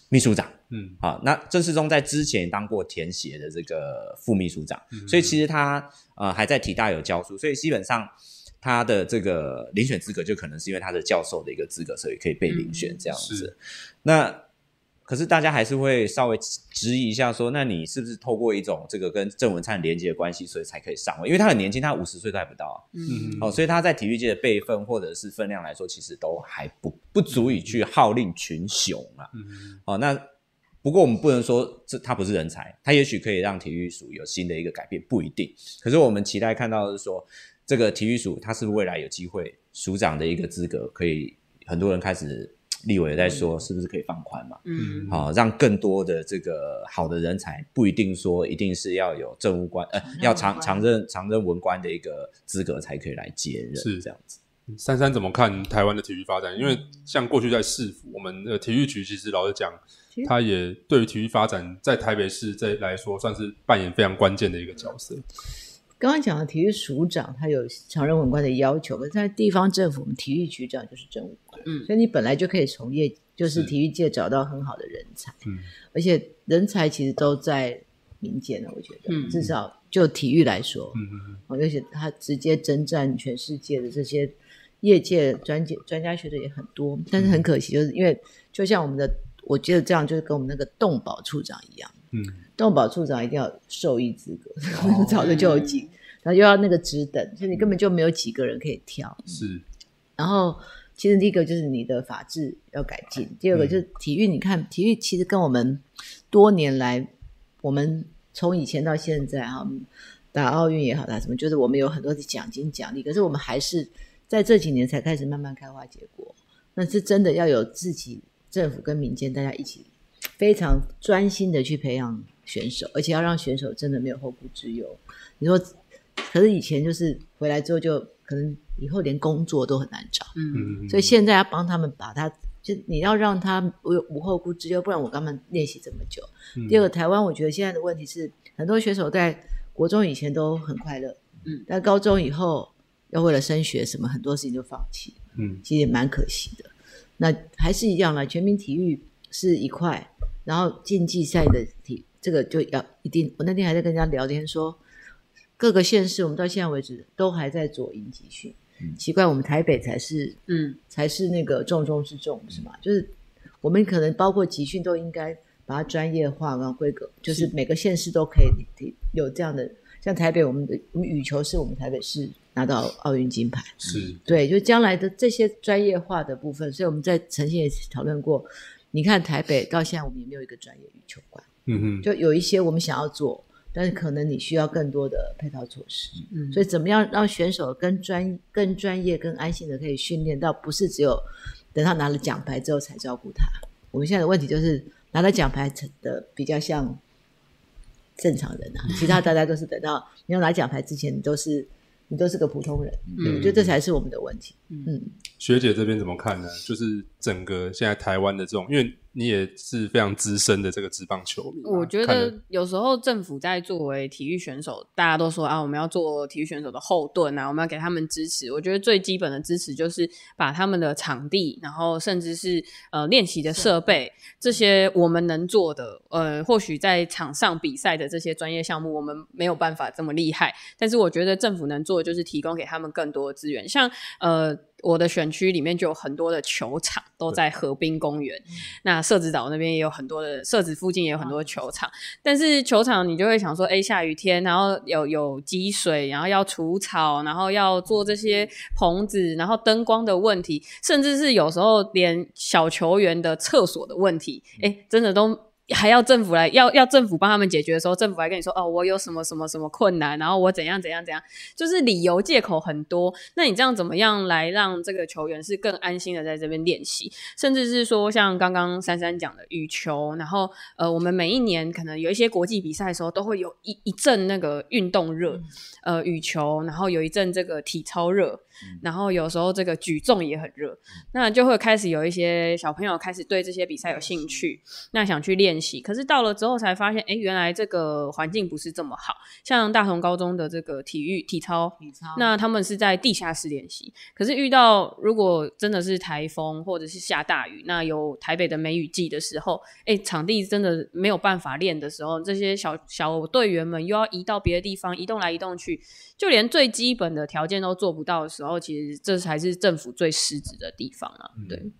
S4: 秘书长。
S1: 嗯
S4: 好，啊那郑世忠在之前也当过田协的这个副秘书长，
S1: 嗯
S4: 所以其实他呃还在体大有教书，所以基本上他的这个遴选资格就可能是因为他的教授的一个资格，所以可以被
S1: 嗯
S4: 遴选这样子。那可是大家还是会稍微质疑一下说，那你是不是透过一种这个跟郑文灿连接的关系，所以才可以上位？因为他很年轻，他五十岁都还不到啊、
S1: 嗯
S4: 哦，所以他在体育界的辈分或者是分量来说，其实都还不不足以去号令群雄啊。
S1: 嗯
S4: 哦，那不过我们不能说这他不是人才，他也许可以让体育署有新的一个改变，不一定。可是我们期待看到的是说，这个体育署他是不是未来有机会署长的一个资格，可以很多人开始立委也在说，是不是可以放宽嘛？
S3: 嗯
S4: 好、让更多的这个好的人才，不一定说一定是要有政务官，呃，要常常任常任文官的一个资格才可以来接任，
S1: 是
S4: 这样子。
S1: 珊珊怎么看台湾的体育发展？因为像过去在市府，我们的体育局其实老实讲
S2: 其，实
S1: 它也对于体育发展在台北市这来说，算是扮演非常关键的一个角色。
S2: 刚刚讲的体育署长，他有常任文官的要求，可是在地方政府，我们体育局长就是政务官，
S3: 嗯
S2: 所以你本来就可以从业，就是
S1: 是
S2: 体育界找到很好的人才，
S1: 嗯，
S2: 而且人才其实都在民间的，我觉得，
S3: 嗯
S2: 至少就体育来说，
S1: 嗯嗯
S2: 哦，而且他直接征战全世界的这些业界专家专家学者也很多，但是很可惜，就是因为就像我们的，我觉得这样就是跟我们那个动保处长一样，
S1: 嗯，
S2: 动保处长一定要有兽医资格， [LAUGHS] 早就就有几，然后又要那个职等，所以你根本就没有几个人可以挑。
S1: 是
S2: 然后其实第一个就是你的法制要改进，第二个就是体育。你看体育其实跟我们多年来，我们从以前到现在哈，打奥运也好，打什么，就是我们有很多的奖金奖励，可是我们还是在这几年才开始慢慢开花结果。那是真的要有自己政府跟民间大家一起非常专心的去培养选手，而且要让选手真的没有后顾之忧。你说，可是以前就是回来之后就可能以后连工作都很难找，
S3: 嗯
S1: 嗯，
S2: 所以现在要帮他们把他，就你要让他无无后顾之忧，不然我干嘛练习这么久？
S1: 嗯
S2: 第二个，台湾我觉得现在的问题是，很多选手在国中以前都很快乐，
S3: 嗯，
S2: 但高中以后要为了升学什么很多事情就放弃，
S1: 嗯
S2: 其实也蛮可惜的。那还是一样啦，全民体育是一块，然后竞技赛的体这个就要一定。我那天还在跟人家聊天说，各个县市我们到现在为止都还在左营集训，奇怪，我们台北才是
S3: 嗯
S2: 才是那个重中之重，是吗？就是我们可能包括集训都应该把它专业化跟规格，就是每个县市都可以有这样的。像台北，我们的我们羽球是我们台北市拿到奥运金牌。
S1: 是
S2: 对，就将来的这些专业化的部分，所以我们在曾经也讨论过。你看台北到现在，我们也没有一个专业羽球馆，
S1: 嗯哼，
S2: 就有一些我们想要做，但是可能你需要更多的配套措施。
S3: 嗯，
S2: 所以怎么样让选手更专、更专业、更安心的可以训练到，不是只有等他拿了奖牌之后才照顾他。我们现在的问题就是拿了奖牌的比较像正常人
S3: [LAUGHS]
S2: 啊，其他大家都是等到你要拿奖牌之前，你都是你都是个普通人。
S3: 嗯
S2: 我觉得这才是我们的问题。
S3: 嗯
S2: 嗯，
S1: 学姐这边怎么看呢？就是整个现在台湾的这种，因为你也是非常资深的这个职棒球迷嘛，
S3: 我觉
S1: 看了
S3: 得有时候政府在作为体育选手，大家都说啊，我们要做体育选手的后盾啊，我们要给他们支持。我觉得最基本的支持就是把他们的场地，然后甚至是呃练习的设备这些我们能做的，呃，或许在场上比赛的这些专业项目，我们没有办法这么厉害，但是我觉得政府能做的就是提供给他们更多的资源，像呃。我的选区里面就有很多的球场都在河滨公园，那社子岛那边也有很多的，社子附近也有很多球场。但是球场你就会想说，哎，下雨天，然后有有积水，然后要除草，然后要做这些棚子，然后灯光的问题，甚至是有时候连小球员的厕所的问题，哎，真的都。还要政府来，要要政府帮他们解决的时候，政府还跟你说哦，我有什么什么什么困难，然后我怎样怎样怎样，就是理由借口很多。那你这样怎么样来让这个球员是更安心的在这边练习？甚至是说像刚刚珊珊讲的羽球，然后呃，我们每一年可能有一些国际比赛的时候，都会有一一阵那个运动热，呃，羽球，然后有一阵这个体操热，然后有时候这个举重也很热，那就会开始有一些小朋友开始对这些比赛有兴趣，那想去练习，可是到了之后才发现，哎，原来这个环境不是这么好。像大同高中的这个体育体操，
S2: 体操
S3: 那他们是在地下室练习，可是遇到如果真的是台风或者是下大雨，那有台北的梅雨季的时候，哎，场地真的没有办法练的时候，这些小小队员们又要移到别的地方，移动来移动去，就连最基本的条件都做不到的时候，其实这才是政府最失职的地方啊。对，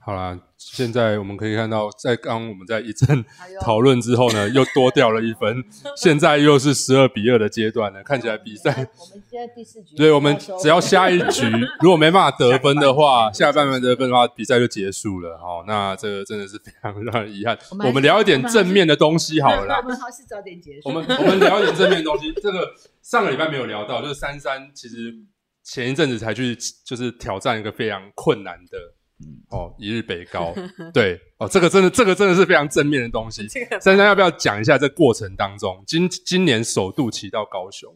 S1: 好啦，现在我们可以看到，在刚刚我们在一阵
S2: 还有
S1: 讨论之后呢，又多掉了一分，现在又是十二比二的阶段了，看起来比赛。
S2: 我们现在第四局，
S1: 对我们只要下一局如果没办法得分的话，下
S4: 下
S1: 半
S4: 半
S1: 半得分的话，比赛就结束了。哦，那这个真的是非常让人遗憾。
S2: 我们还是
S1: 我们聊一点正面的东西好了啦
S2: 那。 [LAUGHS] 我们还是早点结束。
S1: 我们我们聊一点正面的东西。这个上个礼拜没有聊到，就是珊珊其实前一阵子才去就是挑战一个非常困难的。哦，一日北高，对，哦，这个真的，这个真的是非常正面的东西。珊珊要不要讲一下这过程当中，今今年首度骑到高雄，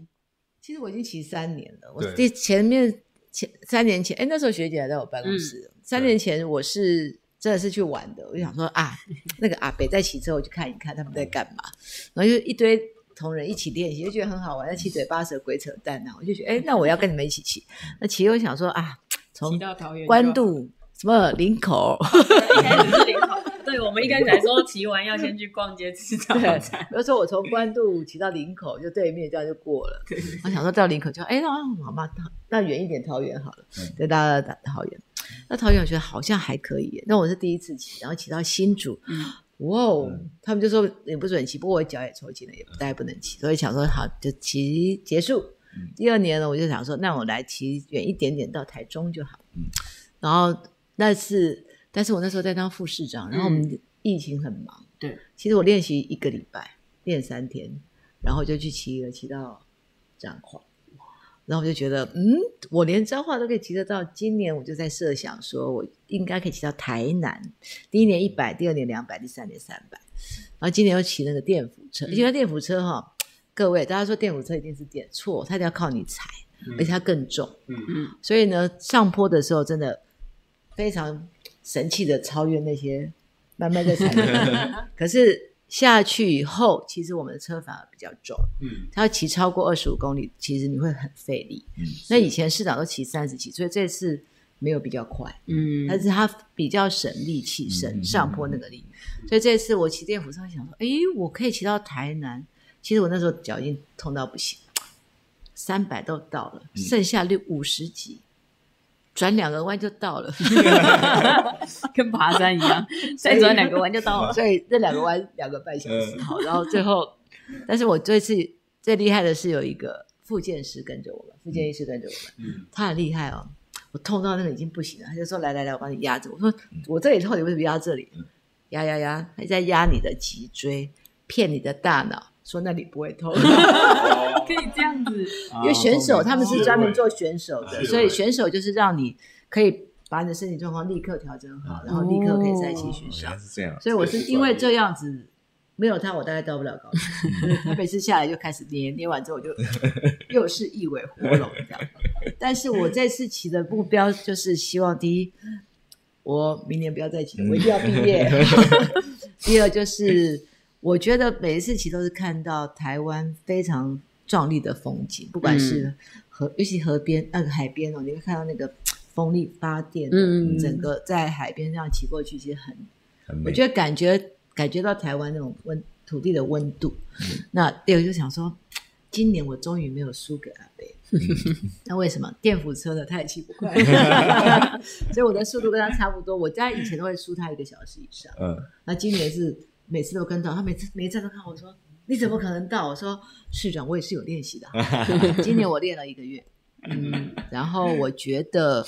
S2: 其实我已经骑三年了，我
S1: 对
S2: 第前面前三年前，哎，那时候学姐还在我办公室。
S3: 嗯
S2: 三年前我是真的是去玩的，我就想说啊，那个阿北在骑车，我去看一看他们在干嘛。然后就一堆同仁一起练习，就觉得很好玩，在七嘴八舌鬼扯淡啊。我就觉得，哎，那我要跟你们一起骑。那骑我想说啊，从
S3: 到桃园
S2: 关渡什么林口，
S3: 一开始是领口，对我们一开始还说骑完要先去逛街吃早
S2: 对
S3: 餐，，
S2: 比如说我从关渡骑到林口，就对面这样就过了。我想说到林口就哎，那那好吧，那远一点桃园好了，对，大家打桃园。那桃园我觉得好像还可以耶，那我是第一次骑，然后骑到新竹，哇哦，他们就说你不准骑，不过我脚也抽筋了，也不大概不能骑，所以想说好就骑结束。第二年呢，我就想说，那我来骑远一点点到台中就好。然后那次，但是我那时候在当副市长，然后我们疫情很忙，
S3: 对，
S2: 其实我练习一个礼拜，练三天，然后就去骑了，骑到彰化，然后我就觉得，嗯，我连彰化都可以骑得到，今年我就在设想说，我应该可以骑到台南，第一年一百，第二年两百，第三年三百，然后今年又骑那个电扶车，因为电扶车哈，各位大家说电扶车一定是电错，它一定要靠你踩，而且它更重。所以呢，上坡的时候真的非常神气的超越那些慢慢在踩的人。可是下去以后，其实我们的车反而比较重，
S1: 嗯，
S2: 它要骑超过二十五公里，其实你会很费力。
S5: 嗯
S2: 那以前市长都骑三十几，所以这次没有比较快。
S3: 嗯
S2: 但是它比较省力气，省上坡那个力。所以这次我骑电扶车，想说，诶，我可以骑到台南。其实我那时候脚已经痛到不行，三百都到了，剩下六五十几，转两个弯就到了。
S3: 跟爬山一样，再转两个弯就到了。
S2: 哦所以这两个弯两个半小时，好，然后最后，但是我这次最厉害的是有一个复健师跟着我们，复健医师跟着我们，
S1: 嗯，
S2: 他很厉害哦。我痛到那个已经不行了，他就说：“来来来，我帮你压着。”我说：“我这里痛，你为什么压这里？”压压压，还在压你的脊椎，骗你的大脑，说那里不会痛。
S1: 哦
S3: [LAUGHS] 可以这样子，
S2: 因为选手
S4: 啊
S2: 他们是专门做选手
S1: 是
S2: 的，
S1: 会
S2: 所以选手就是让你可以把你的身体状况立刻调整好，然后立刻可以再继
S4: 哦
S2: 续
S5: 原
S2: 上
S5: 来。是这
S4: 啊
S5: 样，
S2: 所以我是因为这样子，没有他我大概到不了高中。他每次下来就开始捏，捏完之后我就又是一尾活龙这样。但是我这次起的目标就是希望第一，我明年不要再骑了，我一定要毕业。第二就是，我觉得每一次骑都是看到台湾非常壮丽的风景，不管是河，尤其河边那个、海边哦，你会看到那个风力发电，
S3: 嗯
S2: 嗯，整个在海边这样骑过去，其实很
S5: 很
S2: 我
S5: 美。
S2: 觉得感觉感觉到台湾那种温土地的温度。那第二个就想说，今年我终于没有输给阿贝。那为什么电辅车呢？他也骑不快，所以我的速度跟他差不多。我在以前都会输他一个小时以上，
S5: 嗯，
S2: 那今年是每次都跟到，他每次每一站都看我说你怎么可能到？我说市长我也是有练
S5: [LAUGHS]
S2: 习的啊，今年我练了一个月，嗯，然后我觉得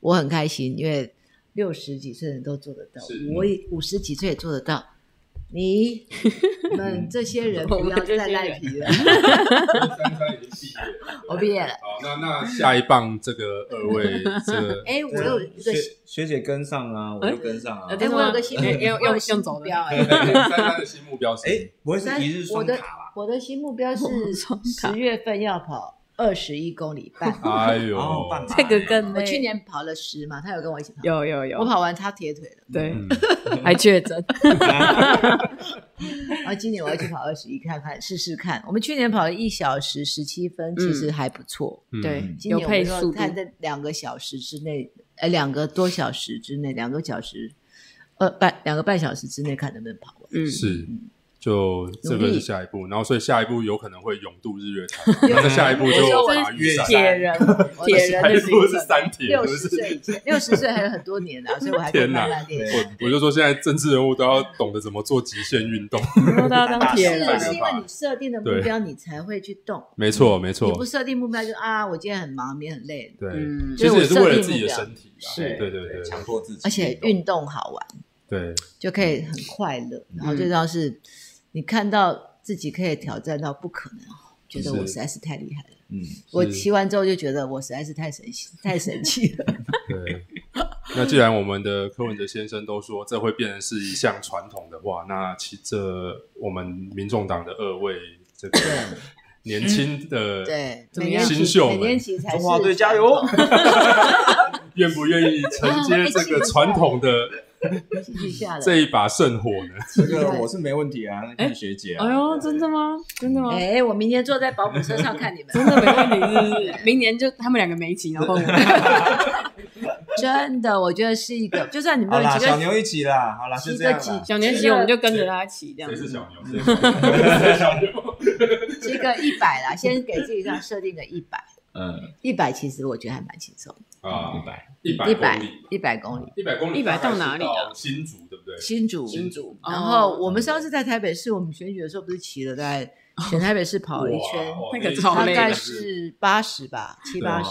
S2: 我很开心，因为六十几岁的人都做得到
S1: 是，
S2: 我
S5: 嗯
S2: 也五十几岁也做得到。
S5: [LAUGHS]
S2: 你们这些人不要再赖皮了，
S1: 三三已经毕业了。
S2: 我毕业了。
S1: 好，那那下一棒这个二位这个
S2: [LAUGHS] 哎，我有一个
S5: 学学姐跟上啊，我就跟上啊。
S3: 哎
S2: 哎，我有个新
S3: 要要
S2: 我有
S3: 要
S2: 新
S3: 要走
S2: 目
S3: 的
S2: 标哎。
S1: 三三的新目标是
S5: 哎，不会是
S2: 但
S5: 一日
S2: 我
S5: 双
S2: 的
S5: 卡吧？
S2: 我的新目标是
S3: 双卡
S2: 十月份要跑二十一公里半。
S1: 哎呦，
S5: 哦，半马
S3: 这个更
S2: 我
S3: 累
S2: 去年跑了十嘛，他有跟我一起跑，
S3: 有有有，
S2: 我跑完他铁腿了，
S3: 对，
S1: 嗯
S3: 还确诊，
S2: 然后今年我要去跑二十一看看试试看。我们去年跑了一小时十七分，其实还不错。
S1: 嗯
S3: 对，
S2: 今
S3: 有
S2: 年我们
S3: 配
S2: 说
S3: 速度，
S2: 看在两个小时之内，呃，两个多小时之内，两个小时。呃，半两个半小时之内看能不能跑完。
S3: 嗯，
S1: 是。就这个
S2: 努
S1: 是
S2: 力
S1: 下一步，然后所以下一步有可能会勇渡日
S2: [LAUGHS]
S1: 月潭，然后再下一步就
S3: 嗯
S1: 爬玉山，
S3: 铁人，铁人
S1: 下
S3: 的
S1: 一
S3: 行
S1: 步是
S3: 程
S1: 三铁，
S2: 六
S1: 就
S2: 十
S1: 是
S2: 岁以前，六十岁还有很多年啊，所以我还可以
S1: 天哪
S2: 慢慢练。
S1: 我我就说现在政治人物都要懂得怎么做极限运动，
S3: 都要当铁
S2: 是
S1: [LAUGHS]
S3: 人，
S2: 是因为你设定的目标，你才会去动。
S1: 没错没
S2: 你
S1: 错
S2: 不，设定目标就啊，我今天很忙，明天很累，
S1: 对，
S3: 嗯，
S1: 其实也是为了自己的身体啊，
S2: 是
S1: 对对对
S5: 强迫自己，
S2: 而且运动好玩，
S1: 对，
S2: 就可以很快乐。然后最重要是，你看到自己可以挑战到不可能，觉得我
S1: 是
S2: 实在是太厉害了。
S5: 嗯，
S2: 我骑完之后就觉得我实在是太神奇，太神奇了。
S1: 对，那既然我们的柯文哲先生都说这会变成是一项传统的话，那其这我们民众党的二位这个年轻的，
S2: [LAUGHS] 对，
S3: 怎么
S2: 每
S3: 样
S2: 年
S1: 新秀
S2: 骑，每
S1: 们
S2: 年骑才是
S5: 中华队加油！
S1: 愿不愿意承接这个传统的
S2: 继续下来，
S1: 这一把圣火呢？
S5: [LAUGHS] 这个我是没问题啊，看学姐啊。
S3: 哎呦，真的吗？真的吗？
S2: [LAUGHS] 哎，我明天坐在保姆车上看你
S3: [LAUGHS]
S2: 们，
S3: 真的没问题，是不是？明年就他们两个没骑，然后我
S2: 真的，我觉得是一个，就算你
S5: 好
S2: 们有
S5: 啦，
S2: 几
S5: 小
S2: 个
S5: 牛一起啦，好啦，
S2: 骑
S5: 就
S2: 个
S5: 这样
S2: 几
S5: 啦。
S3: 小年骑，我们就跟着他骑，这样
S1: 谁是
S3: 子。
S1: 小牛？谁是小 [LAUGHS] 牛？
S2: 骑个一百啦，先给自己上设定个一百，
S5: 嗯，
S2: 一百其实我觉得还蛮轻松，
S1: 啊，
S5: 白。
S1: 一百
S2: 一
S1: 公
S2: 百
S1: 里，
S2: 一百公里，
S1: 一百公里，
S3: 100到哪里啊？
S1: 新竹对不对？
S2: 新竹，
S1: 新竹哦
S2: 然后我们上次在台北市，我们选举的时候不是骑了，在全台北市跑了一圈，
S1: 哇
S3: 那个超
S2: 大
S3: 累
S2: 概
S3: 的
S2: 是八十吧，七八十，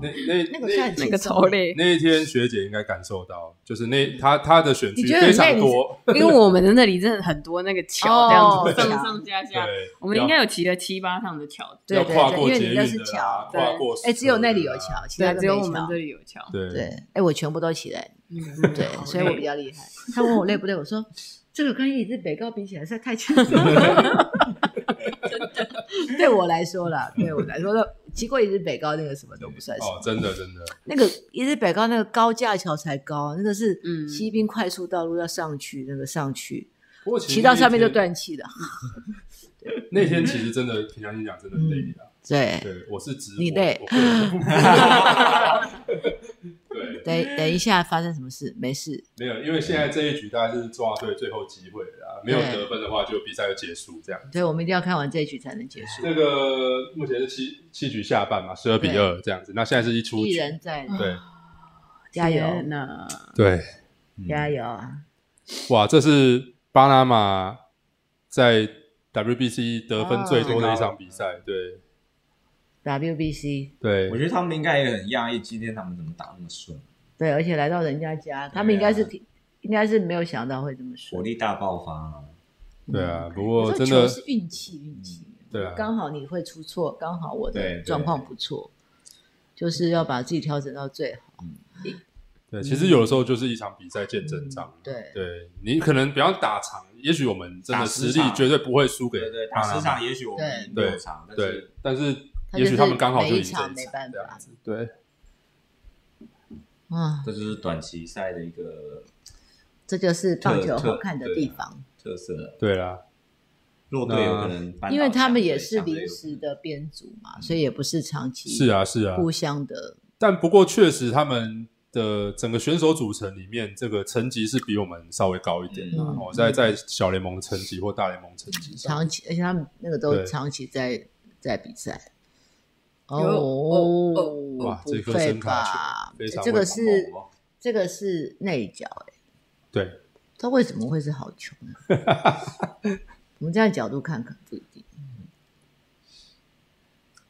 S1: 那那
S2: 那个算
S3: 那个超，累，
S1: 那一天学姐应该感受到，就是那她她的选区
S2: 你觉得很
S1: 非常
S2: 累
S1: 多，
S3: 因为我们的那里真的很多那个桥，这样
S2: 哦
S3: 子上上下下，
S1: 对，
S3: 我们应该有骑了七八趟的桥，
S2: 对
S1: 要
S2: 对
S1: 跨
S2: 对，
S1: 过
S2: 因为
S1: 捷
S2: 你
S1: 运
S2: 那
S1: 的
S2: 是
S1: 啦
S2: 桥，
S1: 跨过
S2: 哎，只有那里有
S1: 石头的啦，
S2: 桥，其他
S3: 对，
S2: 都
S3: 只有
S2: 没
S3: 我们
S2: 桥
S3: 这里有桥。
S1: 对，
S2: 对，哎，我全部都骑嘞，
S3: 嗯，
S2: 对，所以我比较厉
S1: [LAUGHS]
S2: 害。他问我累不累，我说这个跟一直北高比起来实在太轻松
S1: [LAUGHS]
S2: 了。对我来说啦，对我来说，那骑过一日北高那个什么都不算什么
S1: 哦，真的真的，
S2: 那个一日北高那个高架桥才高，那个是
S3: 嗯
S2: 西滨快速道路要上去，那个上去
S1: 不过其实
S2: 骑到上面就
S1: 那天。
S2: 断
S1: [LAUGHS]
S2: 气了。
S1: 那天其实真的，平常心讲，真的累了。
S2: 对，
S1: 对，我是直播，
S2: 嗯你累
S1: 我个人是不对，
S2: 等等一下发生什么事？没事，
S1: 没有，因为现在这一局大概是中华队最后机会了啊，没有得分的话，就比赛就结束这样。
S2: 对，我们一定要看完这一局才能结束。
S1: 那个目前是七七局下半嘛，十二比二这样子。那现在是一出
S2: 一
S1: 局，啊嗯
S2: 人在，
S1: 对
S2: 加油，
S1: 哦
S3: 呐！
S1: 对，
S5: 嗯
S2: 加油啊！
S1: 哇，这是巴拿马
S2: 哦
S1: 在 WBC 得分最多的一场比赛，对，
S2: WBC，
S1: 对
S5: 嗯我，觉得他们应该也很讶异，今天他们怎么打那么顺，
S2: 对，而且来到人家家，他
S1: 啊
S2: 们应该是挺、应该是没有想到会这么
S5: 火
S2: 说。
S5: 力大爆发啊！
S1: 对啊，不
S2: 我
S1: 过
S2: 说
S1: 真
S2: 球
S1: 的，
S2: 是运气，运气。
S1: 对啊，
S2: 刚好你会出错，刚好我
S5: 对
S2: 的
S5: 对
S2: 状况不错，就是要把自己调整到最好。
S1: 对，其实有的时候就是一场比赛见真章。
S2: 嗯对
S1: 对你可能不要打长，也许我们真的
S5: 打
S1: 实
S5: 十
S1: 力
S5: 场
S1: 绝对不会输给
S5: 对对，打
S1: 巴拿
S5: 十
S1: 马
S5: 场也许我们赢
S1: 对
S5: 六场，但
S1: 对
S5: 是，
S1: 但是
S2: 他
S1: 也许
S2: 就是
S1: 他们刚好就
S2: 每
S1: 赢
S2: 一
S1: 这场
S2: 场没办
S1: 这样
S2: 法
S1: 子。对，
S2: 啊，
S5: 这就是短期赛的一个
S2: 这就是棒球
S5: 特特
S2: 好看的地方，
S5: 特色。
S1: 对啦，
S5: 弱队有可能扳倒强队，
S2: 因为他们也是
S5: 强队有
S2: 临时的编组嘛，所以也不是长期
S1: 是啊是啊。
S2: 互相的
S1: 但不过确实他们的整个选手组成里面，这个层级是比我们稍微高一点的、
S2: 嗯
S1: 哦，在在小联盟的层级或大联盟层级上。
S2: 长期，而且他们那个都
S1: 对
S2: 长期在在比赛。
S3: 有哦哦
S1: 哇
S2: 不
S1: 这颗
S2: 会
S1: 声卡球
S2: 吧
S1: 非？常
S2: 这
S1: 会
S2: 个
S1: 防
S2: 是
S5: 哦
S2: 这个是内角哎，
S1: 对，
S2: 他为什么会是好球呢？ [LAUGHS] 我们这样角度看看不一定。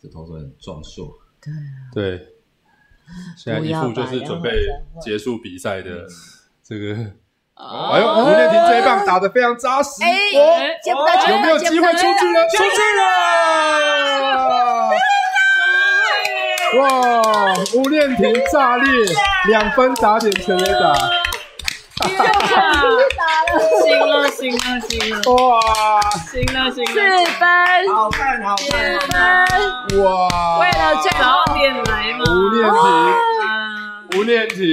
S5: 这投手很壮硕，
S2: 对，
S1: 对，现在一副就是准备结束比赛的
S2: 嗯
S1: 这个。
S3: 哦
S1: 哎呦，吴念婷这一棒打得非常扎实，哦
S2: 哦哎，接不到球，
S1: 有没有
S2: 接
S1: 机
S2: 不
S1: 会
S2: 到
S1: 出
S2: 球
S1: 去了？出去了！哇，吴念婷炸裂，两分打点全垒打，
S2: [LAUGHS]
S3: 行了，行了，行了，
S1: 哇
S3: 行了，行
S2: 四
S3: 了，
S2: 分，
S5: 好看好看，
S2: 四分，
S1: 哇！
S2: 为了最后
S3: 早点来嘛，
S1: 吴念婷，
S3: 啊
S1: 吴念婷，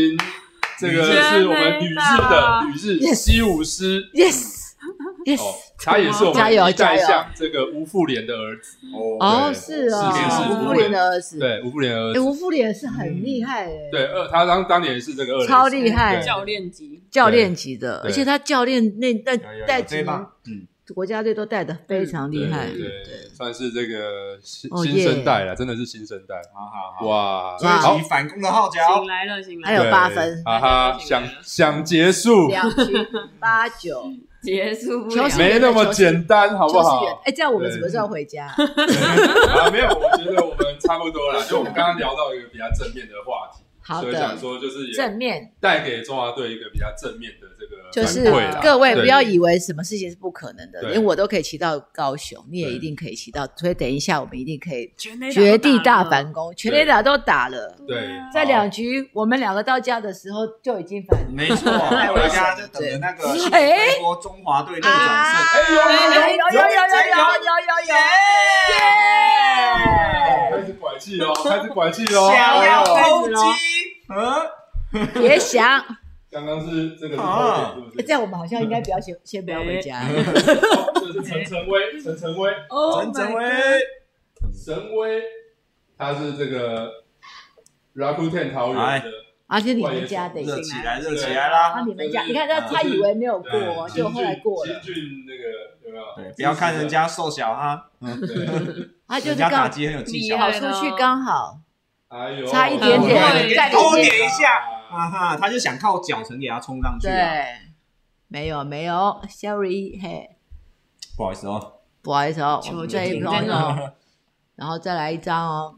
S1: 这个是我们女士的女士
S2: Yes
S1: 西武师
S2: ，yes [LAUGHS] yes，
S1: 哦，她也是我
S2: 加
S1: 们
S2: 油
S1: 历代
S2: 加油
S1: 项这个吴富莲的儿子，
S2: 哦
S1: 对
S2: 是
S1: 是是是
S2: 哦，吴富莲的儿子，
S1: 对，吴富莲的儿
S2: 哎，
S1: 子，
S2: 吴富莲是很厉害哎，
S1: 对，二他当当年是这个二连
S2: 超
S1: 胜
S2: 厉害
S1: 对
S3: 教练级，
S2: 教练级的，
S1: 对
S2: 而且他教练那带
S5: 有有有
S2: 带
S5: 这一
S2: 职能
S5: 棒，嗯，
S2: 国家队都带的非常厉害，
S1: 对对对，算是这个新
S2: 哦
S1: 新
S2: 耶
S1: 生代了，真的是新生代，
S5: 好好好，
S1: 哇，
S2: 哇
S1: 好
S5: 追击反攻的号角
S3: 醒，来了，醒来
S2: 还
S3: 了，
S2: 有
S1: 对
S2: 八分
S1: 哈哈，想想结束，
S2: 两局八九，
S3: 结束不
S2: 球
S3: 了
S2: 是。
S1: 没那么简单，好不
S2: 就是远 [LAUGHS]
S1: 好？
S2: 哎，这样我们什么时候回家？
S1: 啊，没有，我觉得我们差不
S2: [LAUGHS]
S1: 多了。就我们刚刚聊到一个比较正面的话题，
S2: 好
S1: 所以想
S2: 的，
S1: 说就是也
S2: 正面
S1: 带给中华队一个比较正面的这个
S2: 就是
S1: 反馈啦
S2: 各位不
S1: 对
S2: 要以为什么事情是不可能的，
S1: 对
S2: 连我都可以骑到高雄，你也
S1: 对
S2: 一定可以骑到，所以等一下我们一定可以
S3: 全垒打
S2: 绝地
S3: 都打
S2: 大
S3: 了
S2: 反攻，全垒打都打了，
S1: 对，
S2: 在两局我们两个到家的时候就已经反
S5: 没错，带回家就等着那个
S2: 哎
S5: 中国中华队那个转胜。
S1: 哎呦
S2: 有有有有有有有有有有
S1: 哎
S2: 有
S1: 开始拐气
S2: [LAUGHS]
S1: 喽，开始拐气喽。
S5: 想要攻击
S3: 哎，
S5: 嗯，
S2: 有！别想，
S1: 刚刚是这个是头点，是不
S2: [LAUGHS] 哎这
S1: 是？
S2: 样我们好像应该不要先先不要回家。 [LAUGHS]
S1: 这是陈晨威，陈晨威，
S3: 哦
S5: 陈晨威，
S1: 神威，他是这个 Rakuten 桃园
S5: 哎
S1: 的。
S2: 而啊且你们家等一下
S5: 热，起来，热起来啦！
S2: 啊你们家，你看他他以为没有过，
S1: 就
S2: 就后来过了，
S1: 新俊那个有没有？
S5: 对，不要看人家瘦小哈，
S1: 对，
S2: 他就是
S5: 人家打
S2: 刚
S5: 击很有技巧
S3: 厉害，
S2: 跑出去刚好，
S1: 哎呦，
S2: 差一点
S3: 点
S2: 再
S5: 多
S2: 点
S5: 点一下，啊哈，他就想靠脚程给他冲上去啊。
S2: 对，没有没有，sorry，嘿，
S5: 不好意思哦，
S2: 不好意思哦，我
S3: 球
S2: 们
S3: 就
S2: 这一
S3: 停
S2: 张
S3: 在那
S2: 哦，然后再来一张哦，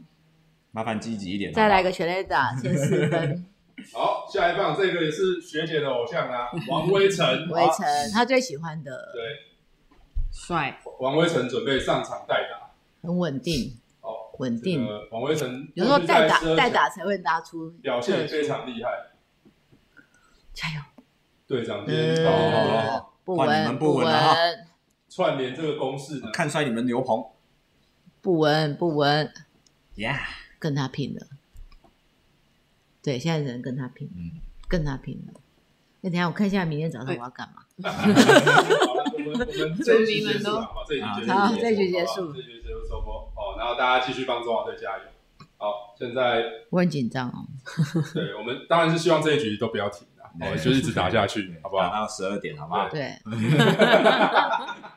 S5: 麻烦积极一点。
S2: 再来
S5: 个，
S2: 个全垒打，先四分，
S1: 好，下一棒这个也是学姐的偶像
S2: [LAUGHS]
S1: 啊，王威成。
S2: 围城他最喜欢的，
S1: 对，
S3: 帅，
S1: 王威成准备上场代打。
S2: 很稳定，
S1: 哦，
S2: 稳
S1: 这
S2: 定。
S1: 个王威成
S2: 有时候代
S1: 过去在
S2: 打
S1: 12
S2: 代打才会拿出
S1: 表现非常厉害，
S2: 加油，
S1: 队长今天
S5: 好好好
S2: 呃
S5: 好，
S2: 不
S5: 换你们
S2: 闻
S5: 不
S2: 闻
S5: 闻了哈
S1: 哦串联这个攻势
S2: [LAUGHS]
S1: 呢，
S5: 看衰你们牛棚
S2: 不闻不闻，
S5: ，Yeah，
S2: 跟他拼了。对，现在只能跟他拼，
S5: 嗯
S2: 跟他拼了。那等一下我看一下明天早上我要干嘛。
S1: 好了，我们我们这一局结束了，啊好，这一局结束，
S2: 好这一局结束
S1: 好这一局结束收播。哦，然后大家继续帮中华队加油。好，现在
S2: 我很紧张哦，
S1: 对我们当然是希望这一局都不要停啊，
S5: 对
S1: 哦，就一直打下去，好不
S5: 打
S1: 好？
S5: 到十二点，好不好？
S2: 对。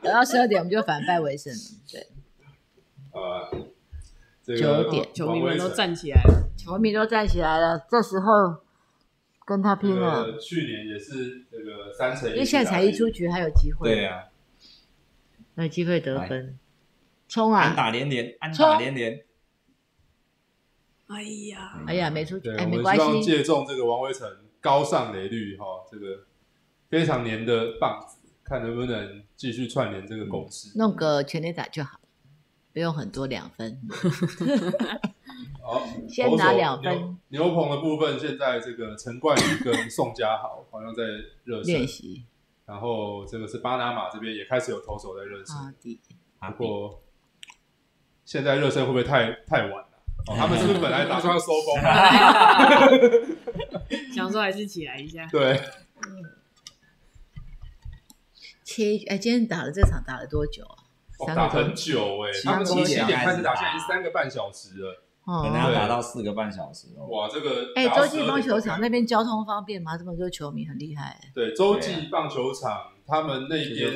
S2: 等到十二点我们就反败为胜了。对，
S1: 呃，这个
S2: 九点
S3: 球迷
S1: 王威
S3: 们都
S1: 成
S3: 站起来了，
S2: 球迷都站起来了，这时候跟他
S1: 这
S2: 拼了，
S1: 个去年也是这个三成一比打一，
S2: 因为现在才一出局还有机会，
S5: 对呀，
S2: 还有机会得
S5: 来
S2: 分，冲
S5: 安
S2: 啊！
S5: 打连连，安打连连，
S3: 哎呀，
S2: 哎呀，没出去，
S1: 对，
S2: 哎，
S1: 我
S2: 没
S1: 们
S2: 关
S1: 希望
S2: 系，
S1: 借重这个王威成高尚雷律哈、这个非常黏的棒子，看能不能继续串联
S2: 嗯
S1: 这个共识。
S2: 弄个全垒打就好，不用很多两分。
S1: 好，
S2: 先
S1: 投手
S2: 拿两分
S1: 牛。牛棚的部分，现在这个陈冠宇跟宋佳豪好像在热
S2: 练
S1: 身，
S2: 习
S1: 然后这个是巴拿马这边也开始有投手在热身，
S2: 啊，第
S1: 不过现在热身会不会太太晚了？哦，他们是不是本来打算要收
S2: [LAUGHS]
S1: 工啊？
S3: 想说还是起来一下。
S1: 对，
S2: 切一哎，今天打了这场打了多久啊？
S1: 哦
S2: 三个
S1: 打
S2: 钟
S1: 很久哎、
S2: 七
S1: 他们从
S2: 七
S1: 七
S2: 点
S1: 点开始打，
S4: 开始打
S1: 现在已经三个半小时了。
S5: 可能要
S2: 哦，
S5: 打到四个半小时哦。
S1: 哇，这个
S2: 哎，
S1: 打到
S2: 洲际
S1: 12
S2: 棒球场
S1: 点
S2: 那边交通方便吗？这么多球迷很厉害。
S1: 对洲
S5: 对
S1: 际棒球场，他们那边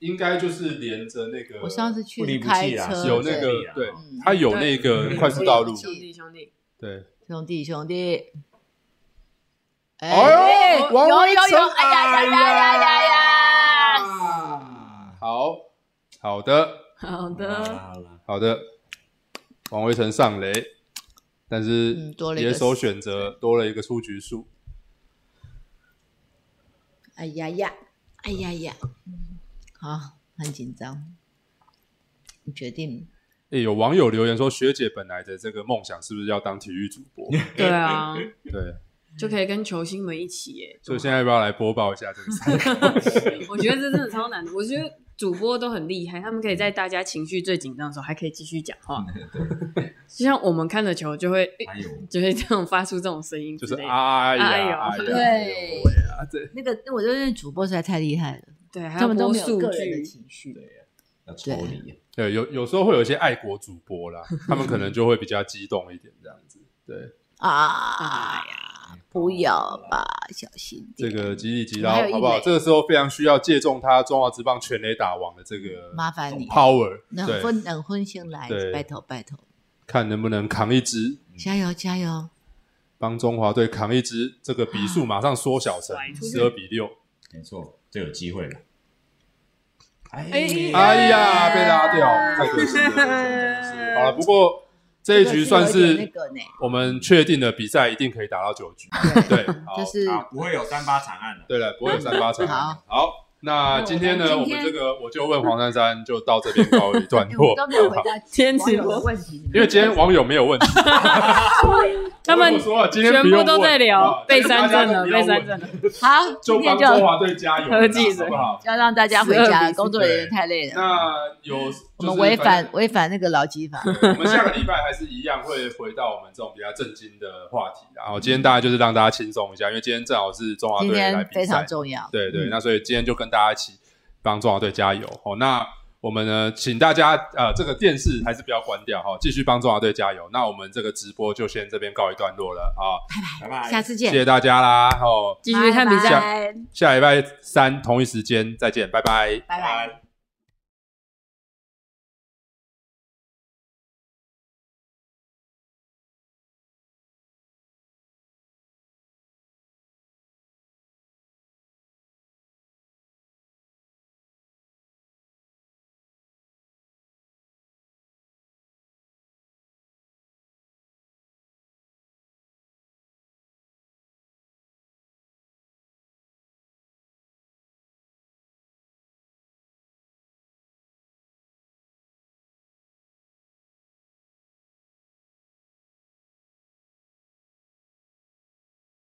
S1: 应该就是连着那个，
S2: 我上次去
S5: 不离
S2: 是
S5: 不
S2: 开
S5: 弃啦
S2: 车，
S1: 啊有那
S5: 对
S1: 个对
S2: 嗯，
S1: 它有那个快速道路，
S2: 对
S3: 兄弟兄弟，
S1: 对，
S2: 兄弟兄弟。
S1: 哎呦王
S2: 有有
S1: 威成
S2: 有！哎呀呀呀呀呀呀！
S4: 啊，
S1: 好好的
S3: 好
S5: 好啦
S3: 的，
S1: 啊
S5: 好啦，
S1: 好的，王威成上垒，但
S2: 嗯
S1: 是
S2: 多了一个
S1: 野手选择多了一个出局数，
S2: 哎呀呀！哎呀呀！好，很紧张。你决定
S1: 哎，有网友留言说学姐本来的这个梦想是不是要当体育主播？
S3: 对啊，
S1: 对，
S3: 就可以跟球星们一起耶。
S1: 所以现在要不要来播报一下这个赛事？
S3: [LAUGHS] 我觉得这真的超难的。我觉得主播都很厉害，他们可以在大家情绪最紧张的时候还可以继续讲
S1: [LAUGHS]
S3: 话。就像我们看了球就会 [LAUGHS]
S5: 还有
S3: 就会这样发出这种声
S1: [LAUGHS]
S3: 音
S1: 就
S3: 之
S1: 是
S3: 类的，
S1: 哎呀，
S2: 啊
S3: 哎呦
S1: 呀，
S3: 对
S1: 哎呦喂啊，这
S2: 那个，那我觉得主播实在太厉害了，
S3: 对，还
S2: 他
S3: 有
S2: 们都
S3: 播
S2: 没有
S3: 数
S2: 个人的
S3: 据，
S2: 情绪。
S5: 要抽离，
S1: 对，有有时候会有一些爱国主播啦，他们可能就会比较激动一点这样子。对，
S2: 啊
S3: 哎
S2: 呀，不要吧，小心
S1: 这
S2: 点。
S1: 个吉利吉刀
S2: 还有一
S1: 好不好？
S2: 垒
S1: 这个时候非常需要借重他中华职棒全垒打王的这个
S2: 麻烦你
S1: power，
S2: 冷
S1: 对，
S2: 婚冷婚先来
S1: 对，嗯
S2: 拜托拜托，
S1: 看能不能扛一支，
S2: 加油加油！
S1: 帮中华队扛一支，这个比数马上缩小成
S3: 甩出去
S1: 十二比六。
S5: 没错，这有机会了。
S3: 哎
S1: 哎呀，被拉掉，太可惜
S3: [LAUGHS]
S1: 了。好了，不过这一
S2: 个
S1: 局
S2: 是
S1: 算
S2: 有点那
S1: 是
S2: 个呢，
S1: 我们确定的比赛，一定可以打到九局。对，好
S2: 就。是
S5: 啊，不会有三八惨案的。
S1: 对了，不会有三八场。
S2: 好，
S1: 那今天呢，
S2: 那
S1: 我
S2: 我们今天
S1: 们这个我就问黄珊珊就到这边告一段
S2: [LAUGHS] 哎
S1: 落
S2: 我，都没有回答
S3: 天
S2: 网
S3: 直
S2: 友的
S3: 播，
S2: 问题，
S1: [LAUGHS] 因为今天网友没有问题，
S3: 他们
S1: 我说了今天
S3: 全
S1: 不用
S3: 部
S1: 问
S3: 都在聊
S1: 好
S3: 被三振
S1: 大家
S3: 了，
S1: 都不要问
S3: 被三振了，
S2: [LAUGHS] 好，今
S1: 就
S2: 天
S1: 帮
S2: 就
S1: 中华队加油啦，
S3: 喝汽水
S1: 好不好？
S2: 要让大家回家，
S3: 12
S2: 工作人员太累了，
S1: 那有
S2: 我们违，
S1: 就
S2: 反
S1: 是
S2: 违反那个劳基法。
S1: 反正我们下个礼拜还是一样会回到我们这种比较震惊的话题。然后今天大家就是让大家轻松一下，因为今天正好是中华
S2: 今
S1: 队来
S2: 天
S1: 比
S2: 非
S1: 赛
S2: 常，重要，
S1: 对对，那所以今天就跟大家一起帮中华队加油哦。那我们呢，请大家呃，这个电视还是不要关掉哈、哦，继续帮中华队加油。那我们这个直播就先这边告一段落了啊、
S5: 拜拜，
S2: 下次
S1: 谢
S2: 见，
S1: 谢大家啦！哦，
S3: 继续看比赛。
S2: 拜拜
S1: 下礼拜三同一时间再见，拜拜。
S2: 拜拜。